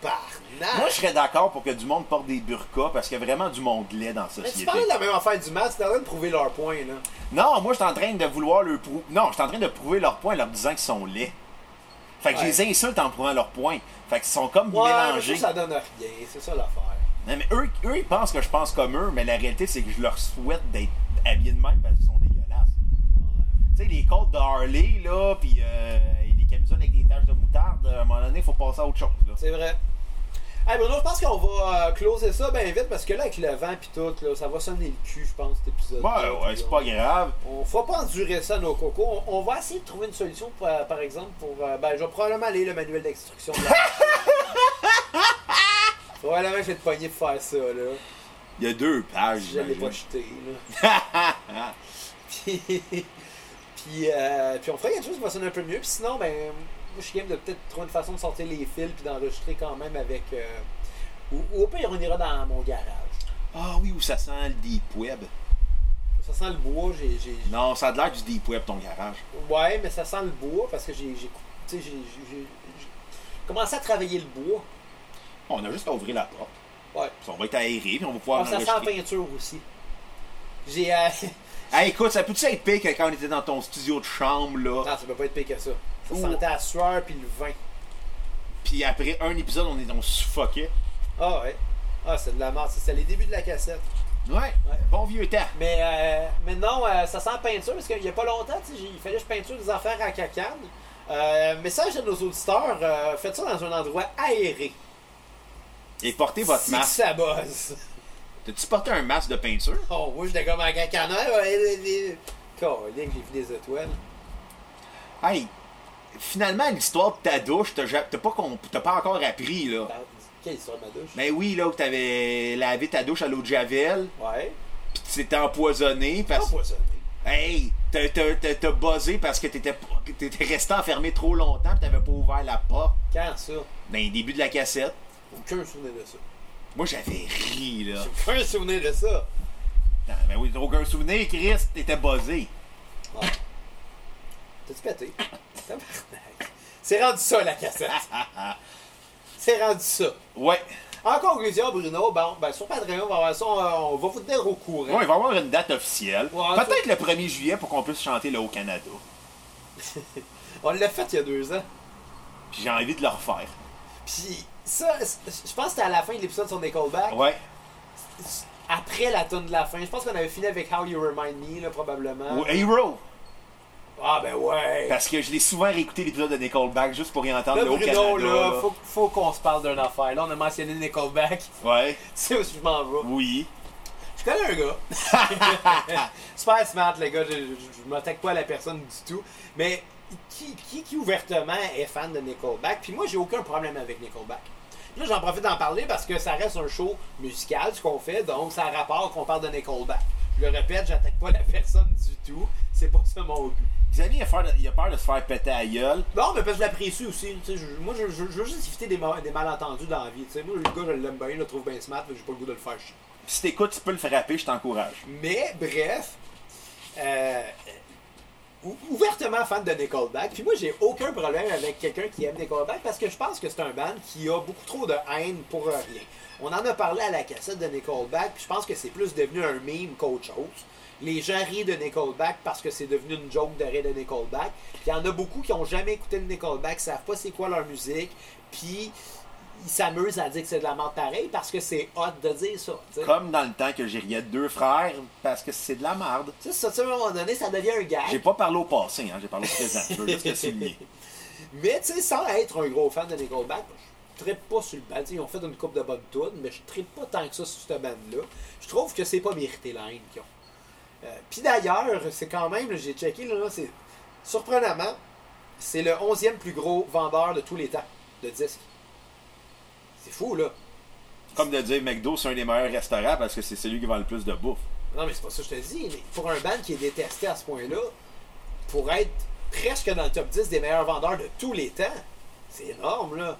D: Tabarnak!
B: Moi, je serais d'accord pour que du monde porte des burkas parce qu'il y a vraiment du monde laid dans la
D: Mais tu
B: société.
D: parlais de la même affaire du masque, t'es en train de prouver leur point, là.
B: Non, moi, je suis en train de vouloir leur prouver. Non, je suis en train de prouver leur point en leur disant qu'ils sont laids. Fait que
D: Ouais.
B: je les insulte en prouvant leur point. Fait qu'ils sont comme
D: Ouais, mais
B: mélangés.
D: ça, ça donne rien, c'est ça l'affaire.
B: Non, mais eux, eux, ils pensent que je pense comme eux, mais la réalité, c'est que je leur souhaite d'être habillés de même parce qu'ils sont dégueulasses. Tu sais, les côtes de Harley, là, puis euh, et les camisoles avec des taches de moutarde, à un moment donné, il faut passer à autre chose, là.
D: C'est vrai. Hey Bruno, je pense qu'on va euh, closer ça bien vite parce que là, avec le vent pis tout, là, ça va sonner le cul, je pense, cet épisode.
B: Ouais, ouais, c'est pas grave.
D: On fera pas endurer ça nos cocos. On, on va essayer de trouver une solution, pour, euh, par exemple, pour. euh, ben, je vais probablement aller le manuel d'instruction. de la- Probablement, je vais te pogner pour faire ça, là.
B: Il y a deux pages.
D: Je l'ai
B: j'imagine.
D: pas jeté, là. puis, puis, euh, puis on fera quelque chose qui va sonner un peu mieux. Puis sinon, ben, moi, je suis game de peut-être trouver une façon de sortir les fils puis d'enregistrer quand même avec. euh, ou, ou au pire, on ira dans mon garage.
B: Ah oui, où ça sent le deep web.
D: Ça sent le bois, j'ai. j'ai-
B: Non, ça a de l'air du deep web, ton garage.
D: Ouais, mais ça sent le bois parce que j'ai j'ai cou- tu sais, j'ai- j'ai- j'ai- j'ai commencé à travailler le bois.
B: On a juste à ouvrir la porte.
D: Ouais.
B: Puis on va être aéré, puis on va pouvoir
D: Ah, ça sent la
B: enregistrer.
D: peinture aussi. J'ai. euh,
B: Hey, écoute, ça peut-tu être pire que quand on était dans ton studio de chambre, là?
D: Non, ça peut pas être pire que ça. Ça
B: Ouh.
D: sentait la sueur puis le vin.
B: Puis après un épisode, on est on suffoquait.
D: Ah ouais. Ah, c'est de la merde. C'est les débuts de la cassette.
B: Ouais, bon vieux temps.
D: Mais, euh, mais non, euh, ça sent la peinture parce qu'il n'y a pas longtemps, tu sais, j'ai- il fallait que je peinture des affaires à cacane. Euh, message à nos auditeurs, euh, faites ça dans un endroit aéré.
B: Et portez votre
D: Si
B: masque.
D: ça bosse.
B: T'as-tu porté un masque de peinture?
D: Oh, moi, j'étais comme à cacane. Colin, j'ai vu des étoiles.
B: Hey, finalement, l'histoire de ta douche, t'as ja- t'as pas, con- t'as pas encore appris, là.
D: Attends, Bah, Quelle histoire de ma douche?
B: Ben oui, là, où t'avais lavé ta douche à l'eau de Javel,
D: Ouais.
B: pis tu t'étais empoisonné parce que.
D: Empoisonné.
B: Hey, t'as- t'as t'as- t'as buzzé parce que t'étais pas- que t'étais resté enfermé trop longtemps pis t'avais pas ouvert la porte.
D: Quand ça?
B: Ben, le début de la cassette.
D: Aucun souvenir de ça.
B: Moi, j'avais ri, là.
D: Aucun souvenir de ça.
B: Attends, Ben oui, t'as aucun souvenir, Chris, t'étais buzzé.
D: T'as-tu pété? Tabarnak. C'est rendu ça, la cassette. C'est rendu ça.
B: Ouais.
D: En conclusion, Bruno, bon, ben, sur Patreon, on va, avoir ça, on, on va vous tenir au courant.
B: Bon, il va y avoir une date officielle.
D: Ouais,
B: Peut-être le 1er juillet pour qu'on puisse chanter le Haut-Canada.
D: On l'a fait il y a deux ans.
B: Puis j'ai envie de le refaire.
D: Puis ça, c- je pense que c'était à la fin de l'épisode sur Nickelback.
B: Ouais.
D: Après la tonne de la fin, je pense qu'on avait fini avec How You Remind Me, là, probablement.
B: Ou Hero.
D: Ah ben ouais.
B: Parce que je l'ai souvent réécouté l'épisode de Nickelback juste pour y entendre
D: Là,
B: le
D: Bruno,
B: Haut-Canada.
D: là,
B: là.
D: faut, faut qu'on se parle d'une affaire. Là, on a mentionné Nickelback. Tu
B: Ouais.
D: sais où je m'en vais.
B: Oui.
D: Je connais un gars. Super smart, le gars. Je, je, je m'attaque pas à la personne du tout. Mais qui, qui, qui ouvertement est fan de Nickelback. Puis moi, j'ai aucun problème avec Nickelback. Là, j'en profite d'en parler parce que ça reste un show musical, ce qu'on fait, donc ça a rapport qu'on parle de Nickelback. Je le répète, j'attaque pas la personne du tout. C'est pas ça mon but.
B: Xavier, a peur de- il a peur de se faire péter à gueule.
D: Non, mais parce que je l'apprécie aussi. tu sais, je- moi, je, je- je veux juste éviter des, ma- des malentendus dans la vie. tu sais. Moi, le gars, je l'aime bien, je le trouve bien smart, mais j'ai pas le goût de le faire chier.
B: Si t'écoutes, tu peux le frapper, je t'encourage.
D: Mais bref, euh, ou- ouvertement fan de Nickelback. Puis moi, j'ai aucun problème avec quelqu'un qui aime Nickelback parce que je pense que c'est un band qui a beaucoup trop de haine pour rien. On en a parlé à la cassette de Nickelback, puis je pense que c'est plus devenu un meme qu'autre chose. Les gens rient de Nickelback parce que c'est devenu une joke de rire de Nickelback. Puis il y en a beaucoup qui ont jamais écouté de Nickelback, savent pas c'est quoi leur musique, puis ils s'amusent à dire que c'est de la merde pareil parce que c'est hot de dire ça. tu sais.
B: Comme dans le temps que j'ai riais de deux frères, parce que c'est de la merde.
D: Tu sais, ça, tu sais, à un moment donné, ça devient un gag.
B: J'ai pas parlé au passé, hein, j'ai parlé au présent. Je veux juste le souligner.
D: Mais, tu sais, sans être un gros fan de Nickelback, je trippe pas sur le band. Tu sais, Ils ont fait une coupe de bonnes tunes, mais je trippe pas tant que ça sur cette band-là. Je trouve que c'est pas mérité la haine qu'ils ont. Euh, Puis d'ailleurs, c'est quand même, j'ai checké, là, c'est surprenamment, c'est le 11e plus gros vendeur de tous les temps de disques. C'est fou, là.
B: Comme de dire McDo, c'est un des meilleurs restaurants parce que c'est celui qui vend le plus de bouffe.
D: Non, mais c'est pas ça que je te dis. Mais pour un band qui est détesté à ce point-là, pour être presque dans le top 10 des meilleurs vendeurs de tous les temps, c'est énorme, là.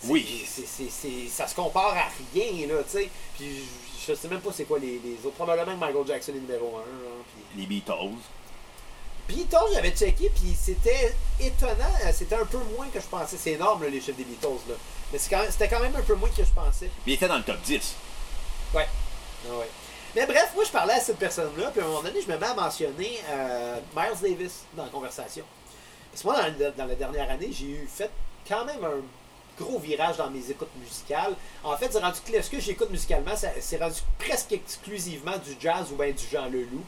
D: C'est-
B: Oui.
D: c'est- c'est- c'est- ça se compare à rien, là, tu sais. Puis je, je sais même pas c'est quoi les, les autres. Probablement que Michael Jackson est numéro 1.
B: Les Beatles.
D: Beatles, j'avais checké, puis c'était étonnant. euh, C'était un peu moins que je pensais. C'est énorme, là, les chiffres des Beatles, là. Mais c'est quand même- c'était quand même un peu moins que je pensais.
B: Mais ils étaient dans le top 10.
D: Ouais. Ah ouais. Mais bref, moi, je parlais à cette personne-là, puis à un moment donné, je me mets à mentionner euh, Miles Davis dans la conversation. Parce que moi, dans, la- dans la dernière année, j'ai eu fait quand même un gros virage dans mes écoutes musicales. En fait, c'est rendu que ce que j'écoute musicalement, ça- c'est rendu presque exclusivement du jazz ou bien du Jean Leloup.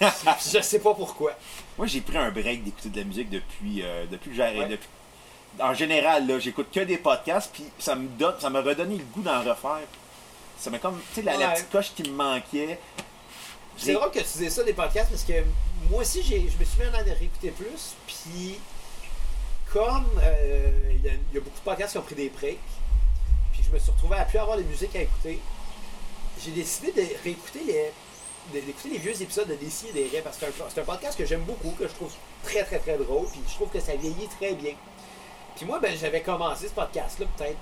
D: je sais pas pourquoi.
B: Moi, j'ai pris un break d'écouter de la musique depuis, euh, depuis que j'ai.
D: Ouais.
B: depuis- En général, là, j'écoute que des podcasts, puis ça me donne, ça m'a redonné le goût d'en refaire. Ça m'a comme, tu sais, la, la
D: Ouais.
B: petite coche qui me manquait.
D: C'est drôle que tu dises ça des podcasts parce que moi aussi, j'ai, je me suis mis en train de réécouter plus. Puis, comme euh, il y, a- il y a beaucoup de podcasts qui ont pris des breaks, puis je me suis retrouvé à plus avoir de musique à écouter, j'ai décidé de réécouter les, de- d'écouter les vieux épisodes de Décis et des Rêves parce que c'est un, c'est un podcast que j'aime beaucoup, que je trouve très, très, très drôle. Puis je trouve que ça vieillit très bien. Puis moi, ben, j'avais commencé ce podcast-là peut-être,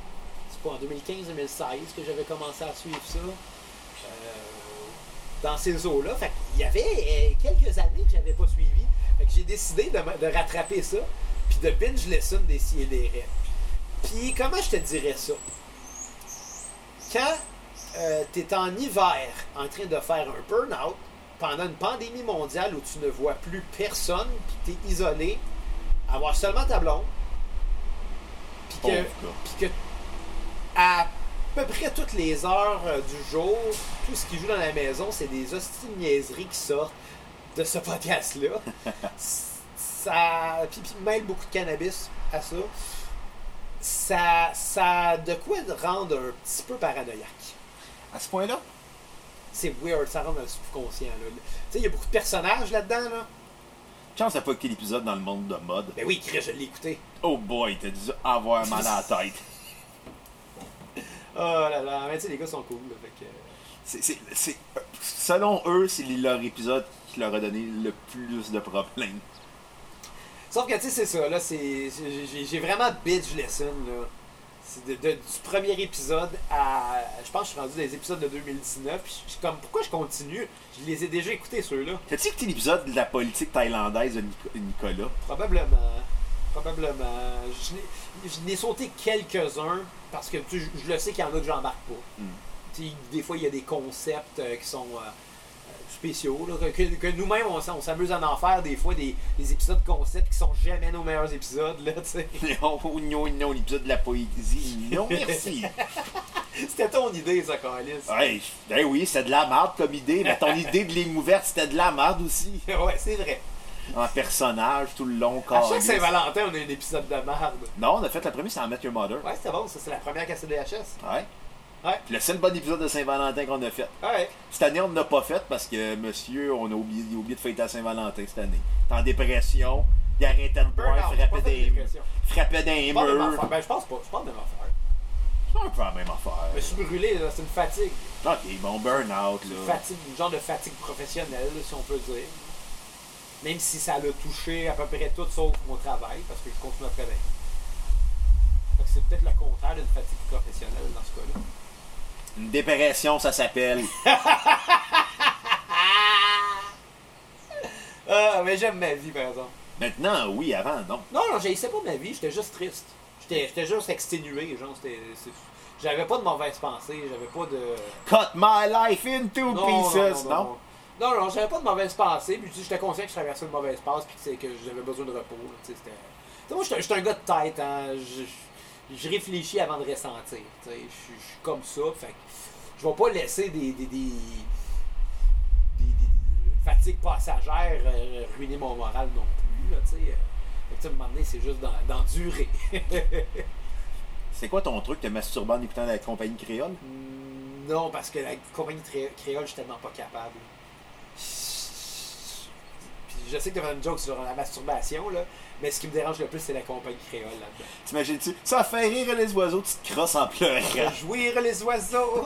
D: c'est pas en 2015-2016 que j'avais commencé à suivre ça. Euh, dans ces eaux-là. Fait qu'il y avait euh, quelques années que j'avais pas suivi. Fait que j'ai décidé de, me- de rattraper ça, puis de binge listen des si et des rêves. Puis comment je te dirais ça? Quand euh, t'es en hiver en train de faire un burn-out, pendant une pandémie mondiale où tu ne vois plus personne, puis t'es isolé, avoir seulement ta blonde, puis que,
B: Pauvre gars.
D: puis que à peu près toutes les heures euh, du jour, tout ce qui joue dans la maison, c'est des hosties de niaiseries qui sortent de ce podcast-là. ça puis, puis mêle beaucoup de cannabis à ça. Ça, ça a de quoi te rendre un petit peu paranoïaque
B: À ce point-là,
D: c'est weird, ça rentre dans le subconscient. là. Tu sais, il y a beaucoup de personnages là-dedans. Là.
B: chance t'as pas écouté l'épisode dans le monde de mode.
D: Ben oui, Chris, je l'ai écouté.
B: Oh boy, t'as dû avoir mal à la tête.
D: Oh là là, mais tu sais, les gars sont cool. là, fait que, euh,
B: C'est- c'est- c'est- selon eux, c'est leur épisode qui leur a donné le plus de problèmes.
D: Sauf que, tu sais, c'est ça. là, c'est j'ai- j'ai- J'ai vraiment bitch lesson. Là. C'est de- de- du premier épisode à. Je pense que je suis rendu dans les épisodes de 2019. Puis je suis comme, pourquoi je continue Je les ai déjà écoutés, ceux-là.
B: T'as-tu écouté l'épisode de la politique thaïlandaise de Nico- Nicolas?
D: Probablement. Probablement. Je n'ai- Je n'ai sauté quelques-uns parce que tu sais, je, je le sais qu'il y en a que j'embarque pas. Tu sais, Des fois, il y a des concepts euh, qui sont euh, euh, spéciaux, là, que, que nous-mêmes, on, s'en- on s'amuse à en faire des fois des, des épisodes concepts qui sont jamais nos meilleurs épisodes. Là, tu sais.
B: Non, Oh, non, non, l'épisode de la poésie. Non, merci.
D: C'était ton idée, ça, Carlis.
B: Ouais, ben oui, c'est de la merde comme idée, mais ton idée de ligne ouverte, c'était de la merde aussi.
D: ouais, c'est vrai.
B: En personnage, tout le long,
D: À chaque
B: câlisse.
D: Saint-Valentin, on a un épisode de merde.
B: Non, on a fait le premier, c'est en Met Your Mother.
D: Ouais, c'était bon, ça, c'est la première cassette de VHS.
B: Ouais.
D: Ouais.
B: Puis Le seul bon épisode de Saint-Valentin qu'on a fait.
D: Ouais.
B: Cette année, on ne l'a pas fait parce que monsieur, on a oublié, il a oublié de fêter à Saint-Valentin cette année. T'es en dépression, Il arrêtait de boire,
D: Burnout,
B: frappait
D: pas de
B: des,
D: dépression.
B: frappait des
D: Je parle de ma
B: murs.
D: affaire. Ben, je pense pas. Je parle de ma affaire.
B: C'est un peu la même
D: Je me
B: affaire.
D: suis brûlé, là, c'est une fatigue.
B: Ok, bon, burn-out,
D: Une
B: là.
D: fatigue, une genre de fatigue professionnelle, là, si on peut dire. Même si ça l'a touché à peu près tout sauf mon travail, parce que je continue à travailler. Fait que c'est peut-être le contraire d'une fatigue professionnelle dans ce cas-là.
B: Une dépression, ça s'appelle.
D: Ah, mais j'aime ma vie, par exemple.
B: Maintenant, oui, avant, non.
D: Non, non, j'haïssais pas ma vie, j'étais juste triste. J'étais j'étais juste exténué, genre, c'était... c'est- J'avais pas de mauvaise pensée, j'avais pas de...
B: Cut my life into pieces, non?
D: Non, non, j'avais pas de mauvaise pensée, puis je dis, j'étais conscient que je traversais une mauvaise passe, puis que, c'est- que j'avais besoin de repos. là, tu sais, c'était- Tu sais, moi, j'étais- j'étais un gars de tête, hein, je- je- Je réfléchis avant de ressentir. tu sais, Je suis je suis comme ça, fait que je vais pas laisser des. des, des, des- des- des fatigues passagères euh, ruiner mon moral non plus, là, tu sais. Fait que, tu sais, à un moment donné, c'est juste d'en- d'endurer.
B: C'est quoi ton truc de masturbant en écoutant la compagnie créole?
D: Non, parce que la compagnie tré- créole, je suis tellement pas capable. Puis je sais que t'as fait une joke sur la masturbation, là, mais ce qui me dérange le plus, c'est la compagnie créole là-dedans.
B: T'imagines-tu? Ça fait rire les oiseaux, tu te crosses en pleurant.
D: Jouir les oiseaux!
B: Oh,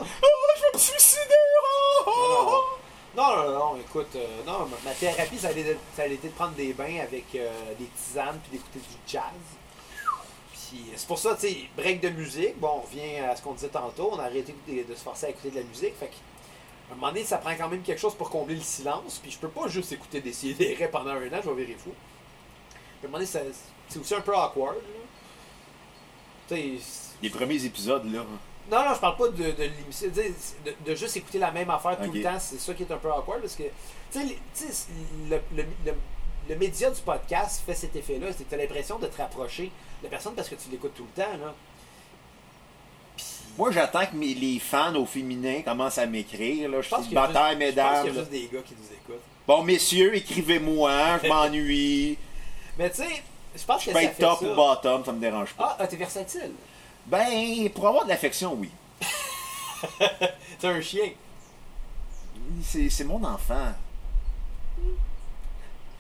B: je vais me suicider! oh, oh, oh.
D: Non, non, non, écoute, euh, non, ma- ma thérapie, ça allait, ça allait être de prendre des bains avec euh, des tisanes puis d'écouter du jazz. Puis euh, c'est pour ça, tu sais, break de musique, bon, on revient à ce qu'on disait tantôt, on a arrêté de, de se forcer à écouter de la musique, fait que, à un moment donné, ça prend quand même quelque chose pour combler le silence, puis je peux pas juste écouter des sidérés pendant un an, je vais virer fou. À un moment donné, ça- c'est aussi un peu awkward, là. Tu sais,
B: Les premiers épisodes, là.
D: non, non, je parle pas de, de l'émission. tu sais, De, de juste écouter la même affaire tout
B: Ok.
D: le temps, c'est ça qui est un peu awkward parce que tu sais, les- tu sais, le, le, le, le média du podcast fait cet effet-là. c'est que T'as l'impression de te rapprocher de la personne parce que tu l'écoutes tout le temps. Là.
B: Moi, j'attends que mes, les fans au féminin commencent à m'écrire. Là. Je
D: Je pense
B: suis
D: qu'il
B: de
D: y a juste-
B: bataille,
D: je pense
B: mesdames.
D: qu'il y
B: là.
D: a juste des gars qui nous écoutent.
B: Bon, messieurs, écrivez-moi, je m'ennuie.
D: Mais tu sais, je pense
B: Je
D: que
B: peux
D: ça
B: être
D: fait
B: top
D: ça.
B: ou bottom, ça me dérange pas.
D: Ah, ah, t'es versatile.
B: Ben, pour avoir de l'affection, oui.
D: T'es un chien.
B: C'est, c'est mon enfant.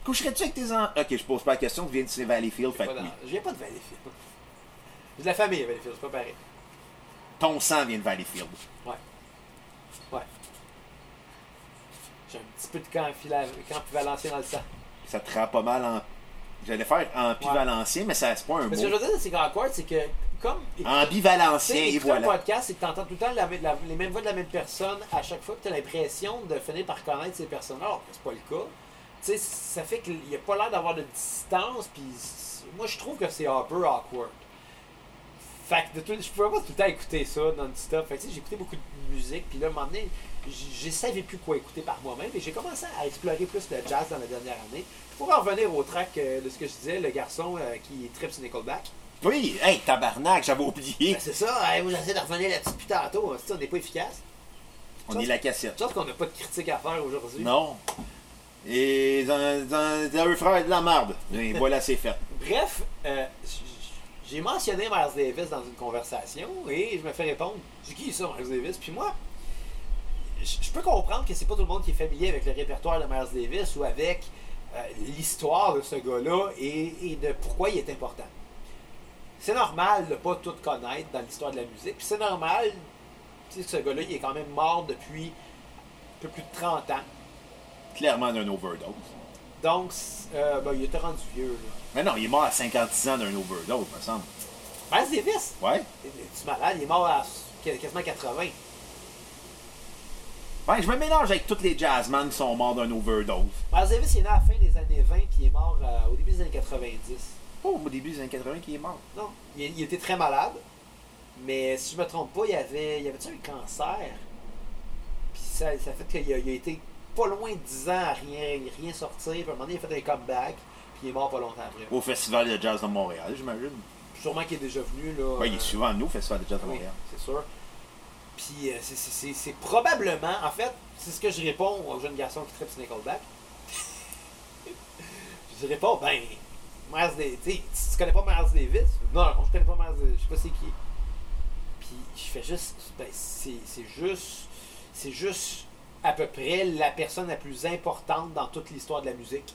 B: Coucherais-tu avec tes enfants? Ok, je pose pas la question, tu viens de Valleyfield, fait
D: Pas
B: que
D: dans-
B: oui.
D: Je viens pas de Valleyfield. J'ai de la famille à Valleyfield, c'est pas pareil.
B: Ton sang vient de Valleyfield.
D: Ouais. Ouais. J'ai un petit peu de camp, fila- camp valencien dans le sang.
B: Ça te rend pas mal en. J'allais faire ambi-valencien, mais ça, c'est pas un
D: Mais
B: mot.
D: ce que je veux dire, c'est qu'encore, c'est que comme tu
B: Ambi-valencien,
D: sais,
B: et
D: écouter un
B: voilà.
D: podcast, c'est que tu entends tout le temps la- la- les mêmes voix de la même personne à chaque fois, tu as l'impression de finir par connaître ces personnes-là, alors que c'est pas le cas. Tu sais, ça fait qu'il n'y a pas l'air d'avoir de distance, puis c- moi je trouve que c'est un peu awkward. Fait que de tout, je pouvais pas tout le temps écouter ça non-stop. Fait que tu sais, j'écoutais beaucoup de musique, puis là, à un moment donné, je je savais plus quoi écouter par moi-même, et j'ai commencé à explorer plus le jazz dans la dernière année. Pour en revenir au track euh, de ce que je disais, le garçon euh, qui tripe sur Nickelback.
B: Oui, hey, tabarnak, j'avais oublié.
D: Ben, c'est ça, hein, moi j'essaie de revenir là-dessus plus tantôt, hein, c'est ça, on n'est pas efficace.
B: On est la cassette.
D: Je pense qu'on n'a pas de critique à faire aujourd'hui.
B: Non. Et dans, dans, dans eux frères de la marde. Et voilà, c'est fait.
D: Bref, euh, j- j'ai mentionné Miles Davis dans une conversation et je me fais répondre C'est qui ça, Miles Davis Puis moi, j- je peux comprendre que c'est pas tout le monde qui est familier avec le répertoire de Miles Davis ou avec euh, l'histoire de ce gars-là et, et de pourquoi il est important. C'est normal de pas tout connaître dans l'histoire de la musique, puis c'est normal tu sais, que ce gars-là, il est quand même mort depuis un peu plus de 30 ans.
B: Clairement d'un overdose.
D: Donc, c'est- euh, ben, il était rendu vieux. Là.
B: Mais non, il est mort à 56 ans d'un overdose, me semble.
D: Miles Davis,
B: Ouais?
D: tu es malade, il est mort à qu- quasiment 80.
B: Ouais, Ben, je me mélange avec tous les jazzmen qui sont morts d'un overdose.
D: Miles Davis, il est né à la fin des années 20 puis il est mort euh, au début des années 90.
B: Oh, au début des années 80 qui est mort.
D: Non, il, il était très malade, mais si je me trompe pas, il avait, il avait un cancer. Puis ça, ça fait qu'il a, il a été pas loin de 10 ans à rien, rien sortir. Puis à un moment donné, il a fait un comeback, puis il est mort pas longtemps après.
B: Au Festival de jazz de Montréal, j'imagine.
D: Sûrement qu'il est déjà venu. Là,
B: Ouais, il
D: euh,
B: est souvent nous, au Festival de jazz de
D: Oui,
B: Montréal.
D: c'est sûr. Puis euh, c'est- c'est- c'est c'est probablement, en fait, c'est ce que je réponds au jeune garçon qui tripe sur Nickelback. je lui réponds, ben, Miles Davis, tu sais, tu- tu connais pas Miles Davis? Non, non, je connais pas Miles Davis, je sais pas c'est qui. Puis je fais juste, ben, c'est c'est juste, c'est juste à peu près la personne la plus importante dans toute l'histoire de la musique.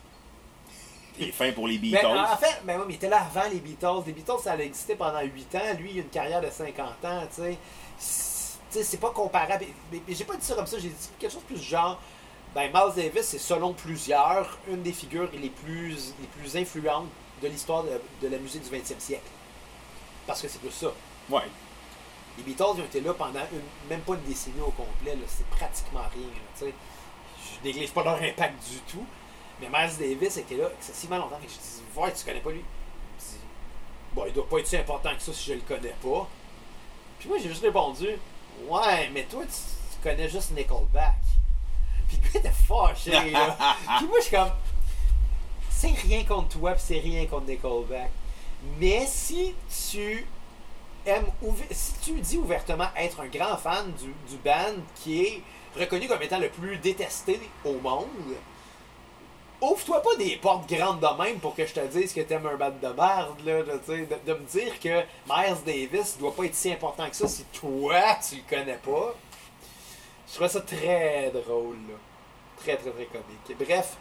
B: Il est fin pour les
D: Mais,
B: Beatles.
D: Ben, en en fait, mais oui, mais il était là avant les Beatles. Les Beatles, ça a existé pendant 8 ans. Lui, il a une carrière de 50 ans, tu sais. C'est- tu sais. C'est pas comparable. Mais, mais j'ai pas dit ça comme ça, j'ai dit quelque chose de plus genre. Ben, Miles Davis, c'est selon plusieurs, une des figures les plus, les plus influentes de l'histoire de, de la musique du 20e siècle. Parce que c'est plus ça.
B: Ouais.
D: Les Beatles, ils ont été là pendant une- même pas une décennie au complet. là. C'est pratiquement rien. là, tu sais. Je néglige pas leur impact du tout. Mais Miles Davis était là excessivement longtemps. Et je dis, ouais, tu connais pas lui. Je dis, bon, il doit pas être si important que ça si je le connais pas. Puis moi, j'ai juste répondu, ouais, mais toi, tu, tu connais juste Nickelback. Puis le gars était fâché, là. Puis moi, je suis comme, c'est rien contre toi, puis c'est rien contre Nickelback. Mais si tu aimes ouver- si tu dis ouvertement être un grand fan du, du band qui est reconnu comme étant le plus détesté au monde, ouvre-toi pas des portes grandes de même pour que je te dise que t'aimes un band de merde, là, de, tu sais, de- de me dire que Miles Davis doit pas être si important que ça si toi tu le connais pas. Je trouvais ça très drôle, là. Très, très, très comique. Bref,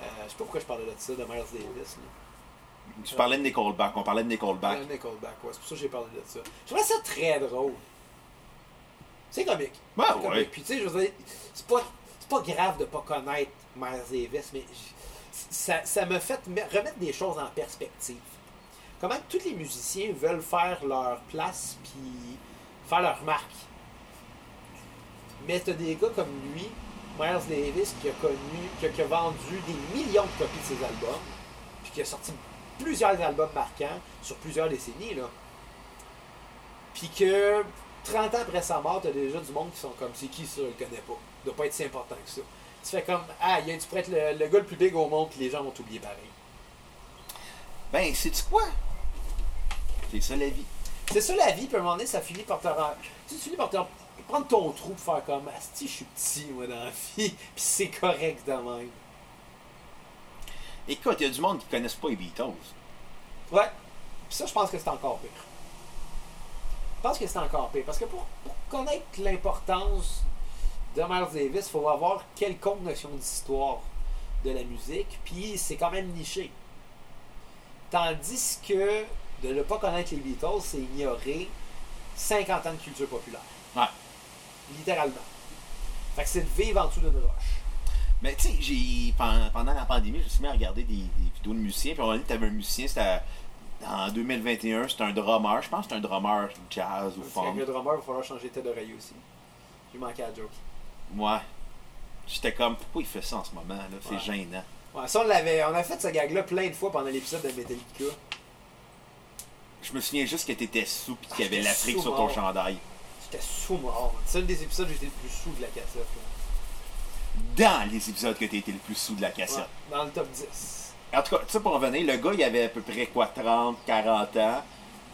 D: euh, je sais pas pourquoi je parlais de ça, de Miles Davis, là.
B: Tu parlais de Nickelback. On parlait de Nickelback.
D: Le Nickelback, ouais. C'est pour ça que j'ai parlé de ça. Je trouvais ça très drôle. C'est comique.
B: Ouais,
D: C'est comique.
B: ouais.
D: Puis tu sais, je veux dire, c'est pas, c'est pas grave de pas connaître Miles Davis, mais j- ça, ça me fait me- remettre des choses en perspective. Comment tous les musiciens veulent faire leur place puis faire leur marque. Mais t'as des gars comme lui, Miles Davis, qui a connu, qui a, qui a vendu des millions de copies de ses albums, puis qui a sorti plusieurs albums marquants sur plusieurs décennies, là. Puis que 30 ans après sa mort, t'as déjà du monde qui sont comme c'est qui ça, je le connais pas. Il doit pas être si important que ça. Tu fais comme Ah, il y a- tu pourrais être le, le gars le plus big au monde, puis les gens vont t'oublier pareil.
B: Ben, c'est-tu quoi? C'est ça la vie.
D: C'est ça la vie, puis à un moment donné, ça finit par te rend- Tu sais, tu finis par te prendre ton trou pour faire comme Asti, je suis petit, moi, dans la vie, puis c'est correct de même.
B: Écoute, il y a du monde qui ne connaissent pas les Beatles.
D: Ouais. Puis ça, je pense que c'est encore pire. Je pense que c'est encore pire. Parce que pour, pour connaître l'importance de Miles Davis, il faut avoir quelconque notion d'histoire de la musique. Puis c'est quand même niché. Tandis que de ne pas connaître les Beatles, c'est ignorer 50 ans de culture populaire.
B: Ouais.
D: Littéralement. Fait que c'est de vivre en dessous d'une roche.
B: Mais tu sais, j'ai pen- pendant la pandémie, je me suis mis à regarder des, des vidéos de musiciens. Puis on a dit que t'avais un musicien, c'était en 2021, c'était un drummer. Je pense que c'est un drummer jazz ou
D: Parce
B: funk.
D: que le drummer, il va falloir changer de tête d'oreiller aussi. J'ai manqué à la joke.
B: Ouais. J'étais comme, pourquoi il fait ça en ce moment? là C'est
D: Ouais.
B: gênant.
D: Ouais, ça, on l'avait. On a fait ce gag-là plein de fois pendant l'épisode de Metallica.
B: Je me souviens juste que t'étais sous puis qu'il y
D: Ah,
B: avait
D: j'étais
B: l'Afrique
D: sous,
B: sur ton
D: wow.
B: chandail.
D: J'étais sous mort. C'est l'un des épisodes où j'étais le plus sous de la cassette. là.
B: Dans les épisodes que t'as été le plus sous de la cassette.
D: Ouais, dans le top 10.
B: En tout cas, tu sais, pour revenir, le gars, il avait à peu près quoi, 30, 40 ans.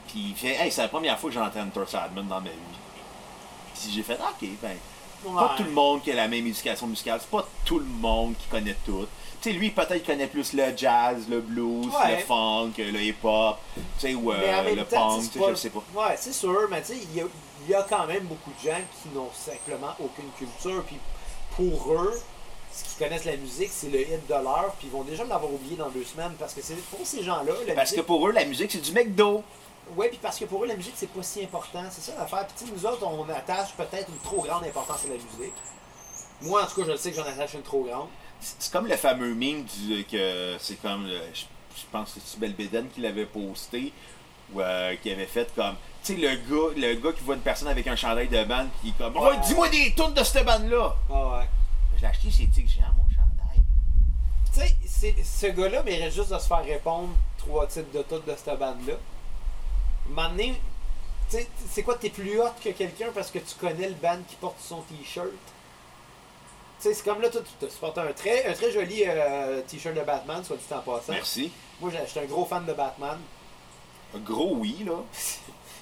B: Puis il fait, hey, c'est la première fois que j'entends Enter Sadman dans ma vie. Puis j'ai fait, ok, ben, pas
D: Ouais.
B: tout le monde qui a la même éducation musicale, c'est pas tout le monde qui connaît tout. Tu sais, lui, peut-être connaît plus le jazz, le blues,
D: Ouais.
B: le funk, le hip-hop, tu sais, ou
D: mais en
B: euh,
D: même
B: le
D: temps,
B: punk,
D: tu
B: tu
D: sais,
B: sais, je sais pas.
D: Ouais, c'est sûr, mais tu sais, il y, a- il y a quand même beaucoup de gens qui n'ont simplement aucune culture. Puis pour eux, ce qu'ils connaissent la musique, c'est le hit de l'heure. Puis ils vont déjà l'avoir oublié dans deux semaines. Parce que c'est pour ces gens-là, la
B: Parce que
D: musique.
B: pour eux, la musique, c'est du McDo.
D: Ouais, puis parce que pour eux, la musique, c'est pas si important. C'est ça l'affaire. Puis tu sais, nous autres, on attache peut-être une trop grande importance à la musique. Moi, en tout cas, je le sais que j'en attache une trop grande.
B: C'est c'est comme le fameux meme du que c'est comme le- je, je pense que c'est Belbédène qui l'avait posté ou euh, qui avait fait comme tu sais le gars le gars qui voit une personne avec un chandail de bande qui est comme oh, dis-moi des tunes de cette bande là.
D: Ah ouais.
B: Je l'ai acheté chez Tic Géant mon chandail.
D: Tu sais, c'est- ce gars-là mérite juste de se faire répondre trois titres de toutes de cette bande-là. M'amener. Tu sais, c'est quoi, t'es plus hot que quelqu'un parce que tu connais le band qui porte son t-shirt? Tu sais, c'est comme là, toi, tu tu portes un très, un très joli euh, t-shirt de Batman, soit dit en passant.
B: Merci.
D: Moi, j'ai- j'étais un gros fan de Batman.
B: Un Gros oui là.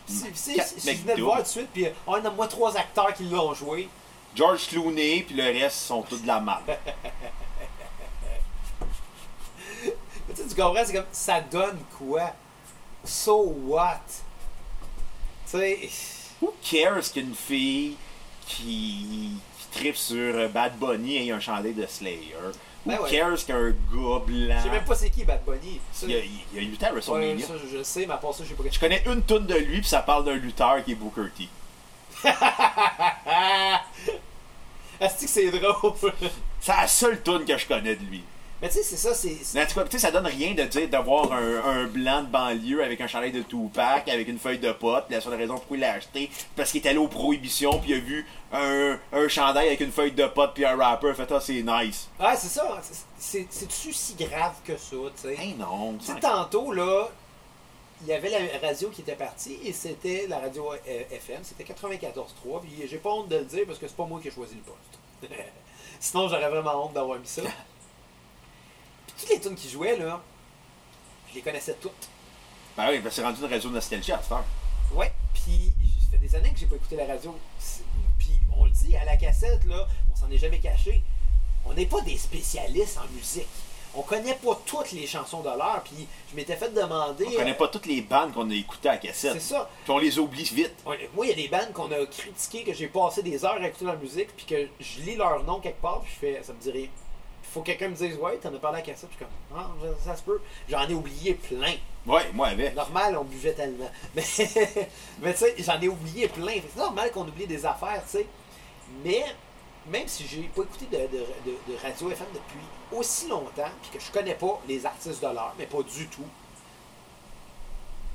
D: Puis Si, si,
B: Quatre
D: si- si je
B: McDo.
D: venais le voir tout de suite, puis euh, on a moi trois acteurs qui l'ont joué.
B: George Clooney puis le reste sont tous de la merde.
D: Mais Tu sais, tu comprends, c'est comme, ça donne quoi? So what? Tu sais.
B: Who cares qu'une fille qui, qui tripe sur Bad Bunny ait un chandail de Slayer? Who
D: Ben ouais.
B: cares qu'un gars
D: Je sais
B: blanc.
D: même pas c'est qui Bad Bunny. Ça,
B: Il y a, il y a 8 ans à
D: ouais,
B: WrestleMania.
D: ça, je je sais, mais à part ça, je sais pas.
B: Je connais une toune de lui, puis ça parle d'un lutteur qui est Booker T.
D: Ah! Asti que c'est drôle.
B: C'est la seule toune que je connais de lui.
D: mais tu sais, c'est ça, c'est. c'est-
B: Mais En tout cas, tu sais, ça donne rien de dire d'avoir un, un blanc de banlieue avec un chandail de Tupac, avec une feuille de pote. La seule raison pourquoi il l'a acheté, c'est parce qu'il est allé aux prohibitions, puis il a vu un, un chandail avec une feuille de pote, puis un rapper. Fait, ah, c'est nice.
D: Ouais, c'est ça. C'est- c'est- C'est-tu si grave que ça, tu sais?
B: Hey, Ben non.
D: Tu sais, tantôt, là, il y avait la radio qui était partie et c'était la radio euh, FM, c'était 94.3. Puis j'ai pas honte de le dire parce que c'est pas moi qui ai choisi le poste. Sinon, j'aurais vraiment honte d'avoir mis ça. puis toutes les tunes qui jouaient, là, je les connaissais toutes.
B: Ben oui, parce que c'est rendu une réseau nostalgie à cette heure.
D: Ouais, puis ça fait des années que j'ai pas écouté la radio. C'est- Puis on le dit à la cassette, là, on s'en est jamais caché. On n'est pas des spécialistes en musique. On connaît pas toutes les chansons de l'heure. Puis je m'étais fait demander.
B: On connaît pas toutes les bandes qu'on a écoutées à la cassette.
D: euh, C'est ça.
B: Puis on les oublie vite.
D: On- Moi, il y a des bandes qu'on a critiquées, que j'ai passé des heures à écouter la musique, puis que je lis leur nom quelque part, puis je fais, ça me dit rien. Puis faut que quelqu'un me dise, ouais, t'en as parlé à cassette, puis je suis comme, ah, ça, ça se peut. J'en ai oublié plein.
B: Ouais, moi avec.
D: Normal, on buvait tellement. Mais, mais tu sais, j'en ai oublié plein. Fait que C'est normal qu'on oublie des affaires, tu sais. Mais même si j'ai pas écouté de, de- de- de radio FM depuis aussi longtemps, puis que je connais pas les artistes de l'heure, mais pas du tout,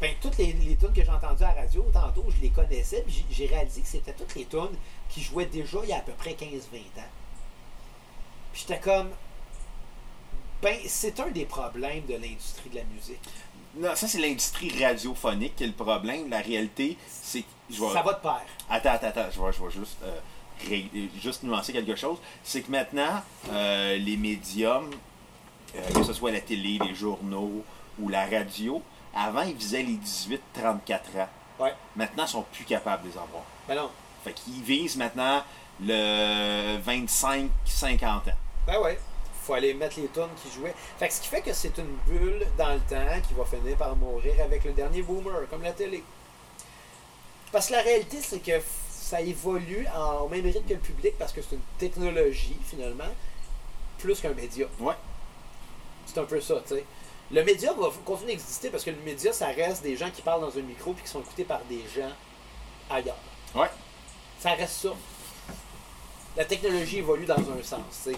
D: ben toutes les, les tunes que j'ai entendues à la radio tantôt, je les connaissais, puis j'ai- j'ai réalisé que c'était toutes les tunes qui jouaient déjà il y a à peu près 15-20 ans. Puis j'étais comme, ben c'est un des problèmes de l'industrie de la musique.
B: Non, ça, c'est l'industrie radiophonique qui est le problème. La réalité, c'est que. je vais-
D: Ça va de pair.
B: Attends, attends, attends, je vais, je vais juste, euh, ré- euh, juste nuancer quelque chose. C'est que maintenant, euh, les médiums, euh, que ce soit la télé, les journaux ou la radio, avant, ils visaient les 18-34 ans.
D: Ouais.
B: Maintenant, ils sont plus capables de les avoir.
D: Ben non.
B: Fait qu'ils visent maintenant le 25-50 ans.
D: Ben ouais. Faut aller mettre les tonnes qui jouaient. Fait que ce qui fait que c'est une bulle dans le temps qui va finir par mourir avec le dernier boomer, comme la télé. Parce que la réalité, c'est que f- ça évolue en au même rythme que le public parce que c'est une technologie, finalement, plus qu'un média.
B: Ouais.
D: C'est un peu ça, tu sais. Le média va continuer d'exister parce que le média, ça reste des gens qui parlent dans un micro puis qui sont écoutés par des gens ailleurs.
B: Ouais.
D: Ça reste ça. La technologie évolue dans un sens, tu sais.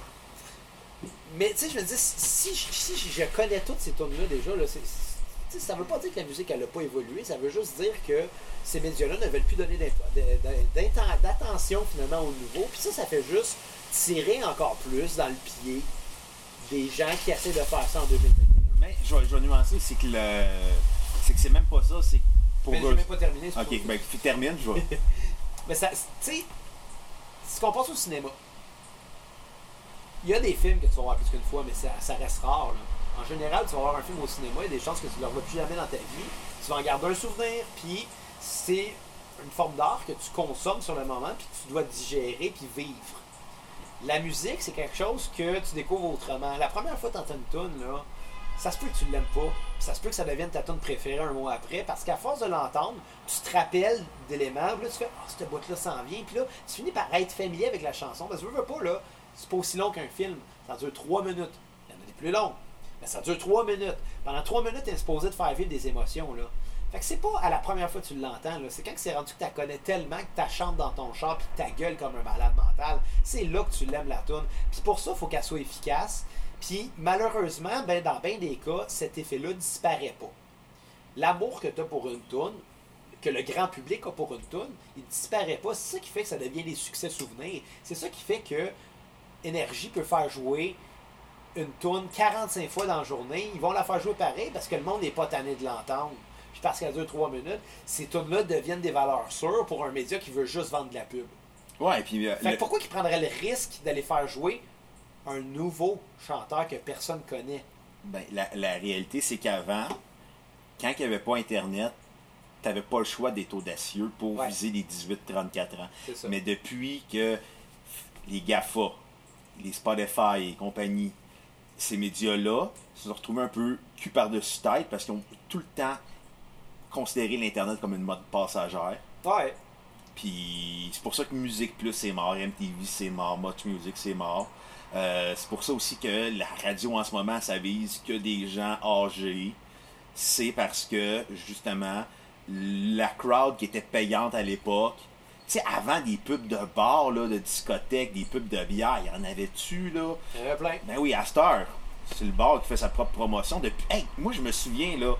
D: Mais tu sais, je me dis, si, si- si je connais toutes ces tunes-là déjà, là, c'est- c'est- tu sais, ça veut pas dire que la musique, elle n'a pas évolué. Ça veut juste dire que ces médias-là ne veulent plus donner d'info- de- de- d'inten- d'attention finalement au nouveau. Puis ça, ça fait juste tirer encore plus dans le pied des gens qui essaient de faire ça en 2021.
B: Mais je vais, je vais nuancer, c'est que le. C'est que c'est même pas ça, c'est que pour
D: Mais je
B: eux-
D: même pas terminé. c'est
B: Ok,
D: pour-
B: ben termine, je vais.
D: Mais ça, tu sais, ce qu'on pense au cinéma, il y a des films que tu vas voir plus qu'une fois, mais ça, ça reste rare. là. En général, tu vas voir un film au cinéma, il y a des chances que tu ne le revois plus jamais dans ta vie. Tu vas en garder un souvenir, puis c'est une forme d'art que tu consommes sur le moment, puis tu dois digérer, puis vivre. La musique, c'est quelque chose que tu découvres autrement. La première fois que tu entends une tune, là, ça se peut que tu l'aimes pas. puis Ça se peut que ça devienne ta tune préférée un mois après, parce qu'à force de l'entendre, tu te rappelles d'éléments. puis Là, tu fais Ah, cette boîte-là s'en vient. Puis là, tu finis par être familier avec la chanson. Parce que veux, veux pas, là, c'est pas aussi long qu'un film. Ça dure trois minutes. Il y en a des plus longs. Mais ça dure trois minutes. Pendant trois minutes, tu es supposé de faire vivre des émotions, là. Fait que c'est pas à la première fois que tu l'entends, là. C'est quand que c'est rendu que tu connais tellement que tu chantes dans ton char puis que tu gueule comme un malade mental. C'est là que tu l'aimes la tune. Puis pour ça, il faut qu'elle soit efficace. Puis malheureusement, ben, dans bien des cas, cet effet-là disparaît pas. L'amour que tu as pour une toune, que le grand public a pour une toune, il disparaît pas. C'est ça qui fait que ça devient des succès souvenirs. C'est ça qui fait que Énergie peut faire jouer une tourne 45 fois dans la journée, ils vont la faire jouer pareil parce que le monde n'est pas tanné de l'entendre. Puis parce qu'à 2-3 minutes, ces tunes-là deviennent des valeurs sûres pour un média qui veut juste vendre de la pub.
B: Ouais, puis. euh,
D: Fait que
B: le-
D: pourquoi ils prendraient le risque d'aller faire jouer un nouveau chanteur que personne connaît?
B: Ben, la, la réalité, c'est qu'avant, quand il n'y avait pas Internet, tu n'avais pas le choix d'être audacieux pour
D: Ouais.
B: viser les 18-34 ans.
D: C'est ça.
B: Mais depuis que les GAFA, les Spotify et compagnie, ces médias-là se sont retrouvés un peu cul par-dessus tête parce qu'ils ont tout le temps considéré l'Internet comme une mode passagère.
D: Ouais.
B: Puis c'est pour ça que Musique Plus c'est mort, MTV c'est mort, Much Music c'est mort. Euh, c'est pour ça aussi que la radio en ce moment, ça vise que des gens âgés. C'est parce que, justement, la crowd qui était payante à l'époque, tu sais, avant des pubs de bar, là, de discothèques, des pubs de bière, il y en avait-tu, là?
D: Il y en a plein.
B: Ben oui, à cette heure, c'est le bar qui fait sa propre promotion. Depuis... Hey, moi, je me souviens, là,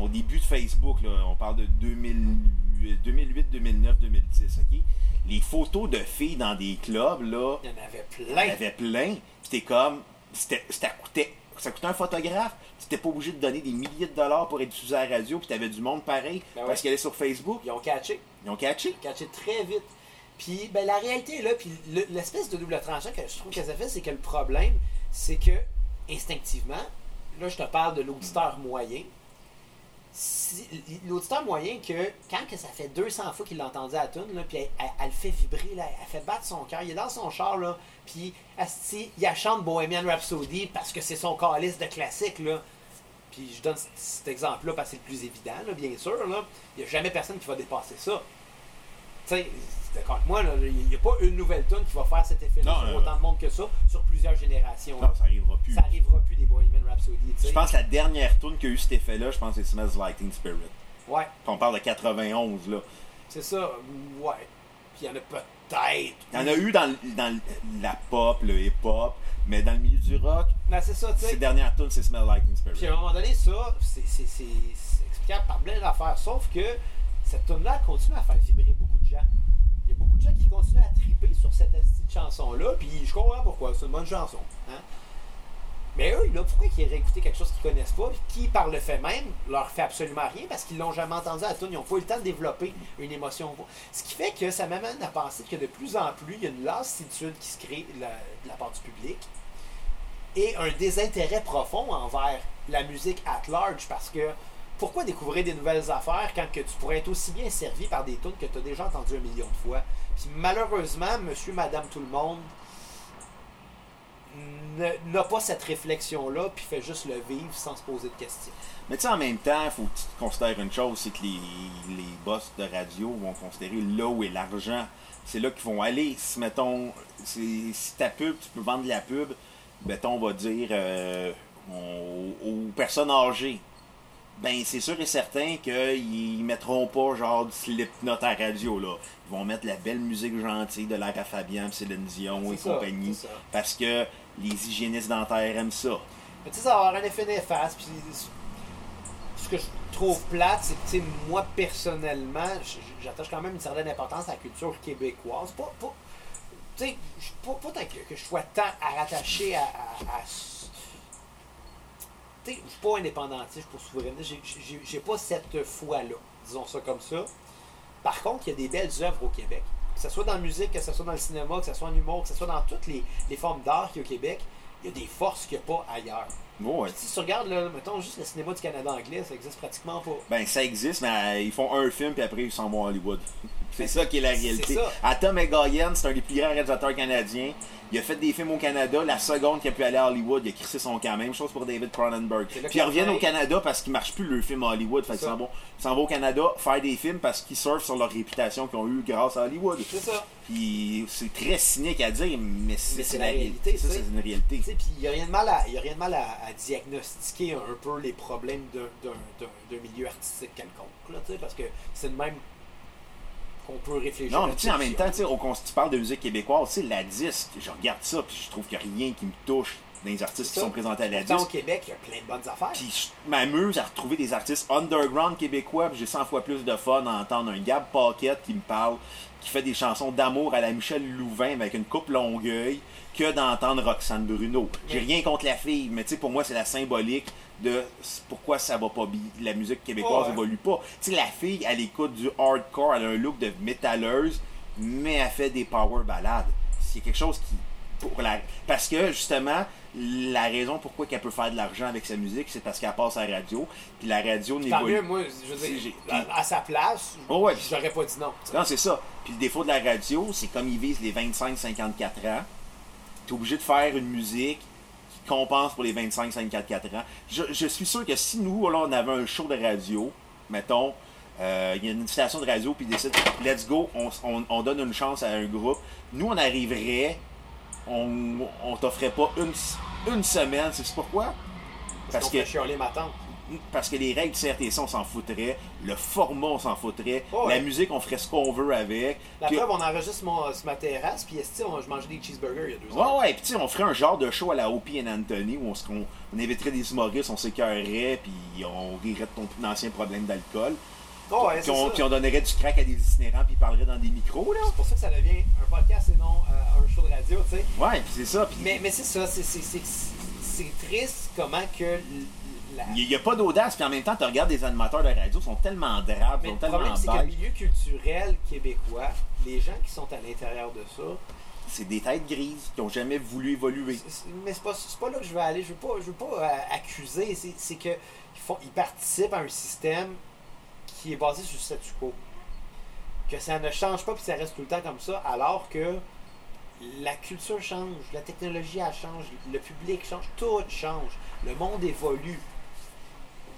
B: au début de Facebook, là, on parle de 2008, 2008, 2009, 2010, OK? Les photos de filles dans des clubs, là,
D: Il y en avait
B: il y en
D: plein.
B: avait plein. Puis t'es comme, c'était, ça coûtait, ça coûtait un photographe. Tu t'es pas obligé de donner des milliers de dollars pour être diffusé à la radio, puis t'avais du monde pareil,
D: Ben
B: parce
D: ouais.
B: qu'il allait sur Facebook.
D: Ils ont catché.
B: Ils ont catché.
D: catché très vite. Puis ben, la réalité est là, puis le- l'espèce de double tranchant que je trouve que ça fait, c'est que le problème, c'est que instinctivement, là je te parle de l'auditeur moyen, si- l'auditeur moyen que quand que ça fait 200 fois qu'il l'entendait à la tune, là, puis elle, elle- elle le fait vibrer, là, elle fait battre son cœur, il est dans son char, là, puis asti, il la chante Bohemian Rhapsody parce que c'est son calice de classique, là. Puis je donne c- cet exemple-là parce que c'est le plus évident, là, bien sûr. Là. Il n'y a jamais personne qui va dépasser ça. Tu sais, c'est d'accord avec moi, là, il n'y a pas une nouvelle tonne qui va faire cet effet-là
B: Non,
H: sur
B: non,
H: autant
B: non.
H: de monde que ça, sur plusieurs générations.
B: Non,
H: là.
B: ça arrivera plus.
D: Ça arrivera plus des Bohemian Rhapsody. tu sais.
B: Je pense que la dernière tune qui a eu cet effet-là, je pense que c'est Smells Lighting Spirit.
D: Ouais,
B: Puis on parle de 91, là.
D: c'est ça. Ouais. Puis il y en a peut-être.
B: Il y en a eu dans, le- dans le- la pop, le hip-hop, mais dans le milieu du rock,
D: Mais c'est ça, tu sais.
B: ces dernières tunes, c'est Smells Lighting
D: Puis
B: Spirit.
D: à un moment donné, ça, c'est c'est- c'est- c'est explicable par plein d'affaires. Sauf que cette tune-là continue à faire vibrer beaucoup de gens. Il y a beaucoup de gens qui continuent à triper sur cette esti de chanson-là. Puis je comprends pourquoi. C'est une bonne chanson. hein. Mais eux, là, pourquoi qu'ils iraient écouter quelque chose qu'ils connaissent pas, puis qui, par le fait même, leur fait absolument rien parce qu'ils l'ont jamais entendu à la tune. Ils ont pas eu le temps de développer une émotion. Ce qui fait que ça m'amène à penser que de plus en plus, il y a une lassitude qui se crée de la- de la part du public et un désintérêt profond envers la musique at large parce que pourquoi découvrir des nouvelles affaires quand que tu pourrais être aussi bien servi par des tunes que tu as déjà entendues un million de fois? Puis malheureusement, monsieur, madame, tout le monde ne- n'a pas cette réflexion-là puis fait juste le vivre sans se poser de questions.
B: Mais tu sais, en même temps, il faut que tu te considères une chose, c'est que les, les boss de radio vont considérer là où est l'argent. C'est là qu'ils vont aller. Si, mettons, si, si ta pub, tu peux vendre de la pub, mettons, on va dire euh, on- aux personnes âgées. Ben, c'est sûr et certain qu'ils mettront pas genre du Slipknot à radio, là. Ils vont mettre la belle musique gentille de Lara Fabian, pis Céline Dion et
D: C'est ça,
B: compagnie.
D: c'est ça.
B: Parce que les hygiénistes dentaires aiment ça.
D: Mais tu sais, ça va avoir un effet néfaste. Puis ce que je trouve plate, c'est que tu sais, moi, personnellement, j- j'attache quand même une certaine importance à la culture québécoise. Pas, pas, tu sais, je suis pas, pas tant que, que je sois tant à rattacher à. à- à ce- tu sais, je suis pas indépendantiste, je suis pas souverainiste. j'ai- j'ai- J'ai pas cette foi-là, disons ça comme ça. Par contre, il y a des belles œuvres au Québec. Que ce soit dans la musique, que ce soit dans le cinéma, que ce soit en humour, que ce soit dans toutes les, les formes d'art qu'il y a au Québec, il y a des forces qu'il n'y a pas ailleurs.
B: Ouais.
D: Puis si tu regardes, là, mettons, juste le cinéma du Canada anglais, ça existe pratiquement pas.
B: Ben, ça existe, mais euh, ils font un film, puis après, ils s'en vont à Hollywood. c'est
D: Mais
B: ça qui est la
D: Ben, c'est
B: réalité.
D: ça.
B: Atom Egoyen, c'est un des plus grands réalisateurs canadiens. Il a fait des films au Canada. La seconde qu'il a pu aller à Hollywood, il a crissé son camp. Même chose pour David Cronenberg.
D: C'est le
B: Puis ils reviennent au
D: Canada.
B: Canada parce qu'ils marchent plus le film à Hollywood. Fait qu'ils
D: C'est ça.
B: s'en vont, ils s'en vont au Canada faire des films parce qu'ils surfent sur leur réputation qu'ils ont eue grâce à Hollywood.
D: C'est ça.
B: Puis c'est très cynique à dire, mais c'est,
D: Mais c'est
B: la
D: la
B: réalité. Ça,
D: réalité, tu
B: c'est
D: sais.
B: une réalité.
D: Tu sais, Puis il n'y a rien de mal, à, il y a rien de mal à, à diagnostiquer un peu les problèmes d'un- d'un d'un- d'un milieu artistique quelconque, là, tu sais, parce que c'est de même qu'on peut réfléchir.
B: Non,
D: à
B: mais tu sais, en
D: cette
B: même temps, tu sais, on, on- tu parles de musique québécoise, tu sais, la disque, je regarde ça, puis je trouve qu'il n'y a rien qui me touche dans les artistes qui
D: ça.
B: sont présentés à la
D: Pourtant, au
B: disque.
D: Québec, il y a plein de bonnes affaires.
B: Puis je m'amuse à retrouver des artistes underground québécois, puis j'ai 100 fois plus de fun à entendre un Gab Paquette qui me parle, qui fait des chansons d'amour à la Michel Louvain mais avec une coupe longueuil, que d'entendre Roxane Bruno. J'ai rien contre la fille, mais tu sais, pour moi, c'est la symbolique de s- pourquoi ça va pas bien, la musique québécoise
D: Ouais.
B: évolue pas. Tu sais, la fille, elle écoute du hardcore, elle a un look de métalleuse, mais elle fait des power ballades. C'est quelque chose qui. Pour la... Parce que justement, la raison pourquoi qu'elle peut faire de l'argent avec sa musique, c'est parce qu'elle passe à la radio, puis la radio
D: Tant
B: n'évolue
D: mieux, moi, je veux
B: Si
D: dire,
B: j'ai-
D: à, à sa place,
B: Oh ouais, puis-
D: j'aurais pas dit non. tu sais.
B: Non, c'est ça. Puis le défaut de la radio, c'est comme ils visent les 25-54 ans, t'es obligé de faire une musique qui compense pour les 25-54 ans. Je, je suis sûr que si nous, là, on avait un show de radio, mettons, euh, il y a une station de radio, puis ils décident, let's go, on, s- on- on donne une chance à un groupe, nous, on arriverait on, on t'offrait pas une, s- une semaine. C'est pourquoi? Parce que,
D: je suis allé m'attendre.
B: parce que les règles du CRTC, on s'en foutrait. Le format, on s'en foutrait.
D: Oh, ouais.
B: La musique, on ferait ce qu'on veut avec.
D: La
B: Puis-
D: preuve, on enregistre mon, sur ma terrasse, puis esti, on- je mangeais des cheeseburgers il y a deux ans.
B: Ouais, ouais, pis tu sais, on ferait un genre de show à la OP and Anthony où on, se- on, on inviterait des humoristes, on s'écœurerait, puis on rirait de ton ancien problème d'alcool.
D: Oh, ouais,
B: Puis
D: c'est
B: on,
D: ça.
B: puis on donnerait du crack à des itinérants, puis ils parleraient dans des micros, là.
D: C'est pour ça que ça devient un podcast et non euh, un show de radio, tu sais.
B: Ouais, puis c'est ça. Puis
D: Mais, mais c'est ça, c'est- c'est- c'est c'est triste comment que l- la...
B: il n'y a pas d'audace, puis en même temps, tu regardes des animateurs de radio, ils sont tellement drabes, ils
D: Mais
B: sont
D: le
B: tellement
D: problème, c'est que le
B: bêtes.
D: milieu culturel québécois, les gens qui sont à l'intérieur de ça,
B: C'est des têtes grises qui n'ont jamais voulu évoluer.
D: c'est- c'est- mais c'est pas, c'est pas là que je veux aller, je veux pas, je veux pas euh, accuser, c'est c'est que ils, font, ils participent à un système qui est basé sur le statu quo. Que ça ne change pas puis ça reste tout le temps comme ça, alors que la culture change, la technologie elle change, le public change, tout change, le monde évolue,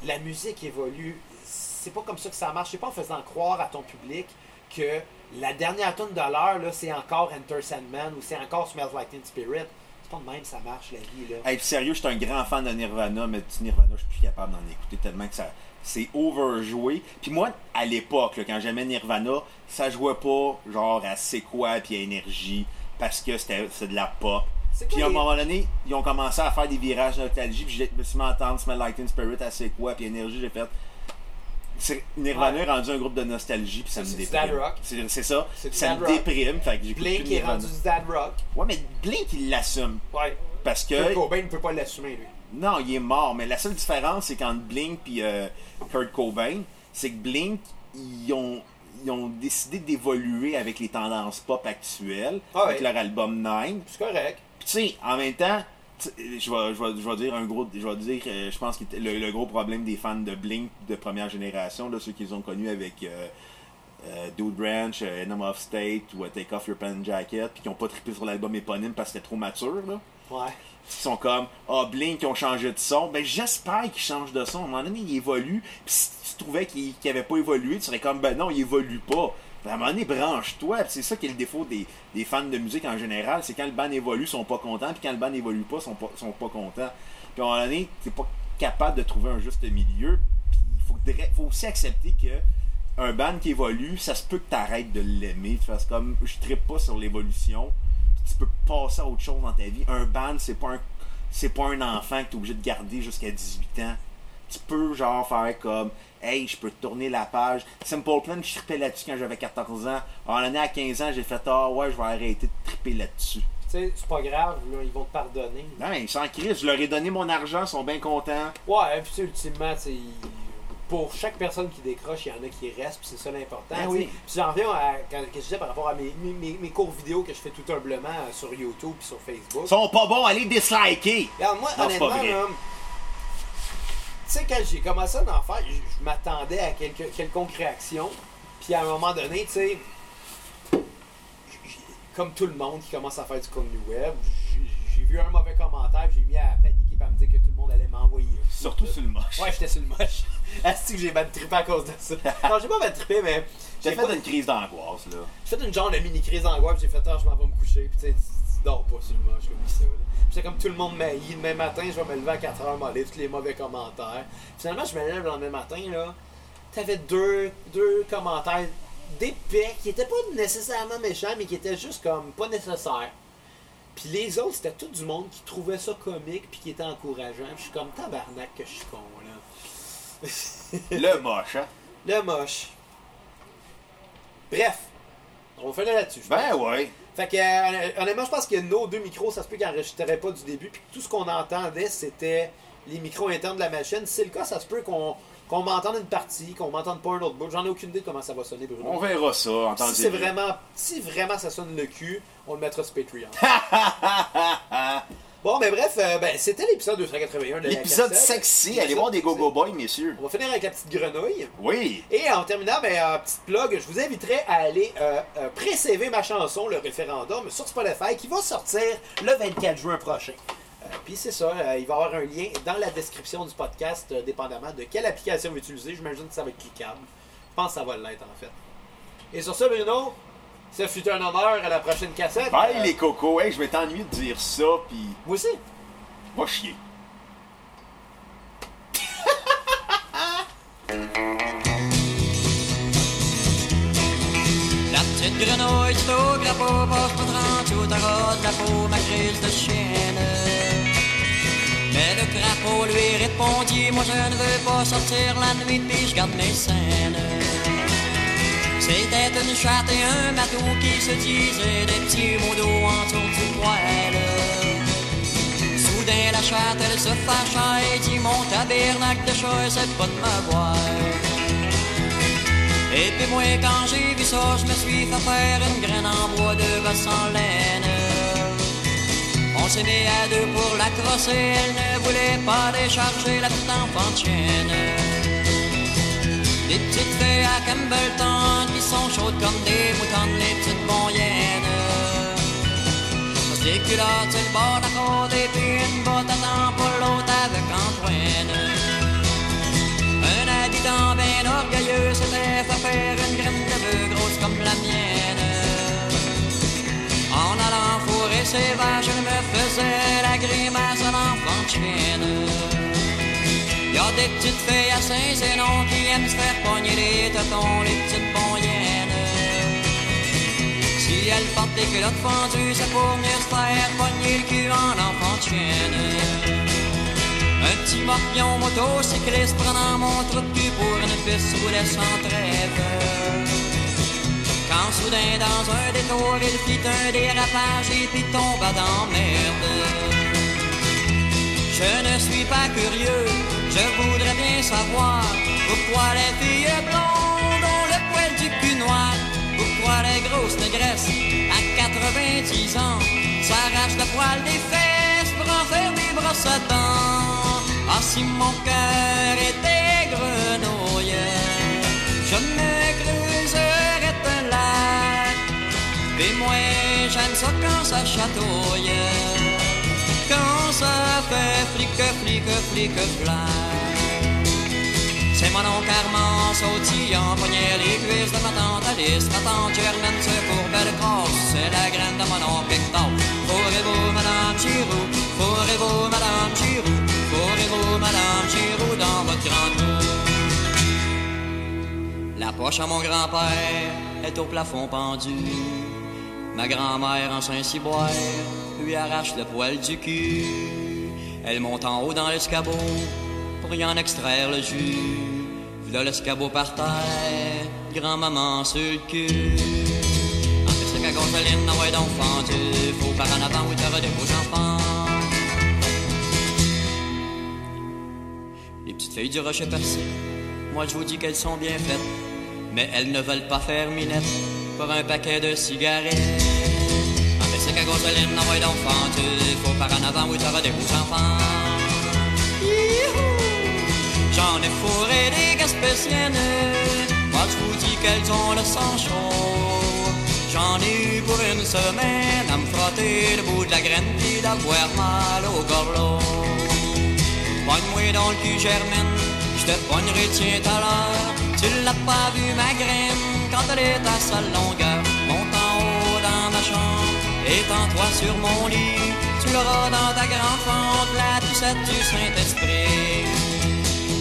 D: la musique évolue. C'est pas comme ça que ça marche. C'est pas en faisant croire à ton public que la dernière tonne de l'heure, là, c'est encore Enter Sandman ou c'est encore Smells Like Teen Spirit. C'est pas de même que ça marche la vie, là.
B: Hey, puis sérieux, je suis un grand fan de Nirvana, mais du Nirvana, je suis plus capable d'en écouter tellement que ça c'est overjoué. Puis moi, à l'époque, là, quand j'aimais Nirvana, ça jouait pas genre à c'est quoi puis à énergie parce que c'était c'est de la pop.
D: C'est quoi
B: Puis à un
D: les-
B: moment donné, ils ont commencé à faire des virages nostalgie, puis j'ai- je me suis mis à entendre Smell Like Teen Spirit à c'est quoi puis énergie, j'ai fait C'est- Nirvana
D: Ouais.
B: est rendu un groupe de nostalgie, puis ça me
D: c'est du
B: déprime.
D: dad rock.
B: C'est c'est ça.
D: C'est du
B: Ça
D: dad
B: me
D: rock.
B: déprime, fait que j'écoute plus
D: Blink est
B: Nirvana.
D: rendu du dad rock.
B: Ouais, mais Blink, il l'assume.
D: Ouais.
B: Parce que.
D: Kurt Cobain ne peut pas l'assumer, lui.
B: Non, il est mort, mais la seule différence, c'est qu'entre Blink puis euh, Kurt Cobain, c'est que Blink, ils ont, ils ont décidé d'évoluer avec les tendances pop actuelles,
D: Ah ouais.
B: avec leur album Nine.
D: C'est correct.
B: Puis tu sais, en même temps, tu sais, je vais, je, vais, je vais dire un gros, je vais dire, euh, je pense que le, le gros problème des fans de Blink de première génération, là, ceux qu'ils ont connus avec euh, euh, Dude Branch, euh, Enema of State ou euh, Take Off Your Pen Jacket, puis qui n'ont pas trippé sur l'album éponyme parce que c'était trop mature, là
D: Ouais.
B: qui sont comme Ah, Blink, ils ont changé de son. Ben, j'espère qu'ils changent de son. À un moment donné, il évolue. Puis si tu trouvais qu'il n'avait pas évolué, tu serais comme Ben non, il évolue pas. Ben, à un moment donné, branche-toi. Puis c'est ça qui est le défaut des, des fans de musique en général. C'est quand le band évolue, ils sont pas contents. Puis quand le band n'évolue pas, ils sont pas, sont pas contents. Puis à un moment donné, tu pas capable de trouver un juste milieu. Puis il faut, faut aussi accepter que un band qui évolue, ça se peut que tu arrêtes de l'aimer. Tu fasses comme Je trippe pas sur l'évolution tu peux passer à autre chose dans ta vie. Un band, c'est pas un c'est pas un enfant que tu es obligé de garder jusqu'à 18 ans. Tu peux genre faire comme Hey, je peux tourner la page. Simple Plan, je trippais là-dessus quand j'avais 14 ans. En l'année à 15 ans, j'ai fait Ah ouais, je vais arrêter de tripper là-dessus.
D: Tu sais, c'est pas grave, là, ils vont te pardonner.
B: Non, mais sans crise, je leur ai donné mon argent, ils sont bien contents.
D: Ouais, puis tu sais, ultimement, tu sais, il- pour chaque personne qui décroche, il y en a qui restent, puis c'est ça l'important.
B: Ben
D: tu sais.
B: oui.
D: Puis j'en reviens à quand- qu'est-ce que je disais par rapport à mes, mes- mes- mes cours vidéo que je fais tout humblement euh, sur YouTube puis sur Facebook.
B: Ils sont pas bons, allez disliker!
D: Regarde,
B: Non,
D: moi,
B: c'est pas
D: honnêtement,
B: vrai.
D: là, tu sais, quand j'ai commencé à en faire, je, je m'attendais à quelque, quelconque réaction. Puis à un moment donné, tu sais, j- j- comme tout le monde qui commence à faire du contenu web, j- j'ai vu un mauvais commentaire, puis j'ai mis à paniquer et à me dire que tout le monde allait m'envoyer. un fou,
B: Surtout
D: là.
B: sur le moche.
D: Ouais, j'étais sur le moche. Asti que j'ai mal trippé à cause de ça. Non, j'ai pas mal trippé, mais
B: J'ai
D: j'ai
B: fait
D: pas-
B: une crise d'angoisse là.
D: j'ai fait une genre de mini crise d'angoisse, puis j'ai fait, ah, je m'en vais me coucher, puis tu sais, tu tu dors pas sur le moche comme ça. là. Puis C'est comme tout le monde maillit, demain matin, je vais me lever à 4 h, m'enlever tous les mauvais commentaires. Finalement, je me lève le lendemain matin, là, t'avais deux, deux commentaires d'épais qui étaient pas nécessairement méchants, mais qui étaient juste comme pas nécessaires. Puis les autres, c'était tout du monde qui trouvait ça comique, puis qui était encourageant. Puis je suis comme tabarnak que je suis con, là.
B: Le moche, hein?
D: Le moche. Bref, on va finir là-dessus. je pense.
B: Ben ouais.
D: Fait que, euh, honnêtement, je pense que nos deux micros, ça se peut qu'ils n'enregistraient pas du début. Puis que tout ce qu'on entendait, c'était les micros internes de la machine. Si c'est le cas, ça se peut qu'on qu'on m'entende une partie, qu'on m'entende pas un autre bout. J'en ai aucune idée de comment ça va sonner, Bruno.
B: On verra ça, entendez
D: si c'est vraiment, si vraiment ça sonne le cul, on le mettra sur Patreon. bon, mais bref, euh, ben, c'était l'épisode 281 de la
B: L'épisode
D: cassette.
B: sexy, allez
D: L'épisode
B: voir des
D: sexy.
B: Go-Go Boys, messieurs.
D: On va finir avec la petite grenouille.
B: Oui.
D: Et en terminant, ben, euh, petite plug, je vous inviterai à aller euh, euh, pré-saver ma chanson, le référendum, sur Spotify, qui va sortir le 24 juin prochain. Euh, Puis c'est ça, euh, il va y avoir un lien dans la description du podcast, euh, dépendamment de quelle application vous utilisez. J'imagine que ça va être cliquable. Je pense que ça va l'être, en fait. Et sur ce, Bruno, Ce fut un honneur à la prochaine cassette.
B: Bye
D: Euh,
B: les cocos, hey, je m'étais ennuyé de dire ça, puis
D: Moi aussi.
B: va chier.
G: La petite grenouille qui t'ouvre la peau, passe pas trente, tout arrode la peau, ma crise de chienne. Mais le crapaud lui répondit, moi je ne veux pas sortir la nuit, puis je garde mes scènes. C'était une chatte et un matou qui se disaient des petits mots d'eau en dessous du poêle. Soudain la chatte elle se fâcha et dit mon tabernacle de chat c'est pas de me voir et puis moi quand j'ai vu ça je me suis fait faire une graine en bois de basse en laine On s'est mis à deux pour la crosser Elle ne voulait pas décharger la petite enfantienne Des petites fées à Campbellton Qui sont chaudes comme des moutons Les petites bonyennes Passe des culottes sur le bord de la côte Et puis une botte à temps pour l'autre avec Antoine un habitant bien orgueilleux s'était fait faire une graine de bœuf grosse comme la mienne. En allant fourrer ses vaches, elle me faisait la grimace à l'enfant de chienne. Y a des petites filles à Saint-Zénon qui aiment se faire pogner les tatons, les petites bonyennes. Si elles portent des culottes fendues, c'est pour mieux se faire pogner le cul en enfant de chienne. Un petit morpion motocycliste prenant mon trou de cul pour une piste roulait sans trêve. Quand soudain dans un détour il fit un dérapage et puis tomba dans merde. Je ne suis pas curieux, je voudrais bien savoir pourquoi les filles blondes ont le poil du cul noir, pourquoi les grosses négresses à 90 ans s'arrachent le poil des fesses pour en faire des brosses à dents. Ah, si mon cœur était grenouille, je me creuserais un lac. Et moi, j'aime ça quand ça chatouille, quand ça fait flic, flic, flic, flac. C'est mon oncle Armand sautillant, poignait les cuisses de ma tante Alice. Ma tante Germaine se courbait le corps, c'est la graine de mon oncle Hector. Fourrez-vous, madame Giroux, fourrez-vous, madame Giroux, fourrez-vous, madame Giroux, dans votre grande roue. La poche à mon grand-père est au plafond pendue. Ma grand-mère en Saint-Cyboire lui arrache le poil du cul. Elle monte en haut dans l'escabeau pour y en extraire le jus. V'là l'escabeau par terre, grand-maman sur le cul. En plus, c'est qu'à Gonzoline, ah ouais, donc fendu. Faut par en avant, oui, t'auras des beaux enfants. Les petites filles du rocher percé, moi je vous dis qu'elles sont bien faites, mais elles ne veulent pas faire minette pour un paquet de cigarettes. Ah, mais c'est qu'à Gonzoline, envoie donc fendu, faut par en avant, oui, t'auras des beaux enfants. Youhou! J'en ai fourré des gaspésiennes, moi je vous dis qu'elles ont le sang chaud. J'en ai eu pour une semaine à me frotter le bout de la graine puis d'avoir mal au gorlot. Pogne-moi dans le cul, Germaine, je te pognerai, tiens, tout à l'heure. Tu l'as pas vu, ma graine, quand elle est à sa longueur. Monte en haut dans ma chambre, étends-toi sur mon lit. Tu l'auras dans ta grande fente, la touchette du Saint-Esprit.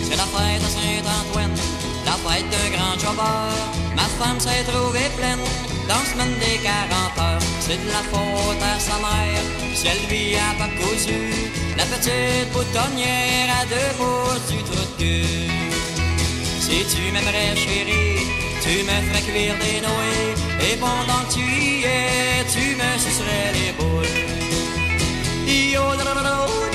G: C'est la fête à Saint-Antoine, la fête d'un grand jobber. Ma femme s'est trouvée pleine dans semaine des 40 heures. C'est de la faute à sa mère, si elle lui a pas cousu. La petite boutonnière à deux pouces du trou de cul. Si tu m'aimerais, chérie, tu me ferais cuire des noix. Et pendant que tu y es, tu me sucerais les boules. Yo, la, la, la, la,